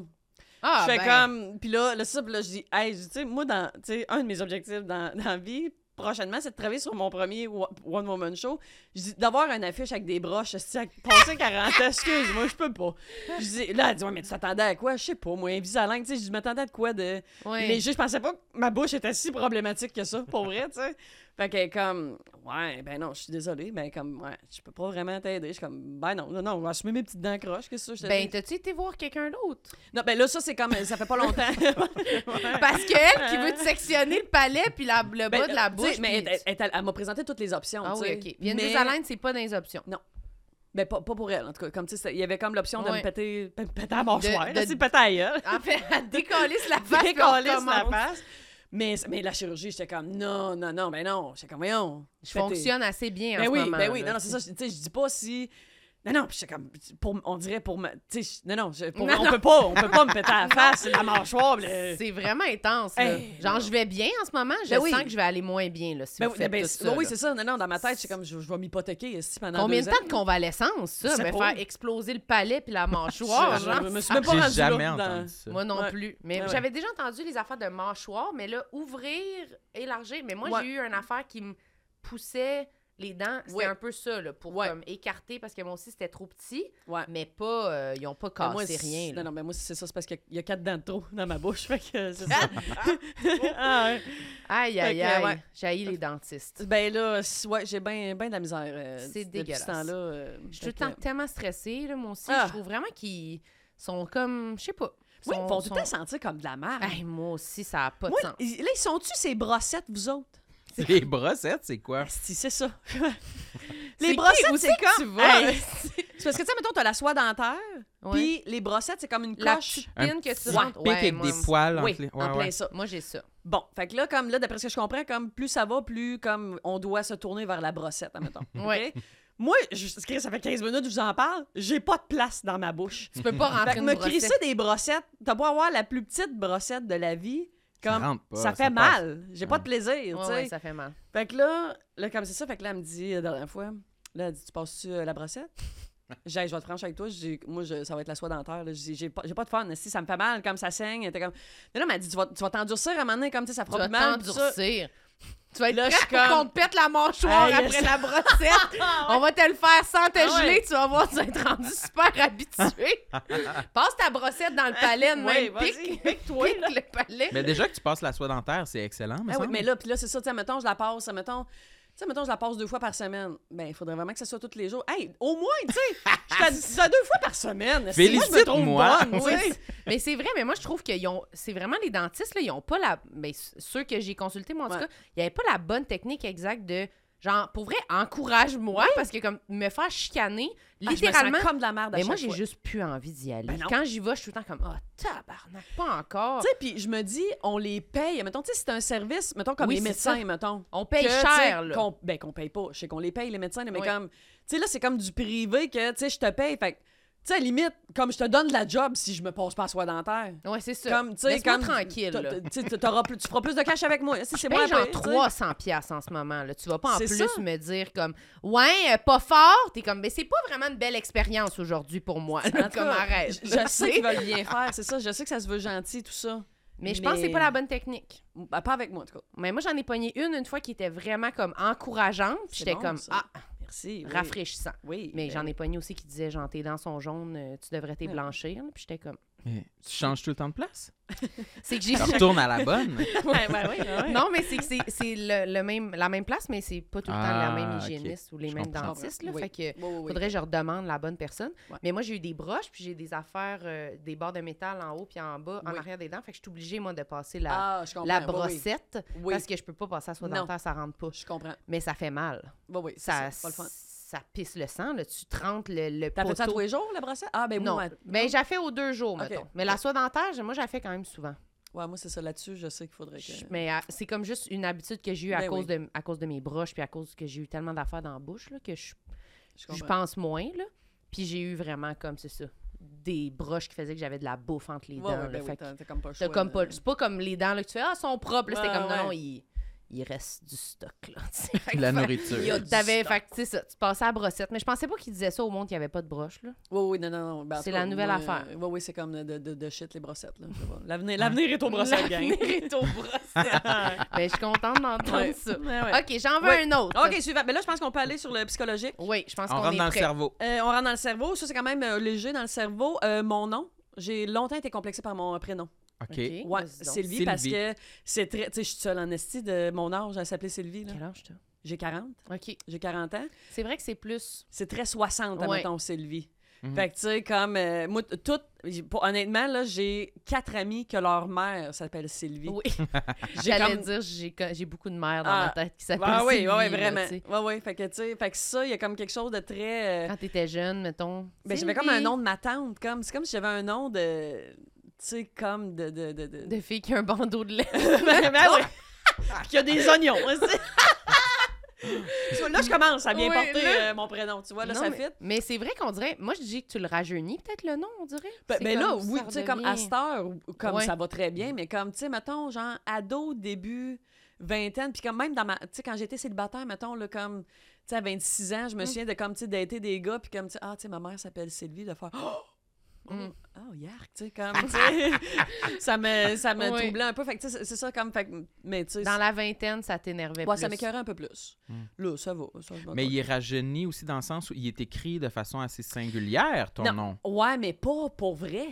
Speaker 2: Ah,
Speaker 4: je fais
Speaker 2: ben,
Speaker 4: comme, puis là, là, ça, puis là, je dis, hey, je dis, tu sais, moi, dans, tu sais, un de mes objectifs dans, dans la vie, prochainement, c'est de travailler sur mon premier wa- One Woman Show. Je dis, d'avoir une affiche avec des broches, si passer 40 ans, excuse-moi, je peux pas. Je dis, là, elle dit, ouais, mais tu t'attendais à quoi? Je sais pas, moi, Invisalign, tu sais, je dis, je m'attendais à de quoi de
Speaker 2: Ouais.
Speaker 4: léger? Je pensais pas que ma bouche était si problématique que ça, pour vrai, tu sais. Fait que comme, ouais, ben non, je suis désolée, mais comme, ouais, je peux pas vraiment t'aider. Je suis comme, ben non, non, non, je vais assumer mes petites dents croches, qu'est-ce que ça, je te
Speaker 2: Ben,
Speaker 4: dis?
Speaker 2: t'as-tu été voir quelqu'un d'autre?
Speaker 4: Non, ben là, ça, c'est comme, ça fait pas longtemps.
Speaker 2: [laughs]
Speaker 4: Ouais.
Speaker 2: Parce qu'elle qui veut te sectionner le palais puis la- le
Speaker 4: Ben,
Speaker 2: bas de la
Speaker 4: tu sais,
Speaker 2: bouche.
Speaker 4: Mais
Speaker 2: puis-
Speaker 4: elle, elle- elle- elle m'a présenté toutes les options.
Speaker 2: Ah
Speaker 4: tu
Speaker 2: oui,
Speaker 4: sais.
Speaker 2: OK. Vienne
Speaker 4: mais,
Speaker 2: des Alaines, c'est pas dans les options.
Speaker 4: mais pas, pas pour elle, en tout cas. Comme tu sais, c'est- il y avait comme l'option de
Speaker 2: Ouais.
Speaker 4: me péter, pe- péter à mon
Speaker 2: De-
Speaker 4: choix.
Speaker 2: de-
Speaker 4: C'est péter à gueule.
Speaker 2: En
Speaker 4: [laughs]
Speaker 2: fait, elle décalisse la face. puis on
Speaker 4: Décoller sur la
Speaker 2: recommence.
Speaker 4: face. Mais, mais la chirurgie, j'étais comme non, non, non, mais non. J'étais comme voyons.
Speaker 2: Je
Speaker 4: péter.
Speaker 2: fonctionne assez bien en
Speaker 4: Ben
Speaker 2: ce
Speaker 4: oui,
Speaker 2: moment.
Speaker 4: ben oui.
Speaker 2: là.
Speaker 4: Non, non, c'est ça. je- Tu sais, je dis pas si. Non, non, puis j'étais comme, pour, on dirait pour me. Tu sais, je- non, non, je- pour-
Speaker 2: Non,
Speaker 4: on
Speaker 2: non.
Speaker 4: peut pas, on peut pas me péter
Speaker 2: [laughs]
Speaker 4: à la face, la mâchoire. le-
Speaker 2: C'est vraiment intense. là.
Speaker 4: Hey,
Speaker 2: Genre, je vais bien en ce moment, je
Speaker 4: Ben oui.
Speaker 2: sens que je vais aller moins bien là, si
Speaker 4: Ben
Speaker 2: vous
Speaker 4: oui,
Speaker 2: faites
Speaker 4: ben,
Speaker 2: tout
Speaker 4: c'est-
Speaker 2: ça,
Speaker 4: oui,
Speaker 2: là.
Speaker 4: c'est ça. Non, non, dans ma tête, j'étais comme, je, je vais m'hypothéquer ici pendant
Speaker 2: Combien
Speaker 4: deux
Speaker 2: de
Speaker 4: ans.
Speaker 2: temps de convalescence, ça?
Speaker 4: Je sais
Speaker 2: Ben,
Speaker 4: pas.
Speaker 2: faire exploser le palais puis la mâchoire,
Speaker 4: Je, je
Speaker 2: genre.
Speaker 4: me suis même pas
Speaker 1: ah, J'ai
Speaker 4: rendu là,
Speaker 1: jamais
Speaker 4: dans-
Speaker 1: entendu ça.
Speaker 2: Moi non
Speaker 4: Ouais.
Speaker 2: plus. Mais
Speaker 4: Ouais, ouais.
Speaker 2: j'avais déjà entendu les affaires de mâchoire, mais là, ouvrir, élargir. Mais moi,
Speaker 4: Ouais.
Speaker 2: j'ai eu une affaire qui me poussait les dents. C'était
Speaker 4: Ouais.
Speaker 2: un peu ça, là, pour
Speaker 4: Ouais.
Speaker 2: comme, écarter, parce que moi aussi, c'était trop petit,
Speaker 4: Ouais.
Speaker 2: mais pas, euh, ils ont pas cassé
Speaker 4: Mais moi,
Speaker 2: rien. là.
Speaker 4: Non, non, mais moi, c'est ça, c'est parce qu'il y a quatre dents de trop dans ma bouche. [laughs] Fait que c'est ça.
Speaker 2: ah,
Speaker 4: Ah, ouais.
Speaker 2: Aïe, aïe,
Speaker 4: Fait que,
Speaker 2: aïe.
Speaker 4: ouais.
Speaker 2: J'haïs les dentistes.
Speaker 4: Ben là, si- ouais, j'ai bien de la misère. euh,
Speaker 2: C'est
Speaker 4: depuis
Speaker 2: dégueulasse.
Speaker 4: ce temps-là. euh,
Speaker 2: Je suis tout le
Speaker 4: fait
Speaker 2: temps
Speaker 4: que-
Speaker 2: tellement stressée, là, moi aussi.
Speaker 4: Ah.
Speaker 2: Je trouve vraiment qu'ils sont comme, je sais pas.
Speaker 4: Oui, ils
Speaker 2: sont-
Speaker 4: vont tout
Speaker 2: sont-
Speaker 4: le temps sentir comme de la merde.
Speaker 2: Aïe, moi aussi, ça n'a pas
Speaker 4: Moi,
Speaker 2: de sens.
Speaker 4: ils- là, ils sont-tu ces brossettes, vous autres?
Speaker 1: Les brossettes, c'est quoi?
Speaker 4: Asti, c'est [laughs] ça.
Speaker 2: C'est qui?
Speaker 4: les
Speaker 2: Où
Speaker 4: brossettes, c'est
Speaker 2: c'est que
Speaker 4: comme...
Speaker 2: tu vas?
Speaker 4: Hey, [laughs] c'est parce que, tu sais, mettons, t'as la soie dentaire,
Speaker 2: Ouais.
Speaker 4: puis les brossettes, c'est comme une
Speaker 2: la
Speaker 4: cloche.
Speaker 2: petite pine que tu
Speaker 1: petit
Speaker 2: rentres.
Speaker 1: pic
Speaker 2: Ouais,
Speaker 1: avec
Speaker 2: moi-
Speaker 1: des poils
Speaker 4: Oui,
Speaker 1: entre les...
Speaker 4: en
Speaker 1: ouais,
Speaker 4: plein
Speaker 1: ouais.
Speaker 4: ça.
Speaker 2: Moi, j'ai ça.
Speaker 4: Bon, fait que là, comme là, d'après ce que je comprends, comme plus ça va, plus comme on doit se tourner vers la brossette, admettons.
Speaker 2: Ouais.
Speaker 4: OK? Moi, je, Chris, ça fait 15 minutes que je vous en parle, j'ai pas de place dans ma bouche.
Speaker 1: [laughs]
Speaker 2: Tu peux pas
Speaker 4: Fait
Speaker 2: rentrer
Speaker 4: que
Speaker 2: une
Speaker 4: me
Speaker 2: brossette.
Speaker 4: crisser des brossettes, t'as beau avoir la plus petite brossette de la vie,
Speaker 1: Ça
Speaker 4: comme ça,
Speaker 1: rentre pas,
Speaker 4: fait
Speaker 1: ça passe.
Speaker 4: mal, j'ai pas de plaisir,
Speaker 2: Ouais,
Speaker 4: tu sais.
Speaker 2: ouais, ça fait mal.
Speaker 4: Fait que là, là, comme c'est ça, fait que là, elle me dit la dernière fois, là, elle dit, tu passes-tu euh, la [laughs] brossette? J'ai, dit, je vais être franche avec toi, j'ai- moi, je- ça va être la soie dentaire. là. J'ai, j'ai pas, j'ai pas de fun. Si ça me fait mal, comme ça saigne, elle était comme. Non, non, mais elle dit, tu vas, tu vas t'endurcir à un moment donné, comme tu sais, ça
Speaker 2: Tu
Speaker 4: fera
Speaker 2: vas
Speaker 4: plus mal. puis ça.
Speaker 2: t'endurcir. [laughs] Tu vas être
Speaker 4: Là, je suis
Speaker 2: prêt pour qu'on
Speaker 4: comme-
Speaker 2: te pète la mâchoire
Speaker 4: Aïe,
Speaker 2: après
Speaker 4: ça-
Speaker 2: la brossette. On va te le faire sans te
Speaker 4: Ah ouais.
Speaker 2: geler. Tu vas voir, tu vas être rendu super
Speaker 4: [laughs]
Speaker 2: habitué. Passe ta brossette dans le palais de
Speaker 4: Ouais,
Speaker 2: même.
Speaker 4: vas-y,
Speaker 2: Pique, [laughs]
Speaker 4: pique-toi,
Speaker 2: pique
Speaker 4: là.
Speaker 2: le palais.
Speaker 1: Mais déjà que tu passes la soie dentaire, c'est excellent, me
Speaker 4: Ah oui,
Speaker 1: semble.
Speaker 4: mais là, puis là, c'est ça, tu sais, mettons, je la passe, mettons. Tu sais, mettons, je la passe deux fois par semaine. Ben, il faudrait vraiment que ça soit tous les jours. Hey, au moins, tu sais, je [laughs] fais ça deux fois par semaine. Si moi, je me trouve
Speaker 1: Félicite-moi.
Speaker 4: [laughs] bonne, tu
Speaker 2: Oui,
Speaker 4: sais.
Speaker 2: c'est- mais c'est vrai, mais moi je trouve qu'ils ont. C'est vraiment les dentistes, là, ils ont pas la. Mais c- ceux que j'ai consultés, moi en tout
Speaker 4: Ouais.
Speaker 2: cas, il n'y avait pas la bonne technique exacte de. Genre, pour vrai, encourage-moi, parce que comme me faire chicaner,
Speaker 4: Ah, je me sens
Speaker 2: littéralement.
Speaker 4: comme de la merde à
Speaker 2: mais moi,
Speaker 4: chaque
Speaker 2: j'ai
Speaker 4: fois.
Speaker 2: juste plus envie d'y aller.
Speaker 4: Ben non.
Speaker 2: Quand j'y vais, je suis tout le temps comme, oh, tabarnak, pas encore.
Speaker 4: Tu sais, puis je me dis, on les paye. Mettons, tu sais, c'est un service, mettons, comme
Speaker 2: Oui,
Speaker 4: les
Speaker 2: c'est
Speaker 4: médecins,
Speaker 2: ça.
Speaker 4: mettons.
Speaker 2: On paye
Speaker 4: Que, tu sais,
Speaker 2: cher, là.
Speaker 4: Qu'on, ben, qu'on paye pas. Je sais qu'on les paye, les médecins, mais
Speaker 2: Oui.
Speaker 4: comme. Tu sais, là, c'est comme du privé que, tu sais, je te paye. Fait que, tu sais, limite, comme je te donne de la job si je me passe pas à soie dentaire.
Speaker 2: Ouais, c'est ça.
Speaker 4: Comme, tu sais,
Speaker 2: Laisse-moi
Speaker 4: comme.
Speaker 2: tranquille,
Speaker 4: t'as-
Speaker 2: là.
Speaker 4: t'as- Tu sais, t'auras plus- tu feras plus de cash avec moi. Si c'est moi,
Speaker 2: Paye genre
Speaker 4: paye, tu sais.
Speaker 2: 300 pièces en ce moment là. Tu vas pas en
Speaker 4: C'est
Speaker 2: plus
Speaker 4: ça.
Speaker 2: me dire comme ouais, euh, pas fort, t'es comme mais c'est pas vraiment une belle expérience aujourd'hui pour moi.
Speaker 4: En tout
Speaker 2: comme
Speaker 4: cas,
Speaker 2: arrête.
Speaker 4: Je,
Speaker 2: là, [laughs]
Speaker 4: je
Speaker 2: tu
Speaker 4: sais qu'ils veulent bien faire, c'est ça. Je sais que ça se veut gentil, tout ça.
Speaker 2: Mais je pense que c'est pas la bonne technique.
Speaker 4: Ben, pas avec moi, en tout cas.
Speaker 2: Mais moi, j'en ai pogné une une fois qui était vraiment comme encourageante. puis
Speaker 4: C'est
Speaker 2: J'étais
Speaker 4: bon,
Speaker 2: comme
Speaker 4: ça.
Speaker 2: ah,
Speaker 4: Merci. oui.
Speaker 2: rafraîchissant.
Speaker 4: Oui.
Speaker 2: Mais
Speaker 4: ben [laughs]
Speaker 2: j'en ai pogné aussi qui disait genre tes dents sont jaunes, euh, tu devrais
Speaker 4: Ouais.
Speaker 2: t'éblanchir. Puis j'étais comme Ah,
Speaker 1: Mais tu changes tout le temps de place.
Speaker 2: c'est que [laughs] j'ai
Speaker 1: Tu retournes à la bonne.
Speaker 4: oui. Ouais, ouais, ouais, ouais.
Speaker 2: non mais c'est que c'est- c'est le, le même la même place mais c'est pas tout le temps la
Speaker 1: Ah,
Speaker 2: même
Speaker 1: ok.
Speaker 2: hygiéniste ou les
Speaker 1: Je
Speaker 2: mêmes
Speaker 1: comprends.
Speaker 2: dentistes là.
Speaker 4: Oui.
Speaker 2: Fait que
Speaker 4: Oui, oui, oui.
Speaker 2: Faudrait que je redemande la bonne personne.
Speaker 4: Ouais.
Speaker 2: Mais moi, j'ai eu des broches, puis j'ai des affaires, euh, des barres de métal en haut puis en bas, en
Speaker 4: Oui.
Speaker 2: arrière des dents. Fait que je suis obligée, moi, de passer la,
Speaker 4: Ah, je comprends.
Speaker 2: la
Speaker 4: Oui, oui.
Speaker 2: brossette
Speaker 4: Oui,
Speaker 2: parce que je peux pas passer à soie
Speaker 4: Non.
Speaker 2: dentaire, ça rentre pas.
Speaker 4: je comprends.
Speaker 2: Mais ça fait mal.
Speaker 4: Oui, oui, c'est
Speaker 2: Ça,
Speaker 4: ça, pas le fun.
Speaker 2: ça pisse le sang, là. Tu trentes le, le
Speaker 4: T'as fait ça tous
Speaker 2: poteau.
Speaker 4: les jours, la brossette? Ah, ben
Speaker 2: non,
Speaker 4: moi,
Speaker 2: mais j'ai fait aux deux jours,
Speaker 4: Ok.
Speaker 2: mettons. Mais la soie dentaire, j'ai- moi, j'en fais quand même souvent.
Speaker 4: ouais, moi, c'est ça. Là-dessus, je sais qu'il faudrait que...
Speaker 2: Je- Mais euh, c'est comme juste une habitude que j'ai eue à,
Speaker 4: Ben
Speaker 2: cause
Speaker 4: oui.
Speaker 2: de, à cause de mes broches, puis à cause que j'ai eu tellement d'affaires dans la bouche, là, que je suis
Speaker 4: Je
Speaker 2: je
Speaker 4: comprends.
Speaker 2: pense moins, là. Puis j'ai eu vraiment comme, c'est ça, des broches qui faisaient que j'avais de la bouffe entre les
Speaker 4: Ouais,
Speaker 2: dents.
Speaker 4: ouais,
Speaker 2: là.
Speaker 4: ben oui,
Speaker 2: fait que
Speaker 4: t'as- t'as comme pas le
Speaker 2: t'as
Speaker 4: choix
Speaker 2: comme
Speaker 4: de-
Speaker 2: pas- C'est pas comme les dents là, que tu fais, ah, sont propres. là. C'était
Speaker 4: Ouais,
Speaker 2: comme, non,
Speaker 4: ouais.
Speaker 2: non, ils, il reste du stock, là. tu sais. Fait que
Speaker 1: [laughs] La
Speaker 2: fa-
Speaker 1: nourriture.
Speaker 2: il y a- T'avais, fait que, tu sais, ça, tu passais à la brossette. Mais je pensais pas qu'il disait ça au monde qu'il n'y avait pas de broche, là.
Speaker 4: Oui, oui, non, non, non. Ben, en
Speaker 2: C'est
Speaker 4: tout cas,
Speaker 2: la nouvelle
Speaker 4: moi,
Speaker 2: affaire.
Speaker 4: euh, Oui, oui, c'est comme de, de, de shit, les brossettes. là. Je sais pas. L'avenir l'avenir est aux brossettes, gang.
Speaker 2: L'avenir
Speaker 1: [laughs]
Speaker 4: [laughs]
Speaker 2: est aux [laughs] brossettes. Ben, je suis contente d'entendre
Speaker 4: Ouais.
Speaker 2: ça.
Speaker 4: Ouais, ouais.
Speaker 2: OK, j'en veux
Speaker 4: Ouais.
Speaker 2: un autre.
Speaker 4: OK, suivant. Mais là, je pense qu'on peut aller sur le psychologique.
Speaker 2: Oui, je pense
Speaker 1: On
Speaker 2: qu'on
Speaker 1: rentre
Speaker 2: est
Speaker 1: dans le
Speaker 2: prêt.
Speaker 1: cerveau.
Speaker 4: Euh, on rentre dans le cerveau. Ça, c'est quand même euh, léger dans le cerveau. Euh, mon nom, j'ai longtemps été complexée par mon euh, prénom.
Speaker 1: OK.
Speaker 2: OK.
Speaker 4: Ouais,
Speaker 2: vas-y donc.
Speaker 4: Sylvie, parce
Speaker 1: Sylvie.
Speaker 4: que c'est très. Tu sais, je suis seule en esti de mon âge à s'appeler Sylvie. là.
Speaker 2: Quel âge, toi?
Speaker 4: J'ai 40.
Speaker 2: OK.
Speaker 4: J'ai 40 ans.
Speaker 2: C'est vrai que c'est plus...
Speaker 4: C'est très 60,
Speaker 2: Ouais.
Speaker 4: admettons, Sylvie.
Speaker 1: Mhm.
Speaker 4: Fait que, tu sais, comme. euh, moi, t- toutes. j'ai- pour- Honnêtement, là, j'ai quatre amis que leur mère s'appelle Sylvie.
Speaker 2: Oui,
Speaker 4: [laughs] J'ai
Speaker 2: j'allais
Speaker 4: comme-
Speaker 2: dire, j'ai co- j'ai beaucoup de mères dans
Speaker 4: Ah.
Speaker 2: ma tête qui s'appellent
Speaker 4: Ah oui,
Speaker 2: Sylvie,
Speaker 4: oui, oui,
Speaker 2: là,
Speaker 4: vraiment.
Speaker 2: tu sais.
Speaker 4: Oui, oui. Fait que, tu sais, fait que ça, il y a comme quelque chose de très. euh,
Speaker 2: Quand t'étais jeune, mettons.
Speaker 4: ben, j'avais
Speaker 2: Sylvie,
Speaker 4: comme un nom de ma tante. comme- C'est comme si j'avais un nom de. Tu sais, comme de. de, de, de-
Speaker 2: de fille qui a un bandeau de lait.
Speaker 4: Ben, ben oui. Puis qu'il y a des oignons.
Speaker 2: [laughs]
Speaker 4: aussi. Tu vois, là, je commence à bien
Speaker 2: Oui,
Speaker 4: porter
Speaker 2: là-
Speaker 4: euh, mon prénom. Tu vois, là,
Speaker 2: Non,
Speaker 4: ça
Speaker 2: mais,
Speaker 4: fit.
Speaker 2: mais c'est vrai qu'on dirait. Moi, je dis que tu le rajeunis, peut-être le nom, on dirait.
Speaker 4: Ben,
Speaker 2: C'est
Speaker 4: ben là,
Speaker 2: comme
Speaker 4: oui,
Speaker 2: ça
Speaker 4: tu sais, comme
Speaker 2: redevient-
Speaker 4: à cette heure, ou- comme
Speaker 2: Ouais.
Speaker 4: ça va très bien, mais comme, tu sais, mettons, genre, ado, début, vingtaine, puis comme même dans ma... Tu sais, quand j'étais célibataire, mettons, là, comme, tu sais, à 26 ans, je
Speaker 2: Mm.
Speaker 4: me souviens de, comme, tu sais, dater des gars, puis comme, tu sais, ah, tu sais, ma mère s'appelle Sylvie, de faire... Oh!
Speaker 2: Mm.
Speaker 4: Oh, yark, tu sais, comme,
Speaker 2: [laughs]
Speaker 4: tu sais, [laughs] ça me, ça me
Speaker 2: Ouais.
Speaker 4: troublait un peu. Fait que, tu sais, c'est- c'est ça, comme, fait que, mais, tu sais,
Speaker 2: Dans la vingtaine, ça t'énervait
Speaker 4: ouais,
Speaker 2: plus.
Speaker 4: ça m'écœurait un peu plus. Là, ça va. Ça, je m'en
Speaker 1: Hmm. Mais il est rajeuni aussi dans le sens où il est écrit de façon assez singulière, ton
Speaker 4: Non.
Speaker 1: nom.
Speaker 4: Ouais, mais pas pour vrai.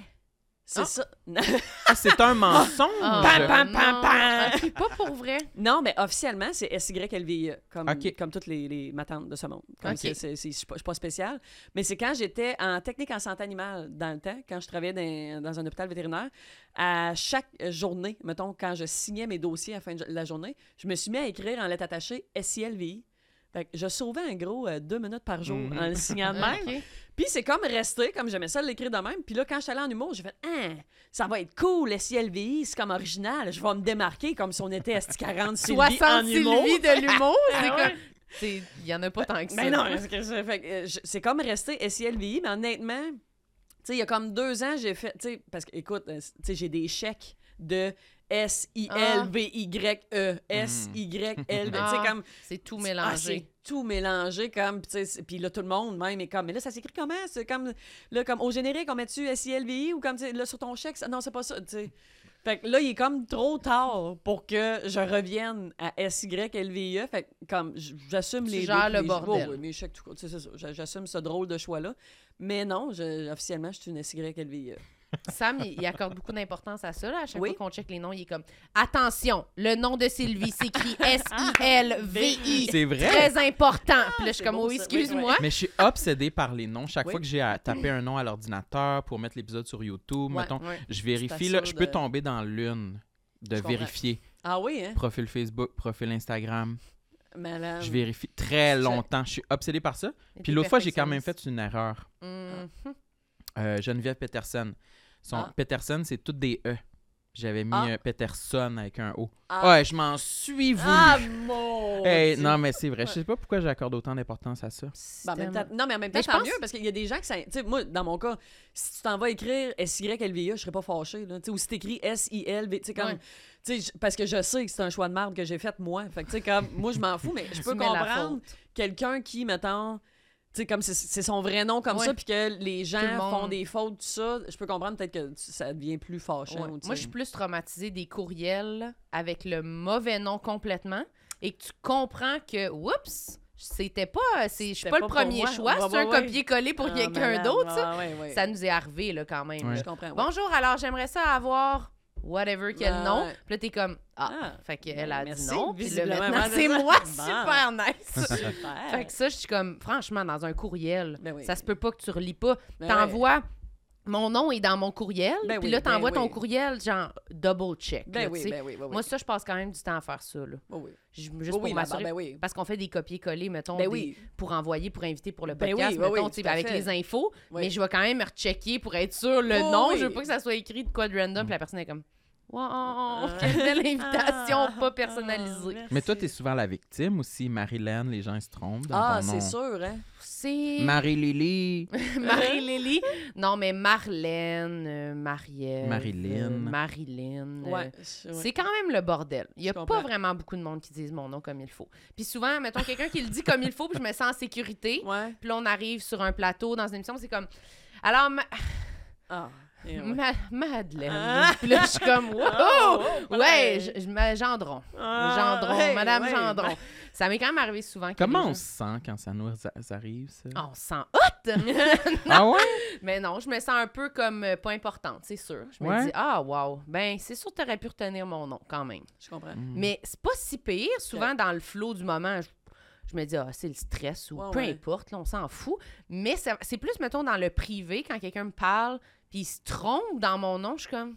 Speaker 4: C'est
Speaker 2: Ah.
Speaker 4: ça. [laughs]
Speaker 1: Ah, c'est un mensonge!
Speaker 2: Ah,
Speaker 4: Pam, pam, pam,
Speaker 2: non.
Speaker 4: pam.
Speaker 2: Ok, pas pour vrai.
Speaker 4: Non, mais officiellement, c'est SYLVIE, E, comme,
Speaker 1: Ok.
Speaker 4: comme toutes les, les matantes de ce monde. Comme
Speaker 2: Ok.
Speaker 4: c'est- c'est- c'est- Je ne suis pas- je suis pas spéciale. Mais c'est quand j'étais en technique en santé animale dans le temps, quand je travaillais dans, dans un hôpital vétérinaire, à chaque euh, journée, mettons, quand je signais mes dossiers à la fin de jo- la journée, je me suis mis à écrire en lettres attachées SILVI. E. Fait que je sauvais en gros euh, deux minutes par jour
Speaker 1: Mhm.
Speaker 4: en le signant
Speaker 2: [laughs]
Speaker 4: de Ah, même.
Speaker 2: Ah, Ok.
Speaker 4: Puis c'est comme resté, comme j'aimais ça l'écrire de même. Puis là, quand j'étais allée en humour, j'ai fait Ah, ça va être cool, le CLVI, c'est comme original. Je vais me démarquer comme si on était à 40 Sylvie
Speaker 2: 60
Speaker 4: en humour.
Speaker 2: Sylvie de l'humour, c'est
Speaker 4: [laughs] Ah ouais.
Speaker 2: comme. c'est- Il y en a pas tant que ça.
Speaker 4: Mais Ben non, parce que ça fait que, euh, je- c'est comme rester SILVI, mais honnêtement, tu sais, il y a comme deux ans, j'ai fait, tu sais, parce que, écoute, euh, tu sais, j'ai des chèques de S-I-L-V-Y-E, S-Y-L-V, tu sais,
Speaker 2: Ah.
Speaker 4: comme,
Speaker 2: C'est tout
Speaker 4: Ah, c'est
Speaker 2: mélangé.
Speaker 4: tout mélangé comme puis tu sais, c'est- puis là tout le monde même est comme mais là ça s'écrit comment c'est comme là comme au générique on met tu S I L V I ou comme tu sais, là sur ton chèque ça- non c'est pas ça tu sais. Fait que là il est comme trop tard pour que je revienne à S Y L V I E fait que comme j- j'assume
Speaker 2: Tu
Speaker 4: les
Speaker 2: gères
Speaker 4: deux,
Speaker 2: le
Speaker 4: les-
Speaker 2: bordel.
Speaker 4: ouais, ouais, mes chèques tout court, tu sais, c'est ça J'a- j'assume ce drôle de choix là mais non je- officiellement je suis une S Y L V I E.
Speaker 2: Sam, il, il accorde beaucoup d'importance à ça. là. À chaque
Speaker 4: Oui.
Speaker 2: fois qu'on check les noms, il est comme Attention, le nom de Sylvie
Speaker 4: [laughs]
Speaker 2: s'écrit S-I-L-V-I.
Speaker 1: C'est vrai.
Speaker 2: Très important. Puis là, je suis
Speaker 4: Ah, c'est
Speaker 2: comme
Speaker 4: beau,
Speaker 2: Oh,
Speaker 4: ça. Oui,
Speaker 2: excuse-moi.
Speaker 1: Mais je suis obsédée par les noms. Chaque
Speaker 4: Oui.
Speaker 1: fois que j'ai à taper un nom à l'ordinateur pour mettre l'épisode sur YouTube,
Speaker 4: Ouais,
Speaker 1: mettons,
Speaker 4: ouais.
Speaker 1: je vérifie,
Speaker 4: Tu
Speaker 1: là,
Speaker 4: t'assures
Speaker 1: je peux
Speaker 4: de-
Speaker 1: tomber dans l'une de
Speaker 4: Je comprends. [laughs]
Speaker 1: vérifier.
Speaker 4: Ah oui hein
Speaker 1: Profil Facebook, profil Instagram.
Speaker 4: madame.
Speaker 1: Je vérifie très
Speaker 4: Um, je-
Speaker 1: longtemps. Je suis obsédée par ça. Puis
Speaker 2: Mais t'es
Speaker 1: l'autre fois, j'ai quand même
Speaker 2: perfectionniste.
Speaker 1: fait une erreur.
Speaker 2: Hum.
Speaker 4: Bah,
Speaker 1: Euh, Geneviève Peterson. Son
Speaker 4: Ah.
Speaker 1: Peterson, c'est toutes des E. J'avais mis
Speaker 4: Ah.
Speaker 1: euh, Peterson avec un O.
Speaker 4: Ah.
Speaker 1: Ouais, je m'en suis voulu.
Speaker 4: Ah mon
Speaker 1: Hey,
Speaker 4: Dieu.
Speaker 1: non, mais c'est vrai. Je sais pas pourquoi j'accorde autant d'importance à
Speaker 4: [laughs]
Speaker 1: ça.
Speaker 4: Ben, en même temps- non, mais en même temps,
Speaker 2: Mais je
Speaker 4: tant
Speaker 2: pense-
Speaker 4: mieux, parce qu'il y a des gens qui. ça- Tu sais, moi, dans mon cas, si tu t'en vas écrire SYLVIE, je serais pas fâchée. Là, Tu sais, ou si t'écris S-I-L-V, tu sais, comme.
Speaker 2: Ouais.
Speaker 4: tu sais, j- Parce que je sais que c'est un choix de marbre que j'ai fait, moi. Fait que, tu sais, comme, moi, je m'en fous, mais je peux
Speaker 2: Tu mets la
Speaker 4: comprendre
Speaker 2: faute.
Speaker 4: quelqu'un qui, mettons. Tu sais, comme c'est- c'est son vrai nom comme
Speaker 2: Ouais.
Speaker 4: ça, puis que les
Speaker 2: Tout le
Speaker 4: gens
Speaker 2: monde.
Speaker 4: font des fautes, tout ça, je peux comprendre peut-être que tu- ça devient plus fâchant.
Speaker 2: Ouais.
Speaker 4: ou tu
Speaker 2: Moi, je
Speaker 4: sais.
Speaker 2: suis plus traumatisée des courriels avec le mauvais nom complètement et que tu comprends que, oups, c'était pas, euh, c'est, je suis
Speaker 4: C'était
Speaker 2: pas le
Speaker 4: pas pour
Speaker 2: premier
Speaker 4: moi.
Speaker 2: choix,
Speaker 4: Ouais,
Speaker 2: c'est un
Speaker 4: ouais, ouais.
Speaker 2: copier-coller pour
Speaker 4: Ah,
Speaker 2: quelqu'un
Speaker 4: malade.
Speaker 2: d'autre, ça.
Speaker 4: Ah, ouais, ouais.
Speaker 2: Ça nous est arrivé, là, quand même.
Speaker 1: Ouais.
Speaker 2: là.
Speaker 4: Je comprends. Ah ouais. Ben,
Speaker 2: Bonjour, alors j'aimerais ça avoir whatever quel
Speaker 4: Ouais.
Speaker 2: nom. Puis là, t'es comme, ah,
Speaker 4: Ah.
Speaker 2: fait qu'elle a
Speaker 4: Merci,
Speaker 2: dit non. Puis là,
Speaker 4: visiblement,
Speaker 2: maintenant,
Speaker 4: ouais,
Speaker 2: c'est
Speaker 4: c'est ça.
Speaker 2: moi,
Speaker 4: [laughs] Bon.
Speaker 2: super nice.
Speaker 4: [laughs] Super.
Speaker 2: [laughs] Fait que ça, je suis comme, franchement, dans un courriel,
Speaker 4: Ben oui.
Speaker 2: ça se peut pas que tu relis pas.
Speaker 4: Ben
Speaker 2: t'envoies, mon nom est dans mon courriel,
Speaker 4: Ben
Speaker 2: puis
Speaker 4: oui,
Speaker 2: là, t'envoies
Speaker 4: ben
Speaker 2: ton
Speaker 4: oui.
Speaker 2: courriel, genre, double check. là,
Speaker 4: Ben
Speaker 2: tu
Speaker 4: oui,
Speaker 2: sais.
Speaker 4: ben oui, ben oui.
Speaker 2: Moi, ça, je passe quand même du temps à faire ça, là.
Speaker 4: oui, oui.
Speaker 2: J- Juste
Speaker 4: Oui, oui,
Speaker 2: pour
Speaker 4: là-bas,
Speaker 2: m'assurer.
Speaker 4: ben oui.
Speaker 2: Parce qu'on fait des copier-coller, mettons,
Speaker 4: Ben
Speaker 2: des-
Speaker 4: oui.
Speaker 2: pour envoyer, pour inviter pour le
Speaker 4: Ben
Speaker 2: podcast,
Speaker 4: oui, ben oui,
Speaker 2: mettons, tu sais,
Speaker 4: tout à
Speaker 2: avec
Speaker 4: fait.
Speaker 2: les infos.
Speaker 4: Oui.
Speaker 2: Mais je vais quand même rechecker pour être sûr le
Speaker 4: Oh
Speaker 2: nom.
Speaker 4: oui.
Speaker 2: Je veux pas que ça soit écrit de quoi de random, puis la personne est comme.
Speaker 4: Ah,
Speaker 2: Wow, quelle
Speaker 4: [laughs]
Speaker 2: belle invitation pas personnalisée.
Speaker 1: Ah, Mais toi, t'es souvent la victime aussi. Marilyn, les gens ils se trompent. Dans
Speaker 4: Ah,
Speaker 1: ton nom.
Speaker 4: c'est sûr, hein?
Speaker 2: C'est
Speaker 1: Marie-Lily.
Speaker 2: [laughs] Marie-Lélie. Non, mais Marlène, euh, Marielle.
Speaker 1: Marilyn.
Speaker 2: euh, Marilyn. euh,
Speaker 4: Ouais. c'est- ouais.
Speaker 2: C'est quand même le bordel. Il n'y a
Speaker 4: Je
Speaker 2: pas
Speaker 4: comprends.
Speaker 2: vraiment beaucoup de monde qui disent mon nom comme il faut. Puis souvent, mettons quelqu'un qui le dit comme il faut, puis je me sens en sécurité.
Speaker 4: Ouais.
Speaker 2: Puis là, on arrive sur un plateau dans une émission, c'est comme alors Ma-
Speaker 4: Ah. et ouais.
Speaker 2: Ma- Madeleine.
Speaker 4: Ah.
Speaker 2: Puis là, je suis comme wow!
Speaker 4: Ah, [laughs] oh,
Speaker 2: ouais, je, je me- Gendron.
Speaker 4: Ah,
Speaker 2: Gendron,
Speaker 4: ouais,
Speaker 2: Madame
Speaker 4: ouais,
Speaker 2: Gendron.
Speaker 4: ouais.
Speaker 2: Ça m'est quand même arrivé souvent. que
Speaker 1: Comment
Speaker 2: les
Speaker 1: on
Speaker 2: gens-
Speaker 1: se sent quand ça nous a- arrive, ça?
Speaker 2: Ah, on se sent hot! [laughs]
Speaker 1: Ah ouais?
Speaker 2: Mais non, je me sens un peu comme euh, pas importante, c'est sûr. Je
Speaker 1: Ouais.
Speaker 2: me dis, ah, wow, ben, c'est sûr que t'aurais pu retenir mon nom quand même.
Speaker 4: Je comprends.
Speaker 1: Hmm. Mm.
Speaker 2: Mais c'est pas si pire. Souvent, dans le flot du moment, je, je me dis, ah, c'est le stress ou
Speaker 4: Ouais,
Speaker 2: peu
Speaker 4: ouais.
Speaker 2: importe, là, on s'en fout. Mais ça- c'est plus, mettons, dans le privé, quand quelqu'un me parle, puis il se trompe dans mon nom, je suis comme,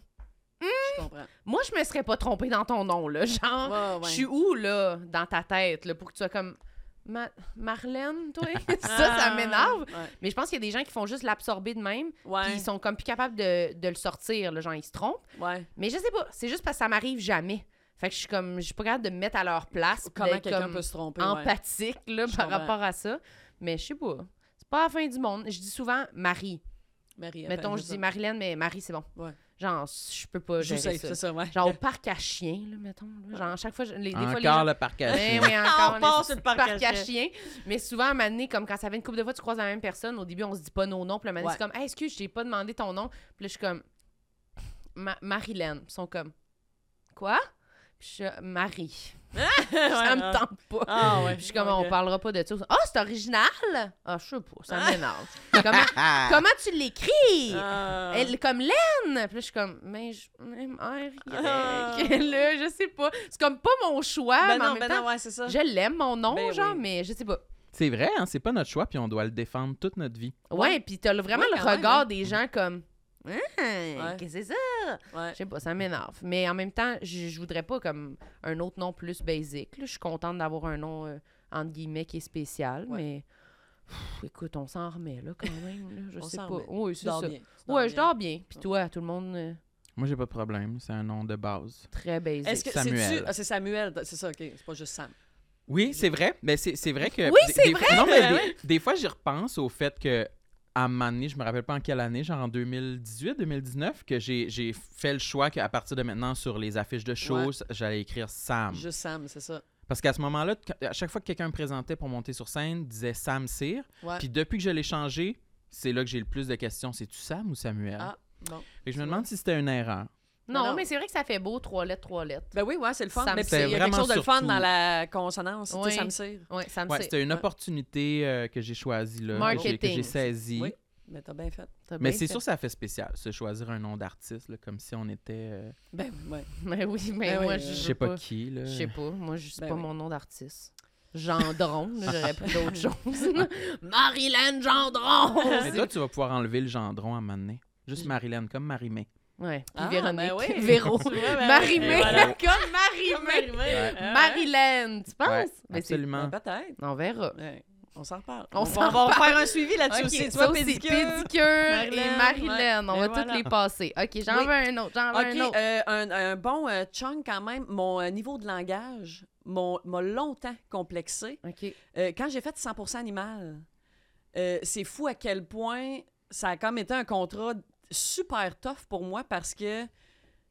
Speaker 4: Je comprends.
Speaker 2: moi, je me serais pas trompée dans ton nom, là. Genre,
Speaker 4: Ouais,
Speaker 2: Ah,
Speaker 4: ouais.
Speaker 2: je suis où, là, dans ta tête, là, pour que tu sois comme, Ma- Marlène,
Speaker 4: [laughs]
Speaker 2: toi? [laughs] ça, ça
Speaker 4: Ah,
Speaker 2: m'énerve.
Speaker 4: ouais.
Speaker 2: Mais je pense qu'il y a des gens qui font juste l'absorber de même. Puis
Speaker 4: Ouais.
Speaker 2: ils sont comme plus capables de, de le sortir, le genre ils se trompent.
Speaker 4: ouais.
Speaker 2: Mais je sais pas, c'est juste parce que ça m'arrive jamais. Fait que je suis comme, je suis pas capable de me mettre à leur place. puis
Speaker 4: Comment
Speaker 2: d'être
Speaker 4: quelqu'un
Speaker 2: comme
Speaker 4: peut se tromper? ouais.
Speaker 2: Empathique, là,
Speaker 4: Je
Speaker 2: par
Speaker 4: comprends.
Speaker 2: rapport à ça. Mais je sais pas. C'est pas la fin du monde. Je dis souvent Marie.
Speaker 4: Marie, elle
Speaker 2: Mettons,
Speaker 4: fait
Speaker 2: je
Speaker 4: ça.
Speaker 2: dis Marilyn, mais Marie, c'est bon.
Speaker 4: Ouais.
Speaker 2: Genre, je peux pas
Speaker 4: Je
Speaker 2: gérer
Speaker 4: sais,
Speaker 2: ça.
Speaker 4: c'est ça, ouais. [laughs]
Speaker 2: Genre, au parc à chiens, là, mettons. là. Genre, à chaque fois, je- les, des fois, les gens-
Speaker 1: Encore le parc à
Speaker 2: oui,
Speaker 1: chiens. [laughs]
Speaker 2: oui, encore.
Speaker 4: Ben On part
Speaker 2: est
Speaker 4: sur le parc à
Speaker 2: chiens. Mais souvent, à un moment donné, comme quand ça fait une couple de fois, tu croises la même personne, au début, on se dit pas nos noms. Puis à un moment donné,
Speaker 4: Ouais.
Speaker 2: c'est comme, hey, excuse, je t'ai pas demandé ton nom. Puis là, je suis comme, Ma- Marilyn. Ils sont comme, quoi? Puis je suis,
Speaker 4: [laughs]
Speaker 2: Marie. ça me tente pas.
Speaker 4: Ah, ouais.
Speaker 2: Puis je suis comme,
Speaker 4: Ok.
Speaker 2: on parlera pas de ça. Ah, c'est original? Ah, je sais pas, ça m'énerve.
Speaker 4: [laughs]
Speaker 2: comment,
Speaker 1: Ah!
Speaker 2: comment tu l'écris?
Speaker 4: Ah.
Speaker 2: Elle, comme laine! Puis là, je suis comme, mais je. m r [laughs]
Speaker 4: Ah.
Speaker 2: là, je sais pas. C'est comme pas mon choix,
Speaker 4: Ben
Speaker 2: mais en
Speaker 4: non,
Speaker 2: même
Speaker 4: ben
Speaker 2: temps,
Speaker 4: non, ouais, c'est ça.
Speaker 2: je l'aime, mon nom,
Speaker 4: Ben
Speaker 2: genre,
Speaker 4: oui.
Speaker 2: mais je sais pas.
Speaker 1: C'est vrai, hein, c'est pas notre choix, puis on doit le défendre toute notre vie.
Speaker 2: Ouais,
Speaker 4: Ouais.
Speaker 2: puis t'as le- vraiment
Speaker 4: Ouais,
Speaker 2: le
Speaker 4: quand même,
Speaker 2: regard
Speaker 4: hein.
Speaker 2: des gens comme. Hein, Qu'est-ce que c'est ça?
Speaker 4: Ouais.
Speaker 2: Je sais pas, ça m'énerve. Mais en même temps, je je voudrais pas comme un autre nom plus basic. là. Je suis contente d'avoir un nom, euh, entre guillemets, qui est spécial,
Speaker 4: Ouais.
Speaker 2: mais. Pff, écoute, on s'en remet, là, quand même. là. je
Speaker 4: [laughs] On
Speaker 2: sais
Speaker 4: s'en
Speaker 2: pas.
Speaker 4: remet.
Speaker 2: Oui,
Speaker 4: Tu
Speaker 2: c'est
Speaker 4: dors
Speaker 2: ça.
Speaker 4: bien, tu
Speaker 2: Ouais, je
Speaker 4: bien.
Speaker 2: dors bien. Puis toi, tout le monde, euh,
Speaker 1: Moi, j'ai pas de problème. C'est un nom de base.
Speaker 2: très basic.
Speaker 4: Est-ce que
Speaker 1: Samuel.
Speaker 4: c'est-tu... Ah, c'est Samuel, c'est ça, OK. C'est pas juste Sam.
Speaker 1: Oui, c'est vrai. Mais Ben, c'est c'est vrai que.
Speaker 2: Oui,
Speaker 1: des-
Speaker 2: c'est
Speaker 1: des-
Speaker 2: vrai! Ben
Speaker 1: Non, mais des, des fois, j'y repense au fait que. À un moment donné, je me rappelle pas en quelle année, genre en 2018, 2019, que j'ai j'ai fait le choix qu'à partir de maintenant, sur les affiches de choses, j'allais écrire Sam.
Speaker 4: Juste Sam, Hein? c'est ça.
Speaker 1: Parce qu'à ce moment-là, quand- à chaque fois que quelqu'un me présentait pour monter sur scène, disait Sam Cyr.
Speaker 4: Ouais.
Speaker 1: Puis depuis que je l'ai changé, c'est là que j'ai le plus de questions. C'est-tu Sam ou Samuel?
Speaker 4: Ah, bon.
Speaker 1: Fait que je me demande si c'était une erreur.
Speaker 2: Non,
Speaker 4: Non.
Speaker 2: mais c'est vrai que ça fait beau, trois lettres, trois lettres.
Speaker 4: Ben oui, ouais, c'est le fun.
Speaker 2: Sam
Speaker 4: Mais puis
Speaker 2: Cyr.
Speaker 4: il y a quelque
Speaker 1: Vraiment
Speaker 4: chose de le fun
Speaker 1: surtout-
Speaker 4: dans la consonance. Tu
Speaker 2: Oui.
Speaker 4: sais, Sam Cyr.
Speaker 2: Oui, ça me
Speaker 1: Ouais,
Speaker 2: sait.
Speaker 1: c'était une opportunité euh, que j'ai choisie là, que j'ai- que
Speaker 2: Marketing.
Speaker 1: j'ai saisie.
Speaker 4: Oui. Mais t'as bien fait.
Speaker 2: T'as
Speaker 1: Mais
Speaker 2: bien
Speaker 1: c'est
Speaker 2: fait. [laughs]
Speaker 1: sûr que ça fait spécial, se choisir un nom d'artiste, là, comme si on était, euh,
Speaker 4: Ben ouais.
Speaker 2: Mais oui, mais
Speaker 4: Ben oui,
Speaker 2: moi,
Speaker 4: euh,
Speaker 2: je
Speaker 1: je
Speaker 2: veux
Speaker 1: sais pas, qui. Là.
Speaker 2: Je sais pas. Moi, je sais
Speaker 4: Ben
Speaker 2: pas
Speaker 4: oui.
Speaker 2: mon nom d'artiste. Gendron, là, j'aurais pris [laughs] d'autres choses. Marilyn Gendron!
Speaker 1: Mais toi, tu vas pouvoir enlever le gendron à un moment donné. Juste
Speaker 2: Mm.
Speaker 1: Marilyn, comme Marie-Mé.
Speaker 2: Ouais, puis
Speaker 4: Ah,
Speaker 2: Véronique.
Speaker 4: ben
Speaker 2: [laughs]
Speaker 4: oui.
Speaker 2: Véro.
Speaker 4: Tu vois, ben
Speaker 2: Marie-Mé,
Speaker 4: oui. Voilà.
Speaker 2: comme Marie-Mé.
Speaker 4: Ah Ouais.
Speaker 2: Marilyn, tu penses?
Speaker 1: Ouais,
Speaker 2: Mais c'est-
Speaker 1: absolument.
Speaker 4: Ben, Peut-être.
Speaker 2: On verra.
Speaker 4: Ouais. On s'en reparle.
Speaker 2: On
Speaker 4: va-
Speaker 2: s'en
Speaker 4: va
Speaker 2: reparle.
Speaker 4: faire un suivi là-dessus
Speaker 2: Ok,
Speaker 4: aussi. Tu
Speaker 2: ça
Speaker 4: vois,
Speaker 2: aussi,
Speaker 4: pédicure.
Speaker 2: pédicure et
Speaker 4: Marilyn,
Speaker 2: Marilyn.
Speaker 4: ouais.
Speaker 2: On va
Speaker 4: Et
Speaker 2: toutes
Speaker 4: voilà.
Speaker 2: les passer. OK, j'en
Speaker 4: Oui.
Speaker 2: veux un autre. J'en veux un
Speaker 4: OK,
Speaker 2: autre.
Speaker 4: euh, un, un bon euh, chunk quand même. Mon euh, niveau de langage mon- m'a longtemps complexé.
Speaker 2: OK.
Speaker 4: Euh, quand j'ai fait 100% animal, euh, c'est fou à quel point ça a comme été un contrat super tough pour moi parce que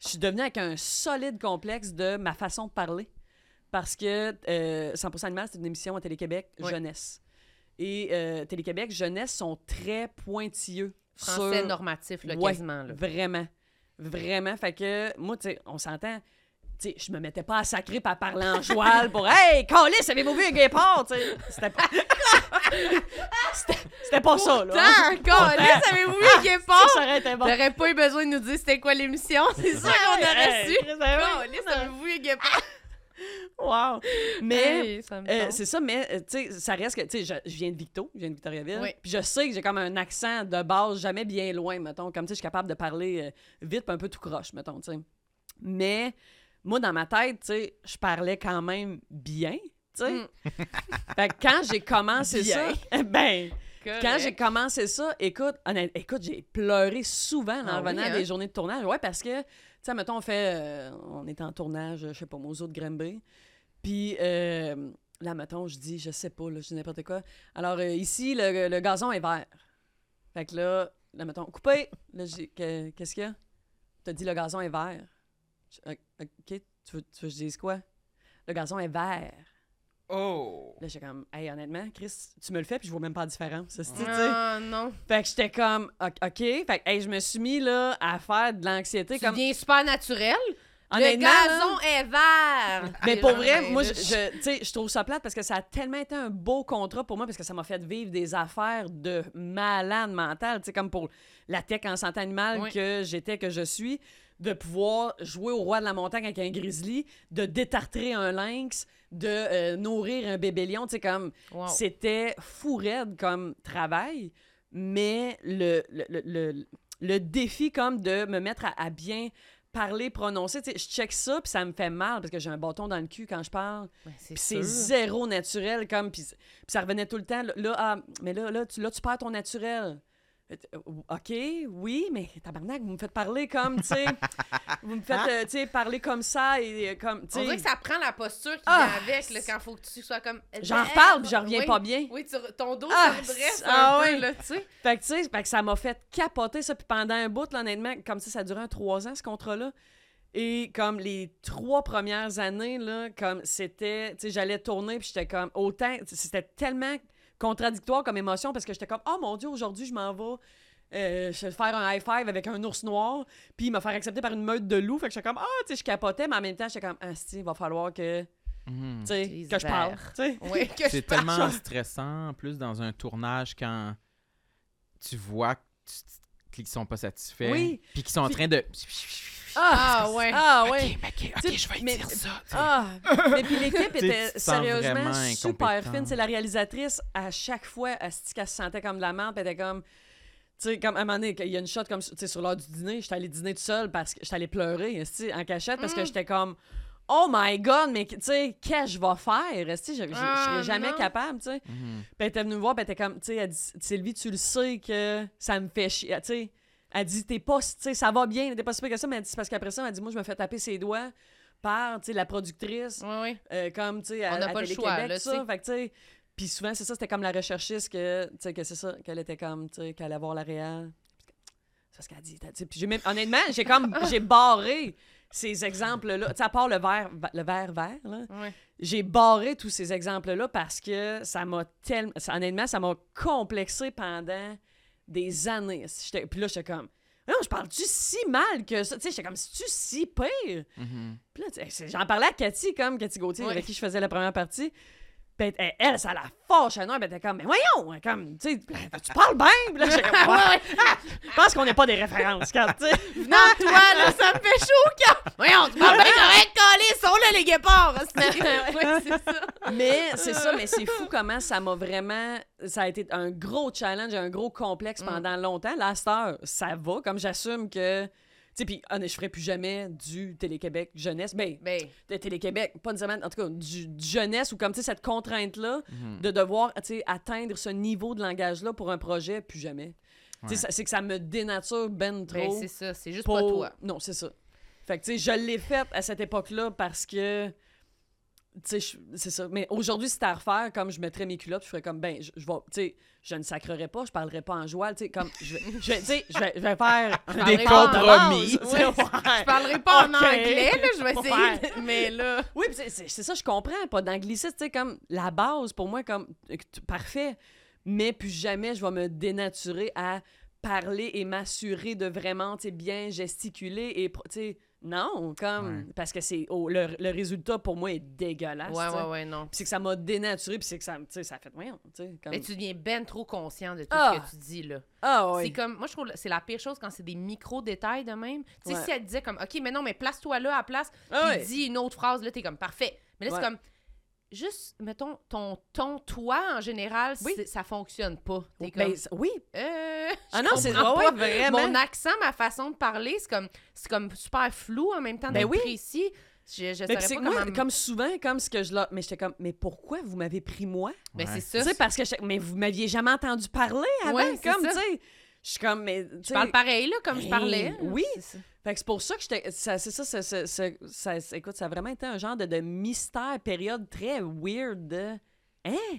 Speaker 4: je suis devenue avec un solide complexe de ma façon de parler. Parce que euh, 100% animal, c'est une émission à Télé-Québec
Speaker 2: Oui.
Speaker 4: jeunesse. Et euh, Télé-Québec jeunesse sont très pointilleux
Speaker 2: Français
Speaker 4: sur
Speaker 2: normatif, là,
Speaker 4: Ouais,
Speaker 2: quasiment. Là.
Speaker 4: Vraiment. Vraiment. Fait que, moi, tu sais, on s'entend. Tu sais, je me mettais pas à sacrer par parler en joual pour Hey, Calis, avez-vous vu un guépard? Tu sais, c'était pas. [laughs] c'était, c'était pas ça, là. hein.
Speaker 2: Putain, Colin, savez-vous vu qu'il est
Speaker 4: [laughs] Ça, ça
Speaker 2: fort?
Speaker 4: aurait été bon.
Speaker 2: T'aurais pas eu besoin de nous dire c'était quoi l'émission, [laughs] c'est sûr qu'on aurait
Speaker 4: Hey, [laughs]
Speaker 2: su.
Speaker 4: Chris, ben oui.
Speaker 2: Colin, savez-vous vu qu'il est fort?
Speaker 4: Wow. Mais.
Speaker 2: Hey, ça me
Speaker 4: euh,
Speaker 2: tente.
Speaker 4: c'est ça, mais euh, tu sais, ça reste que, tu sais, je, je viens de Victo, je viens de Victoriaville,
Speaker 2: Oui.
Speaker 4: puis je sais que j'ai comme un accent de base jamais bien loin, mettons, comme tu sais, je suis capable de parler euh, vite, puis un peu tout croche, mettons, tu sais. Mais moi, dans ma tête, tu sais, je parlais quand même bien, tu sais.
Speaker 2: Mm.
Speaker 4: fait que quand j'ai
Speaker 2: [laughs]
Speaker 4: commencé
Speaker 2: Bien.
Speaker 4: ça, [laughs] ben,
Speaker 2: correct.
Speaker 4: Quand j'ai commencé ça, écoute, honnête- écoute, j'ai pleuré souvent en
Speaker 2: Ah oui,
Speaker 4: revenant
Speaker 2: hein?
Speaker 4: des journées de tournage. Ouais, parce que, tu sais, mettons, on fait, euh, on est en tournage, je sais pas, moi, aux autres Grimby. Puis euh, là, mettons, je dis, je sais pas, là, je dis n'importe quoi. Alors euh, ici, le, le gazon est vert. Fait que là, là, mettons, coupé. Là, j'ai, que- qu'est-ce qu'il y a? T'as dit le gazon est vert. Je- ok, tu veux, tu veux que je dise quoi? Le gazon est vert.
Speaker 1: Oh!
Speaker 4: Là, j'étais comme, hey, honnêtement, Chris, tu me le fais, puis je vois même pas la différence. Ça, c'est- tu sais.
Speaker 2: Ah non.
Speaker 4: Fait que j'étais comme, OK. OK. Fait que hey, je me suis mis là, à faire de l'anxiété.
Speaker 2: Tu
Speaker 4: Comme,
Speaker 2: deviens super naturel. Le
Speaker 4: honnêtement,
Speaker 2: gazon
Speaker 4: là,
Speaker 2: est vert.
Speaker 4: [laughs] Mais
Speaker 2: Les
Speaker 4: pour
Speaker 2: gens,
Speaker 4: vrai,
Speaker 2: ben,
Speaker 4: moi,
Speaker 2: là,
Speaker 4: je, je- tu sais, je trouve ça plate parce que ça a tellement été un beau contrat pour moi parce que ça m'a fait vivre des affaires de malade mental. Tu sais, comme pour la tech en santé animale
Speaker 2: Oui.
Speaker 4: que j'étais, que je suis, de pouvoir jouer au roi de la montagne avec un grizzly, de détartrer un lynx, de euh, nourrir un bébé lion. Tu sais, comme,
Speaker 2: Wow.
Speaker 4: c'était fou raide comme travail, mais le, le, le- le- le défi comme de me mettre à, à bien parler, prononcer, tu sais, je check ça, puis ça me fait mal parce que j'ai un bâton dans le cul quand je parle.
Speaker 2: Ben, c'est
Speaker 4: Puis c'est
Speaker 2: sûr.
Speaker 4: zéro naturel, comme, puis puis ça revenait tout le temps. Là, là, ah, mais là, là, tu, là, tu perds ton naturel. Euh, t- euh, OK, oui, mais tabarnak, vous me faites parler
Speaker 2: [laughs]
Speaker 4: comme, tu sais, vous me faites, euh, tu sais, parler comme ça et euh, comme, tu
Speaker 2: Hein? On dirait
Speaker 4: sais.
Speaker 2: que ça prend la posture qui
Speaker 4: Ah,
Speaker 2: vient avec là, quand faut que tu sois comme.
Speaker 4: J'en reparle, puis je reviens
Speaker 2: Oui,
Speaker 4: pas bien.
Speaker 2: Oui, tu re- ton dos
Speaker 4: Ah,
Speaker 2: se redresse
Speaker 4: c'est-
Speaker 2: un
Speaker 4: ah
Speaker 2: peu,
Speaker 4: oui.
Speaker 2: là, tu sais.
Speaker 4: Fait que, tu sais, fait que ça m'a fait capoter ça. Puis pendant un bout, là, honnêtement, comme ça, ça durait un trois ans, ce contrat-là. Et comme les trois premières années, là, comme c'était, tu sais, j'allais tourner, puis j'étais comme, autant, c'était tellement contradictoire comme émotion parce que j'étais comme, oh mon Dieu, aujourd'hui, je m'en vais. euh, je vais faire un high five avec un ours noir, puis me faire accepter par une meute de loups. Fait que j'étais comme, ah, tu sais, je capotais, mais en même temps, j'étais comme, ah, si, il va falloir que, tu
Speaker 1: Mhm.
Speaker 4: sais,
Speaker 2: Utilise
Speaker 4: que je parle.
Speaker 2: vert.
Speaker 4: tu sais. [laughs]
Speaker 2: Oui, que [laughs] je
Speaker 1: C'est
Speaker 2: parle.
Speaker 1: tellement stressant, en plus, dans un tournage, quand tu vois que tu- qu'ils sont pas satisfaits.
Speaker 4: Oui.
Speaker 1: Puis qu'ils sont en
Speaker 4: Puis-
Speaker 1: train de.
Speaker 2: Ah, ouais.
Speaker 4: Ah,
Speaker 1: Ok,
Speaker 4: ouais.
Speaker 1: mais ok, ok,
Speaker 4: Tu sais,
Speaker 1: je vais
Speaker 4: mais-
Speaker 1: dire ça. tu sais.
Speaker 4: Ah! Mais puis l'équipe
Speaker 1: Tu sais,
Speaker 4: était
Speaker 1: tu te sens
Speaker 4: sérieusement
Speaker 1: vraiment
Speaker 4: super
Speaker 1: incompétent.
Speaker 4: fine. C'est la réalisatrice, à chaque fois, elle se dit qu'elle se sentait comme de la merde, puis elle était comme... Tu sais, comme à un moment donné, il y a une shot comme... Tu sais, sur l'heure du dîner, j'étais allée dîner toute seule parce que j'étais allée pleurer, esti, en cachette, parce que
Speaker 2: Mm.
Speaker 4: j'étais comme... Oh my God, mais tu sais, qu'est-ce que je vais faire? esti? Je je- je
Speaker 2: Ah,
Speaker 4: serais jamais
Speaker 2: non.
Speaker 4: capable, tu sais.
Speaker 1: Mhm.
Speaker 4: Puis elle était venue me voir, puis elle était comme, tu sais, elle dit, Sylvie, tu le sais que ça me fait chier. Tu sais, elle dit, t'es pas, tu sais, ça va bien, t'es pas si pire que ça, mais elle dit, c'est parce qu'après ça, elle dit, moi, je me fais taper ses doigts par, tu sais, la productrice,
Speaker 2: Oui, oui.
Speaker 4: euh, comme, tu sais,
Speaker 2: Mm. On
Speaker 4: à,
Speaker 2: n'a
Speaker 4: à
Speaker 2: pas le
Speaker 4: Télé-Québec,
Speaker 2: choix, là, tu
Speaker 4: ça.
Speaker 2: sais.
Speaker 4: Fait que, tu sais, puis souvent, c'est ça, c'était comme la recherchiste que, tu sais, que c'est ça, qu'elle était comme, tu sais, qu'elle allait voir la réelle. C'est ce qu'elle dit, t'as- tu sais, Puis j'ai même, honnêtement,
Speaker 2: [laughs]
Speaker 4: j'ai comme, j'ai barré ces exemples-là. Tu sais, à part le vert, le vert, vert, là
Speaker 2: oui.
Speaker 4: j'ai barré tous ces exemples-là parce que ça m'a tellement. ça- Honnêtement, ça m'a complexé pendant des années. J'étais- Puis là, j'étais comme. Non, je parle-tu si mal que ça? Tu sais, j'étais comme, c'est-tu si pire?
Speaker 1: Mhm.
Speaker 4: Puis là, tu sais, j'en parlais à Cathy, comme Cathy Gauthier,
Speaker 2: Ouais.
Speaker 4: avec qui je faisais la première partie. Puis elle, elle, ça la fâche à noir. Puis elle était comme, mais voyons! Elle Comme, tu sais, Ben, tu parles bien! Puis là, j'étais comme, Ah! Ah! je pense qu'on n'est pas des références, Kat, tu sais. [laughs]
Speaker 2: Non, toi, là, ça me fait chaud au cœur. Voyons, tu parles bien correct, collé, sont là les guépards.
Speaker 4: [laughs]
Speaker 2: oui, c'est ça.
Speaker 4: Mais c'est ça, mais c'est fou comment ça m'a vraiment. Ça a été un gros challenge, un gros complexe pendant longtemps. Là, à cette heure, ça va. Comme j'assume que. Tu sais, puis honnêtement, je ferai plus jamais du Télé-Québec jeunesse. Ben,
Speaker 2: Ben,
Speaker 4: de Télé-Québec, pas nécessairement, en tout cas, du, du jeunesse ou comme, tu sais, cette contrainte-là de devoir, tu sais, atteindre ce niveau de langage-là pour un projet, plus jamais. Tu sais,
Speaker 1: Ouais.
Speaker 4: ça- c'est que ça me dénature ben trop.
Speaker 2: ben, c'est ça, c'est juste
Speaker 4: Pour-
Speaker 2: pas toi.
Speaker 4: Non, c'est ça. Fait que, tu sais, je l'ai faite à cette époque-là parce que. Tu sais, je- c'est ça. Mais aujourd'hui, si c'était à refaire, comme je mettrais mes culottes, je ferais comme, ben, je, je vais. Tu sais, je ne sacrerai pas, je parlerai pas en joie. Tu sais, comme, je vais, je vais- tu sais, je vais, je vais faire. un
Speaker 2: Des
Speaker 4: effort de
Speaker 1: compromis.
Speaker 4: base, tu
Speaker 2: [laughs]
Speaker 4: sais,
Speaker 2: Ouais.
Speaker 4: ouais.
Speaker 2: Je parlerai pas en
Speaker 4: [laughs] Ok.
Speaker 2: anglais, là, je vais essayer.
Speaker 4: Ouais.
Speaker 2: de- Mais là.
Speaker 4: Oui, pis c'est- c'est c'est ça, je comprends. Pas d'anglicisme, tu sais, comme la base pour moi, comme euh, t- parfait. Mais plus jamais je vais me dénaturer à parler et m'assurer de vraiment, tu sais, bien gesticuler et, pro- tu sais, non, comme,
Speaker 1: Ouais.
Speaker 4: parce que c'est, oh, le, le résultat pour moi est dégueulasse.
Speaker 2: Ouais,
Speaker 4: tu sais.
Speaker 2: ouais, ouais, non.
Speaker 4: Pis c'est que ça m'a dénaturé, puis c'est que ça, me- tu sais, ça a fait, voyons, tu sais, comme.
Speaker 2: Mais tu deviens ben trop conscient de tout
Speaker 4: Ah.
Speaker 2: ce que tu dis, là.
Speaker 4: Ah
Speaker 2: C'est
Speaker 4: oui.
Speaker 2: comme, moi, je trouve que c'est la pire chose quand c'est des micro-détails de même. Tu sais,
Speaker 4: Ouais.
Speaker 2: si elle te disait comme, OK, mais non, mais place-toi là à place,
Speaker 4: Ah
Speaker 2: puis
Speaker 4: ouais.
Speaker 2: dis une autre phrase, là, t'es comme, parfait. Mais là,
Speaker 4: Ouais.
Speaker 2: c'est comme, juste, mettons, ton ton, toi, en général,
Speaker 4: Oui.
Speaker 2: c'est- ça fonctionne pas. T'es comme,
Speaker 4: Ben, c'est- oui.
Speaker 2: euh,
Speaker 4: Ah
Speaker 2: je
Speaker 4: non, c'est
Speaker 2: comprends
Speaker 4: ah
Speaker 2: pas.
Speaker 4: ouais, vraiment.
Speaker 2: Mon accent, ma façon de parler, c'est comme, c'est comme super flou en même temps,
Speaker 4: Ben
Speaker 2: d'être
Speaker 4: oui.
Speaker 2: précis. Je, je
Speaker 4: Mais
Speaker 2: saurais
Speaker 4: puis c'est
Speaker 2: pas
Speaker 4: que moi,
Speaker 2: comment...
Speaker 4: comme souvent, comme ce que je leur... Mais j'étais comme, mais pourquoi vous m'avez pris moi?
Speaker 2: Ben,
Speaker 1: Ouais.
Speaker 2: c'est
Speaker 4: Tu
Speaker 2: ça.
Speaker 4: sais, parce que j'étais- mais vous m'aviez jamais entendu parler avant,
Speaker 2: Ouais, c'est
Speaker 4: comme,
Speaker 2: ça.
Speaker 4: tu sais. Je suis comme, mais... tu sais,
Speaker 2: Je parle pareil, là, comme je
Speaker 4: Hey,
Speaker 2: parlais. là.
Speaker 4: oui.
Speaker 2: C'est ça.
Speaker 4: Fait que c'est pour ça que j'étais. ça- C'est ça, ça, ça, ça- ça- ça- écoute, ça a vraiment été un genre de, de mystère, période très weird de. Hein?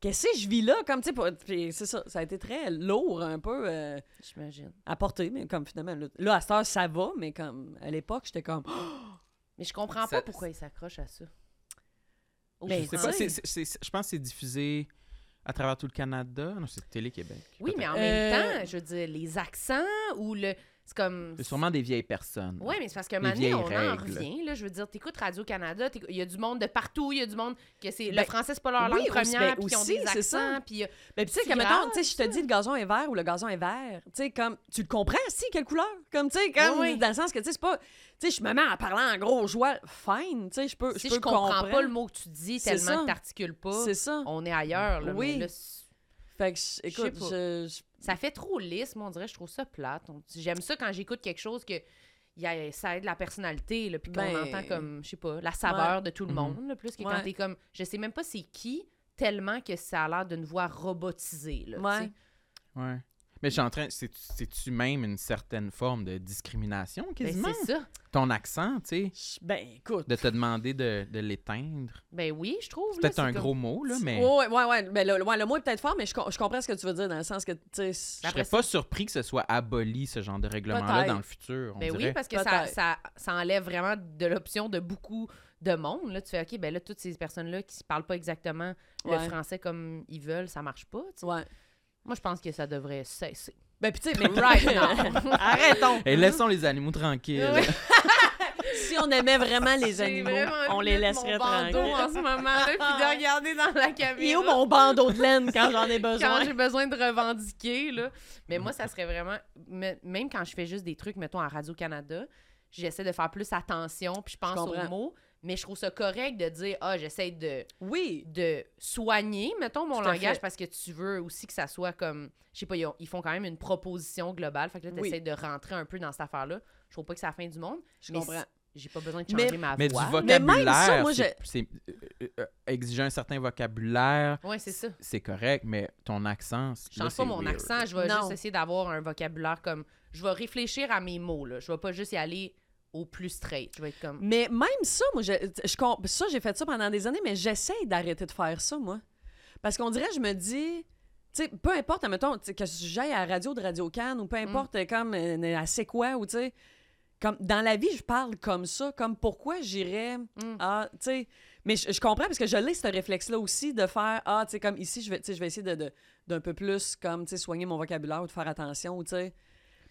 Speaker 4: Qu'est-ce que je vis là? Comme, tu sais, pour- puis c'est ça, ça a été très lourd un peu euh,
Speaker 2: J'imagine.
Speaker 4: à porter, mais comme finalement, là, là, à cette heure, ça va, mais comme à l'époque, j'étais comme.
Speaker 2: Mais je comprends
Speaker 1: Ça-
Speaker 2: pas pourquoi ils s'accrochent à ça. Aux
Speaker 4: Ben,
Speaker 1: Oh, Je sais
Speaker 2: gens.
Speaker 1: pas,
Speaker 4: tu sais.
Speaker 1: c'est- c'est- c'est- je pense que c'est diffusé à travers tout le Canada. Non, c'est Télé-Québec.
Speaker 2: Oui, mais en
Speaker 4: Euh,
Speaker 2: même temps, je veux dire, les accents ou le. C'est comme.
Speaker 1: C'est sûrement des vieilles personnes.
Speaker 2: Oui, mais c'est parce que
Speaker 1: Les
Speaker 2: maintenant, on
Speaker 1: vieilles
Speaker 2: en
Speaker 1: règles.
Speaker 2: revient. Là, je veux dire, t'écoutes Radio-Canada, t'écou- il y a du monde de partout, il y a du monde que c'est. le
Speaker 4: Ben,
Speaker 2: français, c'est pas leur
Speaker 4: oui,
Speaker 2: langue
Speaker 4: aussi, ben,
Speaker 2: première, puis ils ont
Speaker 4: aussi,
Speaker 2: des
Speaker 4: c'est ça.
Speaker 2: accents, puis. euh,
Speaker 4: Mais Ben, tu sais,
Speaker 2: C'est
Speaker 4: comme
Speaker 2: grave,
Speaker 4: mettons, tu sais, je te dis le gazon est vert ou le gazon est vert. Tu sais, comme, tu le comprends, si, quelle couleur? Comme, tu sais, comme,
Speaker 2: Oui, oui.
Speaker 4: dans le sens que, tu sais, c'est pas. Tu sais, je me mets à parler en gros joie, fine, tu sais, je peux.
Speaker 2: Si
Speaker 4: peux
Speaker 2: je comprends
Speaker 4: comprendre.
Speaker 2: pas le mot que tu dis
Speaker 4: C'est
Speaker 2: tellement
Speaker 4: ça.
Speaker 2: que t'articules pas,
Speaker 4: C'est ça.
Speaker 2: on est ailleurs. Là,
Speaker 4: Oui.
Speaker 2: mais là, c-
Speaker 4: Fait que, je- écoute,
Speaker 2: pas.
Speaker 4: je- je
Speaker 2: ça fait trop lisse, moi, on dirait, je trouve ça plate. On- J'aime ça quand j'écoute quelque chose que. il y a- ça aide la personnalité, là, puis qu'on
Speaker 4: Ben-
Speaker 2: entend comme, je sais pas, la saveur de tout le
Speaker 1: Mhm.
Speaker 2: monde, là, plus que quand
Speaker 4: Ouais.
Speaker 2: t'es comme, je sais même pas c'est qui, tellement que ça a l'air d'une voix robotisée. Là, tu
Speaker 4: Ouais.
Speaker 2: sais. Ben,
Speaker 1: Ouais. Mais je suis en train. c'est- C'est-tu même une certaine forme de discrimination,
Speaker 2: Ben,
Speaker 1: quasiment?
Speaker 2: c'est ça.
Speaker 1: Ton accent, tu sais,
Speaker 4: Je- Ben, écoute.
Speaker 1: de te demander de, de l'éteindre.
Speaker 2: Ben oui, je trouve.
Speaker 1: C'est
Speaker 2: là,
Speaker 1: peut-être un
Speaker 2: comme-
Speaker 1: gros mot, là, mais
Speaker 4: Ouais, ouais, ouais. Ben, le, ouais, le mot est peut-être fort, mais je, com- je comprends ce que tu veux dire dans le sens que, tu sais,
Speaker 1: je
Speaker 4: c'est-
Speaker 1: serais
Speaker 2: après
Speaker 1: pas surpris que ce soit aboli, ce genre de règlement-là,
Speaker 4: Peut-être.
Speaker 1: dans le futur. On
Speaker 2: Ben oui,
Speaker 1: dirait.
Speaker 2: parce que ça,
Speaker 4: Peut-être.
Speaker 2: ça, ça enlève vraiment de l'option de beaucoup de monde. Là, tu fais, OK, ben là, toutes ces personnes-là qui ne parlent pas exactement le
Speaker 4: Ouais.
Speaker 2: français comme ils veulent, ça marche pas. tu sais.
Speaker 4: Ouais.
Speaker 2: Moi, je pense que ça devrait cesser.
Speaker 4: Ben, puis tu sais, mais
Speaker 2: [laughs] Right now.
Speaker 4: Arrêtons.
Speaker 1: [laughs] Et laissons les animaux tranquilles.
Speaker 2: Ouais.
Speaker 4: [laughs] Si on aimait vraiment les animaux, on les laisserait
Speaker 2: en ce
Speaker 4: tranquilles.
Speaker 2: moment, là, puis
Speaker 4: [laughs]
Speaker 2: de regarder dans la caméra.
Speaker 4: Il est où mon bandeau de laine quand j'en ai
Speaker 2: quand
Speaker 4: besoin?
Speaker 2: j'ai besoin de revendiquer. Là. Mais moi,
Speaker 4: Mm.
Speaker 2: ça serait vraiment. me- Même quand je fais juste des trucs, mettons, à Radio-Canada, j'essaie de faire plus attention, puis je pense aux
Speaker 4: comprends.
Speaker 2: mots. Mais je trouve ça correct de dire Ah, j'essaie de,
Speaker 4: Oui.
Speaker 2: de soigner, mettons, mon
Speaker 4: Tout à
Speaker 2: langage,
Speaker 4: fait.
Speaker 2: parce que tu veux aussi que ça soit comme. Je sais pas, ils, ont- ils font quand même une proposition globale. Fait que là, tu
Speaker 4: Oui.
Speaker 2: de rentrer un peu dans cette affaire-là. Je trouve pas que c'est la fin du monde.
Speaker 4: Je
Speaker 2: mais
Speaker 4: comprends.
Speaker 2: si- J'ai pas besoin de
Speaker 4: Mais-
Speaker 2: changer ma
Speaker 1: Mais du
Speaker 2: voix.
Speaker 4: Mais même ça,
Speaker 1: vocabulaire,
Speaker 4: moi,
Speaker 1: c'est- c'est euh, euh, exiger un certain vocabulaire,
Speaker 2: Ouais, c'est ça.
Speaker 1: c'est correct, mais ton accent, c'est-
Speaker 2: Je
Speaker 1: là,
Speaker 2: change pas
Speaker 1: c'est
Speaker 2: mon
Speaker 1: weird.
Speaker 2: accent, je vais
Speaker 4: Non.
Speaker 2: juste essayer d'avoir un vocabulaire comme je vais réfléchir à mes mots là, je vais pas juste y aller au plus straight, je vais être comme
Speaker 4: Mais même ça, moi, je, je com- ça, j'ai fait ça pendant des années, mais j'essaye d'arrêter de faire ça, moi. Parce qu'on dirait, je me dis, tu sais, peu importe, admettons, tu sais, que j'aille à la radio de Radio Cannes ou peu importe, euh, comme, euh, à C'est quoi, ou tu sais, comme, dans la vie, je parle comme ça, comme pourquoi j'irais, ah, tu sais, mais je, je comprends parce que je l'ai, ce réflexe-là aussi, de faire, ah, tu sais, comme ici, je vais, tu sais, je vais essayer de, de- d'un peu plus, comme, tu sais, soigner mon vocabulaire ou de faire attention, ou tu sais.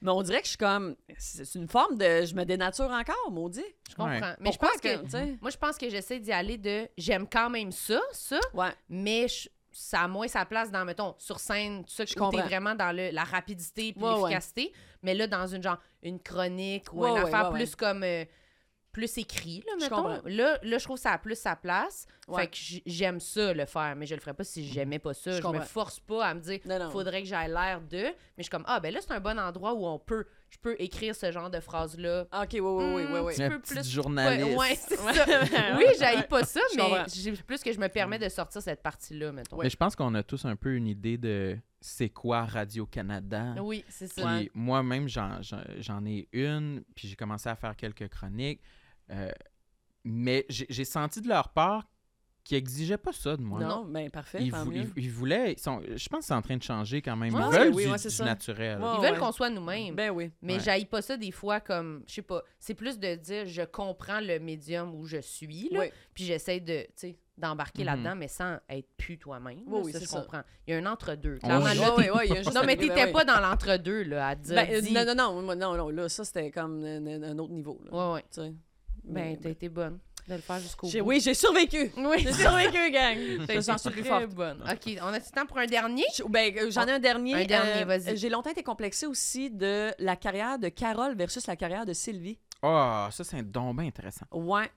Speaker 4: Mais on dirait que je suis comme, c'est c'est une forme de, je me dénature encore, maudit.
Speaker 2: je comprends.
Speaker 1: Ouais.
Speaker 2: Mais
Speaker 4: Pourquoi
Speaker 2: je pense que,
Speaker 4: tu sais?
Speaker 2: moi je pense que j'essaie d'y aller de j'aime quand même ça, ça,
Speaker 4: Ouais.
Speaker 2: mais je- ça a moins sa place dans mettons sur scène, tout ça que
Speaker 4: Je
Speaker 2: je comptais
Speaker 4: comprends.
Speaker 2: vraiment dans le, la rapidité puis
Speaker 4: Ouais, ouais.
Speaker 2: l'efficacité, mais là dans une genre une chronique ou
Speaker 4: Ouais,
Speaker 2: une
Speaker 4: ouais,
Speaker 2: affaire
Speaker 4: ouais,
Speaker 2: plus comme euh, plus écrit là
Speaker 4: Je
Speaker 2: mettons.
Speaker 4: comprends.
Speaker 2: Là là je trouve que ça a plus sa place. Fait
Speaker 4: Ouais.
Speaker 2: que j- j'aime ça le faire, mais je le ferais pas si j'aimais pas ça.
Speaker 4: Je
Speaker 2: Je, me
Speaker 4: comprends.
Speaker 2: force pas à me dire
Speaker 4: Non, non.
Speaker 2: faudrait que j'aille l'air de, mais je suis comme ah ben là c'est un bon endroit où on peut je peux écrire ce genre de phrase là.
Speaker 4: Ah, OK, oui, oui, oui, oui, [laughs] oui.
Speaker 1: Un
Speaker 2: peu
Speaker 1: petit
Speaker 2: plus-
Speaker 1: journaliste.
Speaker 2: Ouais, ouais, c'est
Speaker 4: [laughs]
Speaker 2: ça. Hmm. [laughs] Oui, j'haïs pas ça,
Speaker 4: Je
Speaker 2: mais
Speaker 4: comprends.
Speaker 2: j'ai plus que je me
Speaker 1: Mm.
Speaker 2: permets de sortir cette partie-là, mettons.
Speaker 1: Mais je pense qu'on a tous un peu une idée de c'est quoi Radio-Canada.
Speaker 2: Oui, c'est
Speaker 1: Puis
Speaker 2: ça.
Speaker 1: moi-même, j'en, j'en- j'en ai une, puis j'ai commencé à faire quelques chroniques. euh, mais j'ai, j'ai senti de leur part qu'ils exigeaient pas ça de moi.
Speaker 4: Non, ben parfait,
Speaker 1: Ils,
Speaker 4: tant
Speaker 1: vou-
Speaker 4: mieux.
Speaker 1: ils- ils voulaient. ils sont- je pense que c'est en train de changer quand même. Ils
Speaker 4: Ouais,
Speaker 1: veulent
Speaker 4: oui,
Speaker 1: du,
Speaker 4: ouais, c'est
Speaker 1: du
Speaker 4: ça.
Speaker 1: naturel.
Speaker 4: Ouais,
Speaker 2: Ils veulent qu'on soit nous-mêmes.
Speaker 4: Ben oui.
Speaker 2: mais
Speaker 1: ouais.
Speaker 2: j'haïs pas ça des fois comme, je sais pas, c'est plus de dire je comprends le médium où je suis, là,
Speaker 4: Oui.
Speaker 2: puis j'essaie de, tu sais, d'embarquer
Speaker 1: Mhm.
Speaker 2: là-dedans, mais sans être plus toi-même.
Speaker 4: Oui,
Speaker 2: là,
Speaker 4: oui,
Speaker 2: ça, je
Speaker 4: c'est ça.
Speaker 2: comprends. Il y a un entre-deux.
Speaker 1: On
Speaker 4: Ah,
Speaker 2: Clairement,
Speaker 1: joue.
Speaker 2: là,
Speaker 4: ouais, ouais, ouais, il y a
Speaker 2: t'es-
Speaker 4: juste
Speaker 2: non,
Speaker 4: à
Speaker 2: mais
Speaker 4: arriver,
Speaker 2: t'étais
Speaker 4: ouais.
Speaker 2: pas dans l'entre-deux, là, à dire.
Speaker 4: Ben, euh,
Speaker 2: dis-
Speaker 4: non, non, non, moi, non, non, là, ça, c'était comme un, un- un autre niveau, là,
Speaker 2: Ouais, ouais.
Speaker 4: tu sais. Mais-
Speaker 2: Ben, t'as été bonne de le faire jusqu'au
Speaker 4: J'ai-
Speaker 2: bout.
Speaker 4: Oui, j'ai survécu!
Speaker 2: [laughs] Oui,
Speaker 4: J'ai survécu,
Speaker 2: t'as
Speaker 4: gang! Je
Speaker 2: été
Speaker 4: suis plus
Speaker 2: très
Speaker 4: forte.
Speaker 2: bonne. OK, on a du temps pour un dernier?
Speaker 4: Je- Ben, euh, j'en ai un dernier. euh,
Speaker 2: Un dernier, vas-y.
Speaker 4: J'ai longtemps été complexée aussi de la carrière de Carole versus la carrière de Sylvie.
Speaker 1: Ah, ça, c'est un don bien intéressant.
Speaker 4: Ouais.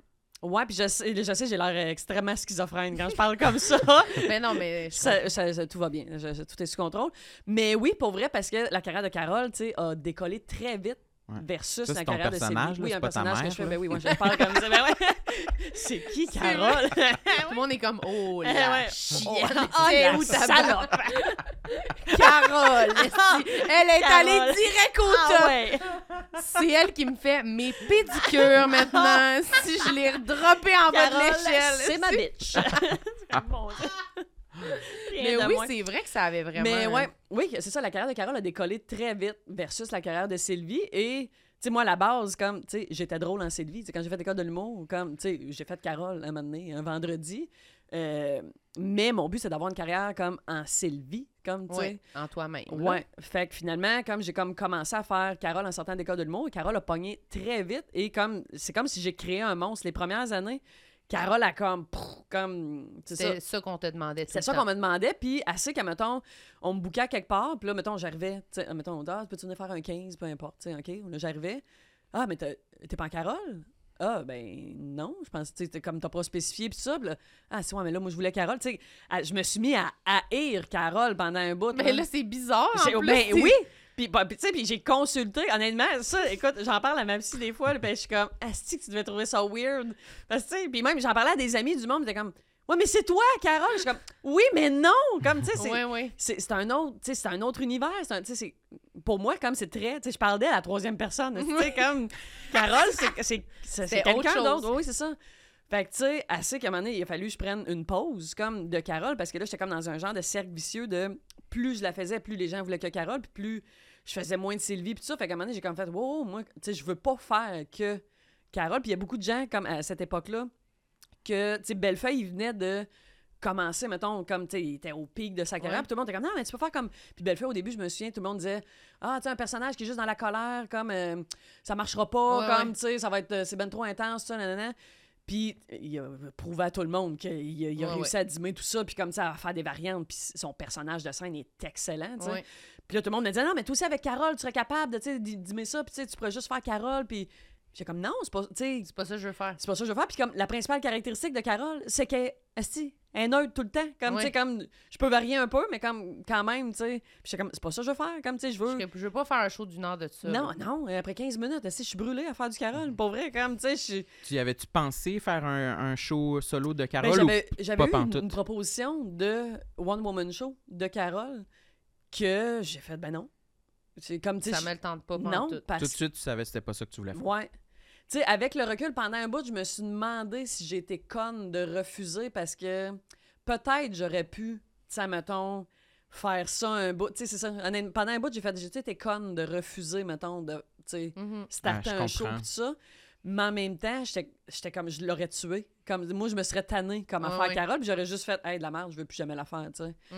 Speaker 4: Ouais, puis je sais, je sais, j'ai l'air euh, extrêmement schizophrène quand je parle comme ça.
Speaker 2: Ben non, mais... je
Speaker 4: Ça- ça- ça- tout va bien, Je- je- tout est sous contrôle. Mais oui, pour vrai, parce que la carrière de Carole, tu sais, a décollé très vite
Speaker 1: Ouais.
Speaker 4: Versus
Speaker 1: Ça, c'est
Speaker 4: la
Speaker 1: ton
Speaker 4: carrière
Speaker 1: personnage,
Speaker 4: de
Speaker 1: là,
Speaker 4: Céline. Oui,
Speaker 1: c'est
Speaker 4: un
Speaker 1: pas ta
Speaker 4: personnage que
Speaker 1: mère,
Speaker 4: je fais.
Speaker 1: là.
Speaker 4: Ben oui, moi, je parle comme ça. Ben ouais. [laughs] C'est qui,
Speaker 1: [laughs]
Speaker 4: Carole?
Speaker 2: Tout le monde est comme Oh
Speaker 4: Eh
Speaker 2: la
Speaker 4: ouais.
Speaker 2: chienne,
Speaker 4: Oh,
Speaker 2: c'est
Speaker 4: la
Speaker 2: où ta
Speaker 4: salope?
Speaker 1: Ah,
Speaker 4: [laughs]
Speaker 2: Carole! esti. Elle est allée
Speaker 4: Carole.
Speaker 2: direct au
Speaker 4: Ah
Speaker 2: top!
Speaker 4: ouais.
Speaker 2: C'est elle qui me fait mes pédicures
Speaker 4: [laughs]
Speaker 2: maintenant. si je l'ai redroppée en bas de
Speaker 4: Carole,
Speaker 2: l'échelle.
Speaker 4: c'est ma
Speaker 2: esti.
Speaker 1: [laughs]
Speaker 4: bitch. [laughs]
Speaker 1: Ah.
Speaker 4: Mon Dieu. Rien
Speaker 2: Mais
Speaker 4: de
Speaker 2: oui,
Speaker 4: moins.
Speaker 2: c'est vrai que ça avait vraiment. hein.
Speaker 4: Mais ouais, oui, c'est ça, la carrière de Carole a décollé très vite versus la carrière de Sylvie. Et, tu sais, moi, à la base, comme, tu sais, j'étais drôle en Sylvie. Tu sais, quand j'ai fait l'école de l'humour, comme, tu sais, j'ai fait Carole un moment donné, un vendredi. Euh, mais mon but, c'est d'avoir une carrière comme en Sylvie, comme, tu sais.
Speaker 2: Ouais, en toi-même. là.
Speaker 4: Ouais. Fait que finalement, comme j'ai comme commencé à faire Carole en sortant d'école de l'humour, Carole a pogné très vite et comme c'est comme si j'ai créé un monstre les premières années. Carole a comme prrr, comme c'est ça.
Speaker 2: C'est ça qu'on te demandait. tout
Speaker 4: C'est
Speaker 2: le
Speaker 4: ça
Speaker 2: temps.
Speaker 4: qu'on me demandait, puis assez qu'à, mettons, on me bouquait à quelque part, puis là, mettons, j'arrivais, tu sais, mettons, on dit, ah, peux-tu venir faire un 15, peu importe, tu sais, OK, là, j'arrivais, ah, mais t'as- t'es pas en Carole? Ah, ben non, je pense, tu sais, t'es comme t'as pas spécifié, puis ça, puis là, ah, c'est ouais, mais là, moi, je voulais Carole, tu sais, ah, je me suis mis à haïr Carole pendant un bout. hein.
Speaker 2: Mais
Speaker 4: là.
Speaker 2: Ben là, c'est bizarre. En
Speaker 4: J'ai-
Speaker 2: plus,
Speaker 4: ben
Speaker 2: c'est-
Speaker 4: oui! Puis, bah, puis, tu sais, puis j'ai consulté, honnêtement, ça, écoute, j'en parle à ma psy des fois, là, puis je suis comme, Asti, que tu devais trouver ça weird. Parce que, tu sais, puis même, j'en parlais à des amis du monde, ils étaient comme, Ouais, mais c'est toi, Carole! Je suis comme, Oui, mais non! Comme, tu sais, c'est.
Speaker 2: Ouais, ouais.
Speaker 4: C'est c'est un autre, tu sais, c'est un autre univers, c'est un- tu sais, c'est- pour moi comme c'est très, tu sais, je parlais à la troisième personne, tu sais comme Carole, c'est- c'est c'est-
Speaker 2: C'est
Speaker 4: c'est
Speaker 2: autre
Speaker 4: quelqu'un
Speaker 2: chose.
Speaker 4: d'autre, oui c'est ça. Fait que tu sais, assez qu'à un moment donné, il a fallu que je prenne une pause comme de Carole parce que là j'étais comme dans un genre de cercle vicieux de plus je la faisais, plus les gens voulaient que Carole, puis plus je faisais moins de Sylvie puis tout ça. Fait qu'à un moment donné, j'ai comme fait wow, moi, tu sais, je veux pas faire que Carole. Puis il y a beaucoup de gens comme à cette époque-là que, tu sais, Bellefeuille, il venait de commencer, mettons, comme, tu sais, il était au pic de sa carrière.
Speaker 2: Ouais.
Speaker 4: Puis tout le monde était comme, non, mais tu peux faire comme. Puis Bellefeuille, au début, je me souviens, tout le monde disait, ah, tu sais, un personnage qui est juste dans la colère, comme, euh, ça marchera pas,
Speaker 2: Ouais,
Speaker 4: comme,
Speaker 2: ouais.
Speaker 4: tu sais, ça va être, euh, c'est ben trop intense, ça, nanana. Puis il a prouvé à tout le monde qu'il a, il a
Speaker 2: Ouais,
Speaker 4: réussi à dimmer tout ça, puis comme ça, à faire des variantes. Puis son personnage de scène est excellent, tu sais.
Speaker 2: Ouais.
Speaker 4: Puis là, tout le monde me disait, non, mais toi aussi, avec Carole, tu serais capable de, tu sais, d'immer ça, puis tu sais, tu pourrais juste faire Carole, puis. J'ai comme, non, c'est pas, tu sais,
Speaker 2: C'est pas ça que je veux faire.
Speaker 4: c'est pas ça que je veux faire. Puis comme la principale caractéristique de Carole, c'est qu'elle esti, elle est neutre tout le temps. Comme,
Speaker 2: Ouais.
Speaker 4: tu sais, comme, je peux varier un peu, mais comme, quand même, tu sais. Puis j'étais comme, c'est pas ça que je veux faire. Comme, tu sais, je veux.
Speaker 2: Je, je veux pas faire un show d'une heure de ça.
Speaker 4: Non,
Speaker 2: là.
Speaker 4: non, euh, après 15 minutes, esti, je suis brûlée à faire du
Speaker 2: Mhm.
Speaker 4: Carole. Pour vrai, comme, tu sais, je suis-
Speaker 1: Tu y avais-tu pensé faire un, un show solo de
Speaker 4: Ben,
Speaker 1: Carole ou
Speaker 4: j'avais, j'avais
Speaker 1: pas
Speaker 4: eu une,
Speaker 1: pantoute?
Speaker 4: une proposition de One Woman Show de Carole que j'ai fait, ben non. C'est comme, tu sais.
Speaker 2: Ça
Speaker 4: je-
Speaker 2: me le tente pas.
Speaker 4: Non,
Speaker 2: pantoute.
Speaker 4: parce
Speaker 1: tout de suite tu savais que c'était pas ça que tu voulais faire?
Speaker 4: Ouais. Tu sais, avec le recul, pendant un bout, je me suis demandé si j'étais conne de refuser parce que peut-être j'aurais pu, tu sais, mettons, faire ça un bout. Tu sais, c'est ça. Honnêtement, Pendant un bout, j'ai fait, tu sais, t'es conne de refuser, mettons, de, tu sais,
Speaker 2: Mhm.
Speaker 4: starter
Speaker 1: Ah, je
Speaker 4: un show
Speaker 1: comprends.
Speaker 4: pis tout ça. Mais en même temps, j'étais j'étais comme, je l'aurais tué. Comme, moi, je me serais tannée comme à
Speaker 2: Ouais,
Speaker 4: faire
Speaker 2: ouais.
Speaker 4: Carole, puis j'aurais juste fait, hey, de la merde, je veux plus jamais la faire, tu sais.
Speaker 2: Mm.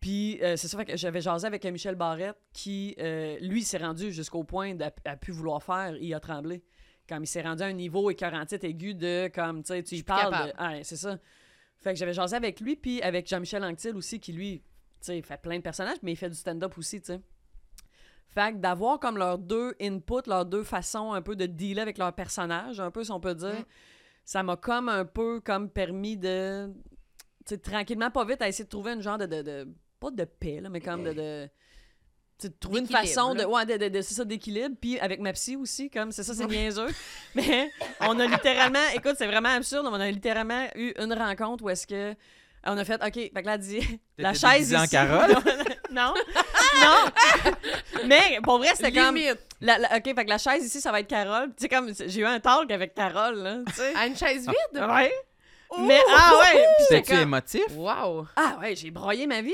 Speaker 4: Puis euh, c'est ça, fait que j'avais jasé avec Michel Barrette, qui, euh, lui, s'est rendu jusqu'au point d'a a pu vouloir faire, il a tremblé. Comme il s'est rendu à un niveau écœurantite aigu de, comme, tu sais, tu y
Speaker 2: plus
Speaker 4: parles. de- Ah, Ouais, c'est ça. Fait que j'avais jasé avec lui, puis avec Jean-Michel Anctil aussi, qui lui, tu sais, fait plein de personnages, mais il fait du stand-up aussi, tu sais. Fait que d'avoir comme leurs deux inputs, leurs deux façons un peu de dealer avec leur personnage, un peu, si on peut dire,
Speaker 2: Mm.
Speaker 4: ça m'a comme un peu comme permis de, tu sais, tranquillement, pas vite, à essayer de trouver une genre de, de- de- pas de paix, là, mais comme de... de tu sais, de trouver une
Speaker 2: D'équilibre,
Speaker 4: façon de,
Speaker 2: là.
Speaker 4: ouais, de, de- de- c'est ça, d'équilibre. Puis avec ma psy aussi, comme, c'est ça, c'est niaiseux. [laughs] Mais on a littéralement, écoute, c'est vraiment absurde, on a littéralement eu une rencontre où est-ce que on a fait, OK, fait que là, elle dit, la
Speaker 1: T'étais
Speaker 4: chaise
Speaker 1: déguisée en
Speaker 4: ici.
Speaker 1: Carole?
Speaker 4: [laughs] non, non. [laughs] Mais pour vrai, c'était comme...
Speaker 2: Limite.
Speaker 4: La, la- OK, fait que la chaise ici, ça va être Carole. Tu sais, comme, j'ai eu un talk avec Carole, là, tu sais.
Speaker 2: À une chaise vide?
Speaker 4: [laughs] Ouais.
Speaker 2: Oh!
Speaker 4: Mais, ah ouais! puis j'étais
Speaker 1: C'était-tu
Speaker 4: comme-
Speaker 1: émotif?
Speaker 2: Wow!
Speaker 4: ah ouais, j'ai broyé ma vie.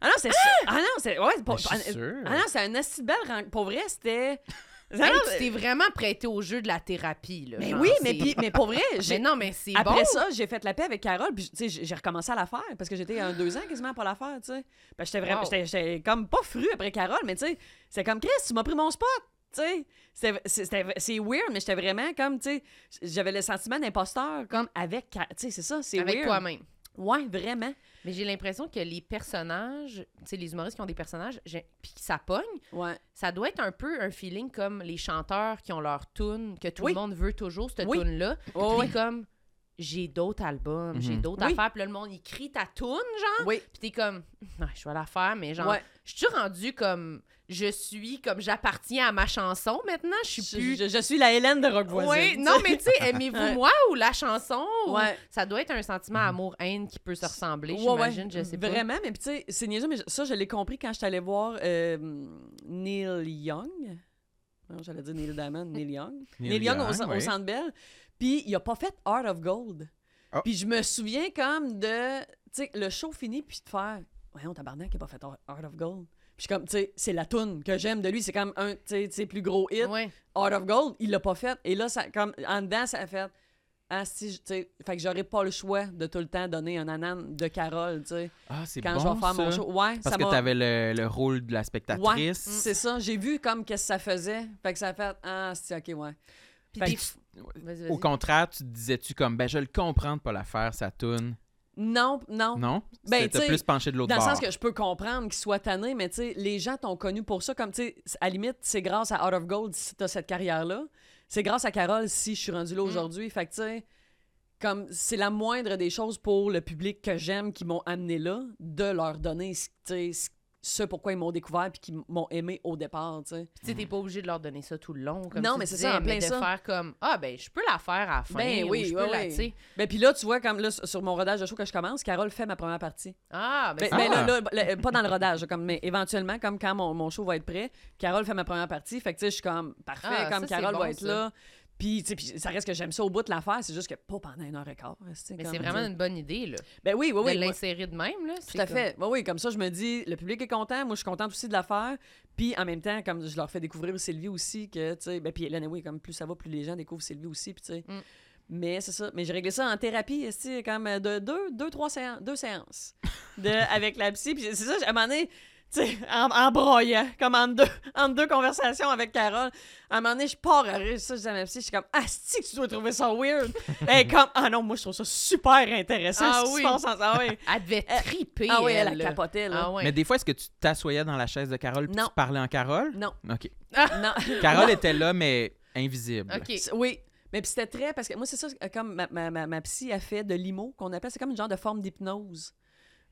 Speaker 4: Ah non, c'est Ah non, c'est ouais, c'est pas-
Speaker 1: Ben, je suis
Speaker 4: ah,
Speaker 1: sûr.
Speaker 4: ah non, c'est un assez belle rencontre. Pour vrai, c'était Ah
Speaker 2: [laughs] Hey,
Speaker 4: non,
Speaker 2: tu
Speaker 4: mais-
Speaker 2: t'es vraiment prêté au jeu de la thérapie. Là,
Speaker 4: Mais
Speaker 2: Genre,
Speaker 4: oui, mais
Speaker 2: c'est-
Speaker 4: puis- mais pour vrai,
Speaker 2: [laughs] Mais
Speaker 4: j'ai
Speaker 2: non, mais c'est
Speaker 4: après
Speaker 2: bon.
Speaker 4: ça, j'ai fait la paix avec Carole, puis tu sais, j'ai j'ai recommencé à la faire parce que j'étais un deux ans quasiment pour la faire, tu sais. Ben, j'étais vraiment
Speaker 2: Wow.
Speaker 4: j'étais- j'étais comme pas fru après Carole, mais tu sais, c'est comme Chris, tu m'as pris mon spot. tu sais. C'était- c'était- C'est weird, mais j'étais vraiment comme, tu sais, j'avais le sentiment d'imposteur, comme avec, Ca- tu sais, c'est ça, c'est
Speaker 2: avec
Speaker 4: weird.
Speaker 2: toi-même.
Speaker 4: Ouais, vraiment.
Speaker 2: Mais j'ai l'impression que les personnages, tu sais, les humoristes qui ont des personnages, j'ai- puis qui ça pogne,
Speaker 4: Ouais.
Speaker 2: ça doit être un peu un feeling comme les chanteurs qui ont leur tune que tout
Speaker 4: Oui.
Speaker 2: le monde veut toujours, cette
Speaker 4: Oui.
Speaker 2: tune là
Speaker 4: Oh,
Speaker 2: Puis comme, j'ai d'autres albums, j'ai
Speaker 1: Mhm.
Speaker 2: d'autres
Speaker 4: Oui.
Speaker 2: affaires. Puis là, le monde, il crie ta toune, genre.
Speaker 4: Oui.
Speaker 2: Puis t'es comme, non, je vais la faire, mais genre,
Speaker 4: Ouais.
Speaker 2: je suis rendue comme, je suis, comme j'appartiens à ma chanson maintenant. Je suis
Speaker 4: Je,
Speaker 2: plus.
Speaker 4: je- je suis la Hélène de Rock Voisine.
Speaker 2: Oui, non, mais tu sais, aimez-vous
Speaker 4: Ouais.
Speaker 2: moi ou la chanson? ou-
Speaker 4: Ouais. Mhm.
Speaker 2: Ça doit être un sentiment amour-haine qui peut se ressembler,
Speaker 4: Ouais, ouais.
Speaker 2: j'imagine, je sais pas.
Speaker 4: Vraiment, mais puis tu sais, c'est niaiseux, mais je- ça, je l'ai compris quand je suis allée voir euh, Neil Young. Non, j'allais dire Neil Diamond, Neil Young. [laughs] Neil, Young, au, Cen- au
Speaker 1: oui.
Speaker 4: Centre Bell. Puis il a pas fait Heart of Gold.
Speaker 1: Ah.
Speaker 4: Puis je me souviens comme de, tu sais, le show fini, puis de faire, ouais, on tabarnak, il a pas fait Heart of Gold. Puis je suis comme, tu sais, c'est la toune que j'aime de lui, c'est comme un, tu sais, de ses plus gros hits.
Speaker 2: Ouais.
Speaker 4: Heart of Gold, il l'a pas fait. Et là, ça, comme, en dedans, ça a fait. Ah, si, je- tu sais, fait que j'aurais pas le choix de tout le temps donner un anane de Carole, tu sais,
Speaker 1: Ah, c'est
Speaker 4: quand
Speaker 1: bon,
Speaker 4: je vais faire
Speaker 1: ça.
Speaker 4: mon show. Ouais,
Speaker 1: Parce
Speaker 4: ça
Speaker 1: que
Speaker 4: m'a-
Speaker 1: t'avais le, le rôle de la
Speaker 4: Ouais, mm,
Speaker 1: spectatrice.
Speaker 4: c'est ça. J'ai vu comme qu'est-ce que ça faisait. Fait que ça a fait. Ah, si, ok, ouais.
Speaker 2: Puis
Speaker 4: Fait
Speaker 2: des-
Speaker 4: que-
Speaker 2: Vas-y,
Speaker 1: Au
Speaker 2: vas-y.
Speaker 1: contraire, tu te disais-tu comme, ben je le comprends de pas la faire, ça tourne.
Speaker 4: Non, non.
Speaker 1: Non?
Speaker 4: Ben,
Speaker 1: T'es-
Speaker 4: tu
Speaker 1: T'as
Speaker 4: sais,
Speaker 1: plus penché de l'autre
Speaker 4: Dans le
Speaker 1: bord.
Speaker 4: sens que je peux comprendre qu'ils soient tannés, mais tu sais, les gens t'ont connu pour ça. Comme, tu sais, à la limite, c'est grâce à Out of Gold si t'as cette carrière-là. C'est grâce à Carole si je suis rendue là aujourd'hui. Fait que, tu sais, comme, c'est la moindre des choses pour le public que j'aime qui m'ont amené là, de leur donner, ce- tu sais, ce- ce pourquoi ils m'ont découvert puis qui m'ont aimé au départ, tu sais.
Speaker 2: Tu sais, t'es pas obligé de leur donner ça tout le long. Comme
Speaker 4: Non,
Speaker 2: tu
Speaker 4: mais c'est
Speaker 2: disais,
Speaker 4: ça, en
Speaker 2: mais
Speaker 4: plein
Speaker 2: de
Speaker 4: ça.
Speaker 2: faire comme, ah, ben, je peux la faire à la fin.
Speaker 4: Ben
Speaker 2: ou
Speaker 4: oui,
Speaker 2: je
Speaker 4: oui,
Speaker 2: peux la,
Speaker 4: oui.
Speaker 2: tu sais.
Speaker 4: Ben, puis là, tu vois, comme là, sur mon rodage de show que je commence, Carole fait ma première partie.
Speaker 2: Ah, ben,
Speaker 4: Ben,
Speaker 2: c'est
Speaker 4: ben
Speaker 2: bon.
Speaker 1: Ah.
Speaker 4: là, là, là, pas dans le rodage, comme, mais éventuellement, comme quand mon, mon show va être prêt, Carole fait ma première partie. Fait que, tu sais, je suis comme, parfait,
Speaker 2: Ah, ça,
Speaker 4: comme
Speaker 2: c'est
Speaker 4: Carole
Speaker 2: bon,
Speaker 4: va être
Speaker 2: ça.
Speaker 4: là. Puis, tu sais, puis ça reste que j'aime ça au bout de l'affaire, c'est juste que pas pendant une heure et quart. c'est
Speaker 2: Mais
Speaker 4: comme-
Speaker 2: c'est vraiment une bonne idée, là.
Speaker 4: Ben oui, oui, oui.
Speaker 2: de
Speaker 4: moi,
Speaker 2: l'insérer de même, là.
Speaker 4: tout à fait. Ben oui, comme ça, je me dis, le public est content, moi, je suis contente aussi de la faire. Puis, en même temps, comme je leur fais découvrir Sylvie aussi, que, tu sais, ben, puis Hélène, oui, comme plus ça va, plus les gens découvrent Sylvie aussi, puis, tu sais.
Speaker 2: Mm.
Speaker 4: Mais c'est ça. Mais j'ai réglé ça en thérapie, esti, comme euh, de deux, deux, trois séances, deux séances de,
Speaker 2: [laughs]
Speaker 4: avec la psy. Puis c'est ça, à un moment donné, tu sais, en, en broyant, comme en deux, en deux conversations avec Carole, à un moment donné, je pars à rire, ça, je dis à ma psy, je suis comme, Asti, que tu dois trouver ça weird. Et comme, ah non, moi, je trouve ça super intéressant.
Speaker 2: Ah
Speaker 4: ce qui se
Speaker 2: oui.
Speaker 4: passe en- ah oui.
Speaker 2: Elle devait
Speaker 4: Euh,
Speaker 2: triper.
Speaker 4: Ah oui, elle, a
Speaker 2: là.
Speaker 4: capoté, là.
Speaker 2: Ah ouais.
Speaker 1: Mais des fois, est-ce que tu t'assoyais dans la chaise de Carole puis
Speaker 4: Non.
Speaker 1: tu parlais en Carole?
Speaker 2: [laughs]
Speaker 4: Non,
Speaker 1: OK.
Speaker 4: non.
Speaker 1: Carole était là, mais invisible.
Speaker 2: OK.
Speaker 1: [laughs]
Speaker 4: C'est- [laughs] Oui. Mais puis c'était très. Parce que moi, c'est ça, c'est comme ma, ma, ma, ma psy a fait de l'IMO, qu'on appelle, c'est comme une genre de forme d'hypnose.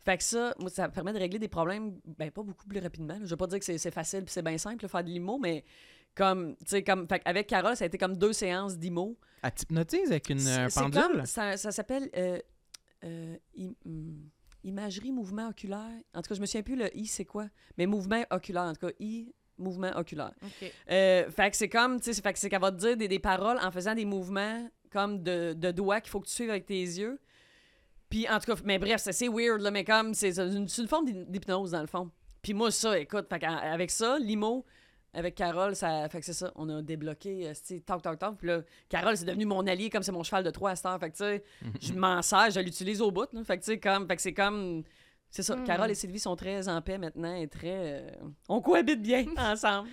Speaker 4: Fait que ça, moi, ça permet de régler des problèmes, ben, pas beaucoup plus rapidement. là. Je veux pas dire que c'est c'est facile puis c'est bien simple, de faire de l'IMO, mais comme, tu sais, comme. Fait avec Carole, ça a été comme deux séances d'IMO.
Speaker 1: Elle t'hypnotise avec une euh,
Speaker 4: C'est- c'est
Speaker 1: pendule?
Speaker 4: comme- ça ça s'appelle euh, euh, im- hum, imagerie, mouvement oculaire. En tout cas, je me souviens plus le I, c'est quoi? Mais mouvement oculaire, en tout cas, I, mouvement oculaire.
Speaker 2: OK.
Speaker 4: Euh, fait que c'est comme, tu sais, c'est- fait que c'est qu'elle va te dire des, des paroles en faisant des mouvements comme de, de doigts qu'il faut que tu suives avec tes yeux. Puis en tout cas, mais bref, c'est c'est weird, là, mais comme, c'est c'est une, c'est une forme d'hy- d'hypnose dans le fond. Puis moi, ça, écoute, fait qu'en- avec ça, l'IMO, avec Carole, ça, fait que c'est ça, on a débloqué, euh, tu sais, toc, toc, toc. Puis là, Carole, c'est devenu mon allié, comme c'est mon cheval de trois à cette heure. Fait que tu sais, je m'en sers, je l'utilise au bout, là. Fait que tu sais, comme, fait que c'est comme. C'est ça, Carole et Sylvie sont très en paix maintenant et très. euh, on cohabite bien ensemble.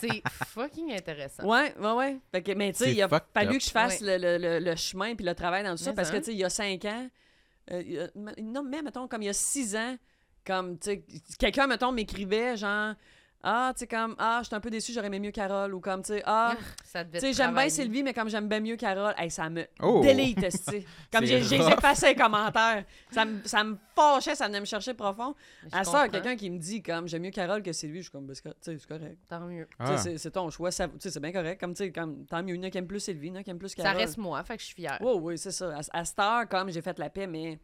Speaker 2: C'est fucking intéressant.
Speaker 4: Ouais, ouais, ouais. Fait que, mais tu sais,
Speaker 1: C'est
Speaker 4: il a
Speaker 1: fucked
Speaker 4: fallu
Speaker 1: up.
Speaker 4: que je fasse le, le- le- le chemin puis le travail dans tout ça
Speaker 2: Mais
Speaker 4: parce que,
Speaker 2: hein.
Speaker 4: tu sais, il y a cinq ans, euh, il y a- non, mais mettons, comme il y a six ans, comme, tu sais, quelqu'un, mettons, m'écrivait genre, ah, tu sais, comme, ah, je suis un peu déçu, j'aurais aimé mieux Carole ou comme, tu sais, ah.
Speaker 2: Ah, [laughs] ça devait
Speaker 4: Tu sais, j'aime bien
Speaker 2: travailler.
Speaker 4: Sylvie, mais comme j'aime bien mieux Carole, hey, ça me
Speaker 1: Oh.
Speaker 4: délite, esti.
Speaker 1: [laughs]
Speaker 4: Comme
Speaker 1: C'est
Speaker 4: j'ai j'ai
Speaker 1: rough.
Speaker 4: effacé les commentaires. Ça me, ça me fâchait, ça venait me chercher profond.
Speaker 2: Je
Speaker 4: À ça,
Speaker 2: comprends.
Speaker 4: quelqu'un qui me dit, comme, j'aime mieux Carole que Sylvie, je suis comme, Ben, c'est co- tu sais, c'est correct.
Speaker 2: Tant mieux.
Speaker 1: Ah.
Speaker 4: Tu sais, C'est c'est ton choix, ça- tu sais, c'est bien correct. Comme, tu sais, comme, tant mieux, il y en a qui aiment plus Sylvie, il y en a qui aiment plus
Speaker 2: Ça
Speaker 4: Carole.
Speaker 2: reste moi, fait que je suis fière.
Speaker 4: Oui, oui, c'est ça. À, à cette heure, comme j'ai fait la paix, mais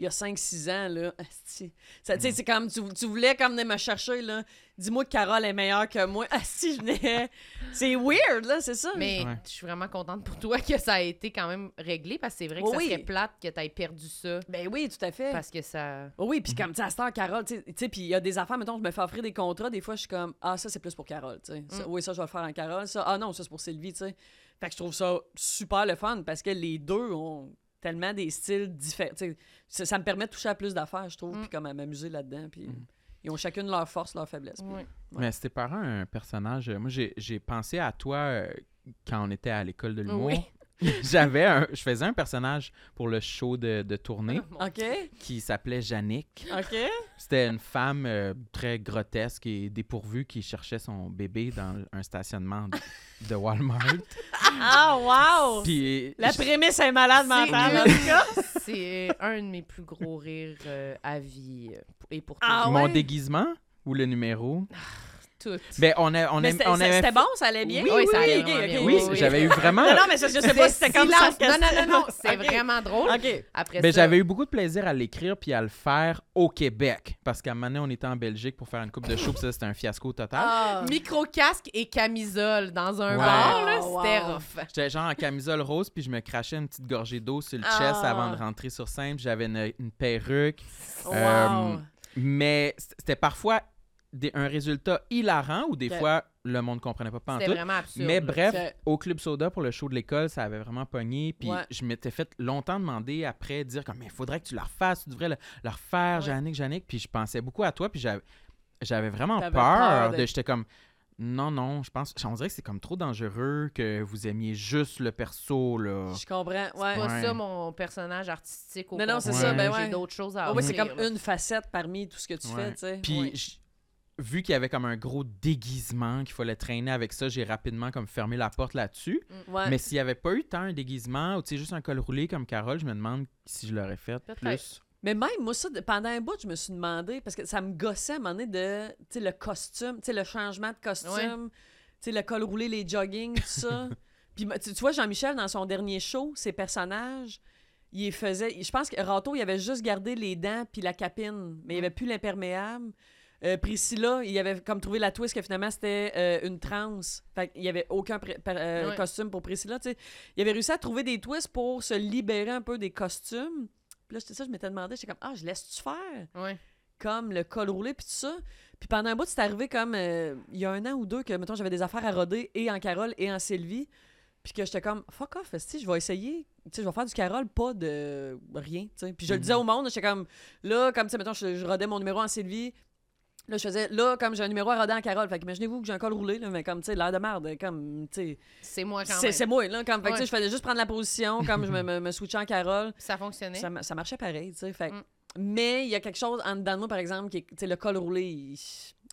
Speaker 4: il y a 5-6 ans, là, [laughs] asti. Ça, tu sais, c'est comme, tu, tu voulais comme venir me chercher, là, dis-moi que Carole est meilleure que moi. [laughs] Asti, je venais... C'est weird, là, c'est ça.
Speaker 2: Mais
Speaker 1: Ouais.
Speaker 2: je suis vraiment contente pour toi que ça a été quand même réglé parce que c'est vrai que
Speaker 4: Oui.
Speaker 2: ça serait plate que t'aies perdu ça
Speaker 4: Ben oui, tout à fait.
Speaker 2: parce que ça.
Speaker 4: Oh Oui, puis comme, tu sais, à cette heure, Carole, tu sais- tu sais, puis il y a des affaires, mettons, je me fais offrir des contrats, des fois, je suis comme, ah, ça, c'est plus pour Carole, tu sais. Ça, Oui, ça, je vais le faire en Carole, ça, ah non, ça, c'est pour Sylvie, tu sais. Fait que je trouve ça super le fun parce que les deux ont tellement des styles différents. tu sais. Ça, ça me permet de toucher à plus d'affaires, je trouve, puis comme à m'amuser là-dedans, puis ils ont chacune leur force, leur faiblesse. puis-
Speaker 2: Ouais.
Speaker 1: Mais c'était par un personnage. euh, Moi, j'ai j'ai pensé à toi euh, quand on était à l'école de l'humour.
Speaker 2: Oui.
Speaker 1: [laughs] J'avais un- je faisais un personnage pour le show de, de
Speaker 2: [laughs]
Speaker 1: tournée
Speaker 4: OK?
Speaker 1: qui s'appelait Yannick.
Speaker 4: Mm. OK?
Speaker 1: C'était une femme euh, très grotesque et dépourvue qui cherchait son bébé dans un stationnement de- de
Speaker 4: [laughs]
Speaker 1: Walmart.
Speaker 4: [laughs] Ah, wow!
Speaker 1: Puis
Speaker 4: La
Speaker 1: je-
Speaker 4: prémisse est malade mentale, en
Speaker 2: nul.
Speaker 4: tout cas.
Speaker 2: C'est un de mes plus gros rires euh, à vie euh, pour- et pourtant
Speaker 4: Ah
Speaker 1: mon
Speaker 4: ouais?
Speaker 1: déguisement ou le numéro
Speaker 2: tout.
Speaker 1: Ben on a on,
Speaker 4: Mais
Speaker 1: aim-
Speaker 4: c'était
Speaker 1: on
Speaker 4: c'était-
Speaker 1: avait-
Speaker 4: c'était bon, ça allait bien?
Speaker 2: Oui, oui, ça allait
Speaker 4: ok,
Speaker 2: vraiment
Speaker 4: ok,
Speaker 2: bien.
Speaker 4: ok.
Speaker 1: Oui,
Speaker 2: oui, oui.
Speaker 1: j'avais eu vraiment
Speaker 4: [laughs]
Speaker 1: ben,
Speaker 4: Non, non, mais ça, je sais pas si c'était comme ça.
Speaker 2: Silence. Non non non non, c'est
Speaker 4: Ok.
Speaker 2: vraiment drôle.
Speaker 4: OK.
Speaker 2: Après
Speaker 1: Ben,
Speaker 2: ça,
Speaker 1: j'avais eu beaucoup de plaisir à l'écrire puis à le faire au Québec. Parce qu'à un moment donné, on était en Belgique pour faire une coupe de show, puis ça, c'était un fiasco total.
Speaker 4: Ah.
Speaker 2: micro casque oh. et camisole dans un
Speaker 1: Ouais.
Speaker 2: bar là,
Speaker 4: Wow,
Speaker 2: c'était
Speaker 4: wow.
Speaker 2: rough.
Speaker 1: J'étais genre en camisole rose, puis je me crachais une petite gorgée d'eau sur le
Speaker 4: Ah.
Speaker 1: chest avant de rentrer sur scène. puis J'avais une, une perruque.
Speaker 4: Wow.
Speaker 1: Euh, mais c- c'était parfois des- un résultat hilarant ou des
Speaker 4: Ok.
Speaker 1: fois, le monde comprenait pas
Speaker 2: C'était
Speaker 1: pantoute.
Speaker 2: vraiment absurde.
Speaker 1: Mais
Speaker 2: là.
Speaker 1: bref,
Speaker 4: Ok.
Speaker 1: au Club Soda, pour le show de l'école, ça avait vraiment pogné. Puis
Speaker 4: Ouais.
Speaker 1: je m'étais fait longtemps demander après, dire comme, mais faudrait que tu la refasses, tu devrais le, la refaire,
Speaker 4: Ouais.
Speaker 1: Jannick, Jannick. Puis je pensais beaucoup à toi, puis j'avais, j'avais vraiment peur.
Speaker 4: T'avais peur
Speaker 1: de...
Speaker 4: de-
Speaker 1: J'étais comme, non, non, je pense, on dirait que c'est comme trop dangereux que vous aimiez juste le perso, là.
Speaker 4: Je comprends,
Speaker 2: C'est
Speaker 4: ouais.
Speaker 2: pas
Speaker 1: Ouais.
Speaker 2: ça mon personnage artistique au
Speaker 4: Non, non, c'est
Speaker 2: contraire.
Speaker 1: ça, ben
Speaker 2: J'ai
Speaker 4: ouais.
Speaker 2: d'autres choses à
Speaker 4: Ouais, ouais, c'est
Speaker 2: offrir,
Speaker 4: comme
Speaker 2: là.
Speaker 4: une facette parmi tout ce que tu
Speaker 1: Ouais.
Speaker 4: fais, tu sais.
Speaker 1: Puis
Speaker 4: Ouais.
Speaker 1: je- vu qu'il y avait comme un gros déguisement qu'il fallait traîner avec ça, j'ai rapidement comme fermé la porte là-dessus.
Speaker 4: Ouais.
Speaker 1: Mais s'il n'y avait pas eu tant un déguisement ou tu sais, juste un col roulé comme Carole, je me demande si je l'aurais fait
Speaker 2: Peut-être.
Speaker 1: plus.
Speaker 4: Mais même moi, ça, de- pendant un bout, je me suis demandé, parce que ça me gossait à un moment donné de tu sais, le costume, tu sais, le changement de costume, tu sais, le col roulé, les joggings, tout
Speaker 1: [laughs]
Speaker 4: ça. Puis ma- tu, tu vois, Jean-Michel, dans son dernier show, ses personnages, il les faisait. Je pense que Rato, il avait juste gardé les dents puis la capine, mais il avait plus l'imperméable. Euh, Priscilla, il avait comme trouvé la twist que finalement c'était euh, une transe. Fait qu'il n'y avait aucun pré- per- euh,
Speaker 2: Ouais.
Speaker 4: costume pour Priscilla. tu sais. Il avait réussi à trouver des twists pour se libérer un peu des costumes. Puis là, c'était ça, je m'étais demandé, j'étais comme, ah, je laisse-tu faire?
Speaker 2: Ouais.
Speaker 4: Comme le col roulé, puis tout ça. Puis pendant un bout, c'est arrivé comme, euh, il y a un an ou deux, que, mettons, j'avais des affaires à roder, et en Carole, et en Sylvie. Puis que j'étais comme, fuck off, si je vais essayer, tu sais, je vais faire du Carole, pas de rien, tu sais. Puis je le
Speaker 2: Mhm.
Speaker 4: disais au monde, j'étais comme, là, comme, tu sais, mettons, je, je rodais mon numéro en Sylvie. Là, je faisais, là, comme j'ai un numéro à roder en Carole. Fait qu'imaginez-vous que j'ai un col roulé, là, mais comme, tu sais, l'air de merde, comme, tu sais.
Speaker 2: C'est moi Ah, quand
Speaker 4: C'est
Speaker 2: même.
Speaker 4: c'est moi, là. Comme, fait que, tu
Speaker 2: Ouais.
Speaker 4: sais, je faisais juste prendre la position, comme je me, me, me switchais en Carole.
Speaker 2: Ça fonctionnait.
Speaker 4: Ça, ma- ça marchait pareil, tu sais. fait que-
Speaker 2: Mm.
Speaker 4: Mais il y a quelque chose en dedans de moi, par exemple, qui est, tu sais, le col roulé. Il...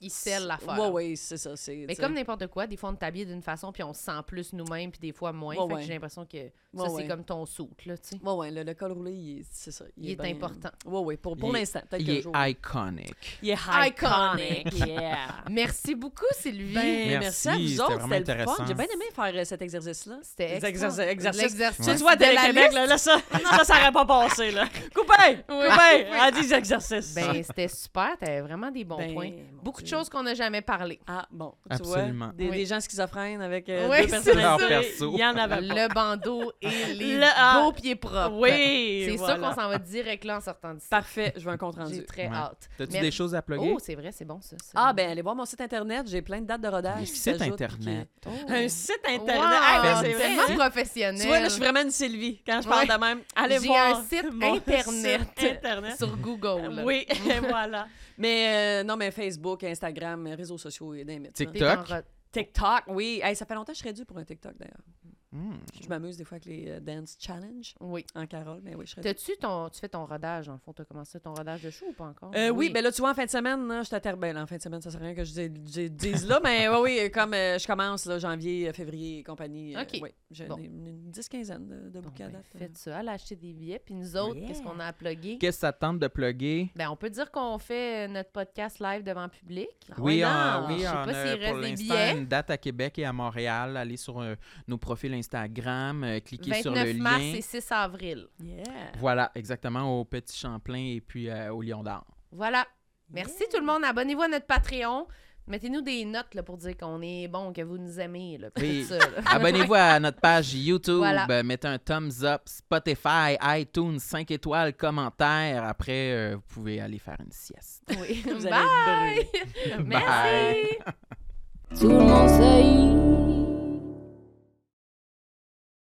Speaker 2: Il scelle l'affaire.
Speaker 4: Ouais, ouais, c'est ça. c'est, tu
Speaker 2: Mais
Speaker 4: sais.
Speaker 2: comme n'importe quoi, des fois on est habillé d'une façon puis on se sent plus nous-mêmes puis des fois moins.
Speaker 4: Ouais,
Speaker 2: fait
Speaker 4: ouais.
Speaker 2: que j'ai l'impression que ça
Speaker 4: Ouais,
Speaker 2: c'est
Speaker 4: ouais.
Speaker 2: comme ton soute là, tu sais.
Speaker 4: Ouais, ouais, le, le col roulé, il est- c'est ça.
Speaker 2: Il est
Speaker 4: ben-
Speaker 2: important.
Speaker 4: Ouais, ouais, pour, pour
Speaker 1: Il est-
Speaker 4: l'instant. Peut-être
Speaker 1: Il
Speaker 4: qu'un
Speaker 1: est
Speaker 4: jour.
Speaker 1: iconic.
Speaker 4: Il est
Speaker 2: Iconic. [laughs]
Speaker 4: iconic. yeah.
Speaker 2: Merci beaucoup Sylvie.
Speaker 4: Ben, merci, à
Speaker 1: Merci,
Speaker 4: vous
Speaker 1: c'était
Speaker 4: autres.
Speaker 1: vraiment
Speaker 4: C'était le fun.
Speaker 1: intéressant.
Speaker 4: J'ai bien aimé faire euh, cet exercice-là.
Speaker 2: C'était
Speaker 4: Les
Speaker 2: extra-
Speaker 4: exercices- exercices.
Speaker 2: l'exercice
Speaker 4: Tu sais, tu vois,
Speaker 2: de la
Speaker 4: Télé-Québec,
Speaker 2: liste.
Speaker 4: là,
Speaker 2: [laughs]
Speaker 4: là, ça, ça, ça aurait pas passé, là. Coupez! Coupez! À 10 exercices.
Speaker 2: Ben, c'était super, t'avais vraiment des bons
Speaker 4: Ben,
Speaker 2: points.
Speaker 4: mon
Speaker 2: Beaucoup de
Speaker 4: Dieu.
Speaker 2: choses qu'on n'a jamais parlé.
Speaker 4: Ah, bon, tu
Speaker 1: Absolument.
Speaker 4: vois, des,
Speaker 2: Oui.
Speaker 4: des gens schizophrènes avec euh,
Speaker 2: Oui,
Speaker 4: deux
Speaker 2: c'est
Speaker 1: ça. Leur
Speaker 4: personnalités,
Speaker 1: perso.
Speaker 4: il y en [laughs] avait pas.
Speaker 2: Le bandeau
Speaker 4: [laughs]
Speaker 2: et les
Speaker 4: Le- ah.
Speaker 2: beaux pieds propres.
Speaker 4: Oui,
Speaker 2: C'est
Speaker 4: voilà.
Speaker 2: ça qu'on s'en va direct là en sortant d'ici.
Speaker 4: Parfait, je veux un compte rendu.
Speaker 2: J'ai très
Speaker 1: Ouais.
Speaker 2: hâte.
Speaker 1: T'as-tu
Speaker 2: Merci.
Speaker 1: des choses à plugger?
Speaker 2: Oh, c'est vrai, c'est bon ça. ça.
Speaker 4: Ah ben allez voir mon site internet, j'ai plein de dates de rodage.
Speaker 1: Un
Speaker 4: qui
Speaker 1: site
Speaker 4: s'ajoutent,
Speaker 1: internet.
Speaker 4: puis
Speaker 2: Oh.
Speaker 4: que- Un site
Speaker 2: Wow,
Speaker 4: internet. Ah, ben, c'est vrai.
Speaker 2: tellement
Speaker 4: hein?
Speaker 2: professionnel.
Speaker 4: Tu vois, là, je suis vraiment une Sylvie quand je parle
Speaker 2: Ouais.
Speaker 4: de même. Allez
Speaker 2: J'ai
Speaker 4: voir
Speaker 2: un site
Speaker 4: mon
Speaker 2: internet.
Speaker 4: site [laughs] internet.
Speaker 2: sur Google.
Speaker 4: [laughs] Oui, voilà. Mais euh, non, mais Facebook, Instagram, réseaux sociaux et des
Speaker 2: T'es en
Speaker 1: TikTok.
Speaker 2: re-
Speaker 4: TikTok, oui. Hey, ça fait longtemps que je serais due pour un TikTok d'ailleurs.
Speaker 1: Hmm.
Speaker 4: Je m'amuse des fois avec les euh, dance challenge
Speaker 2: Oui.
Speaker 4: en Carole, mais oui, je serais
Speaker 2: T'as-tu ton... Tu fais ton rodage, dans le fond. T'as commencé ton rodage de show ou pas encore?
Speaker 4: Euh, oui, ben là, tu vois, en fin de semaine, là, je t'atterre. Ben, là, en fin de semaine, ça sert à rien que je dise, je dise là, mais oui, oui, comme euh, je commence, là, janvier, euh, février et compagnie. euh,
Speaker 2: Ok.
Speaker 4: oui, j'ai
Speaker 2: Bon.
Speaker 4: une, une dix quinzaine de, de
Speaker 2: Bon,
Speaker 4: bouquets à
Speaker 2: ben,
Speaker 4: date, là.
Speaker 2: faites ça. Allez acheter des billets. Puis nous autres,
Speaker 4: Yeah.
Speaker 2: qu'est-ce qu'on a à plugger?
Speaker 1: Qu'est-ce que ça te tente de plugger?
Speaker 2: Ben, on peut dire qu'on fait euh, notre podcast live devant public.
Speaker 4: Ah ouais,
Speaker 1: Oui, en-
Speaker 4: non,
Speaker 1: oui,
Speaker 2: je sais
Speaker 1: on
Speaker 2: pas
Speaker 1: a
Speaker 2: s'il
Speaker 1: pour
Speaker 2: reste
Speaker 1: l'instant
Speaker 2: des billets.
Speaker 1: une date à Québec et à Montréal. Allez sur euh, nos profils Instagram, euh, cliquez sur le
Speaker 2: 29 mars
Speaker 1: lien.
Speaker 2: et 6 avril.
Speaker 4: Yeah.
Speaker 1: Voilà, exactement, au Petit Champlain et puis euh, au Lion d'Or.
Speaker 2: Voilà. Merci tout le monde. Abonnez-vous à notre Patreon. Mettez-nous des notes là, pour dire qu'on est bon, que vous nous aimez. Là, puis
Speaker 1: Oui.
Speaker 2: tout ça, là.
Speaker 1: Abonnez-vous à notre page YouTube,
Speaker 2: Ah, ben, Voilà.
Speaker 1: euh, mettez un thumbs up, Spotify, iTunes, 5 étoiles, commentaires. Après, euh, vous pouvez aller faire une sieste.
Speaker 2: [laughs] Oui.
Speaker 4: Vous allez
Speaker 2: Bye.
Speaker 4: être brûlés.
Speaker 2: Merci.
Speaker 1: Bye.
Speaker 3: Tout le monde sait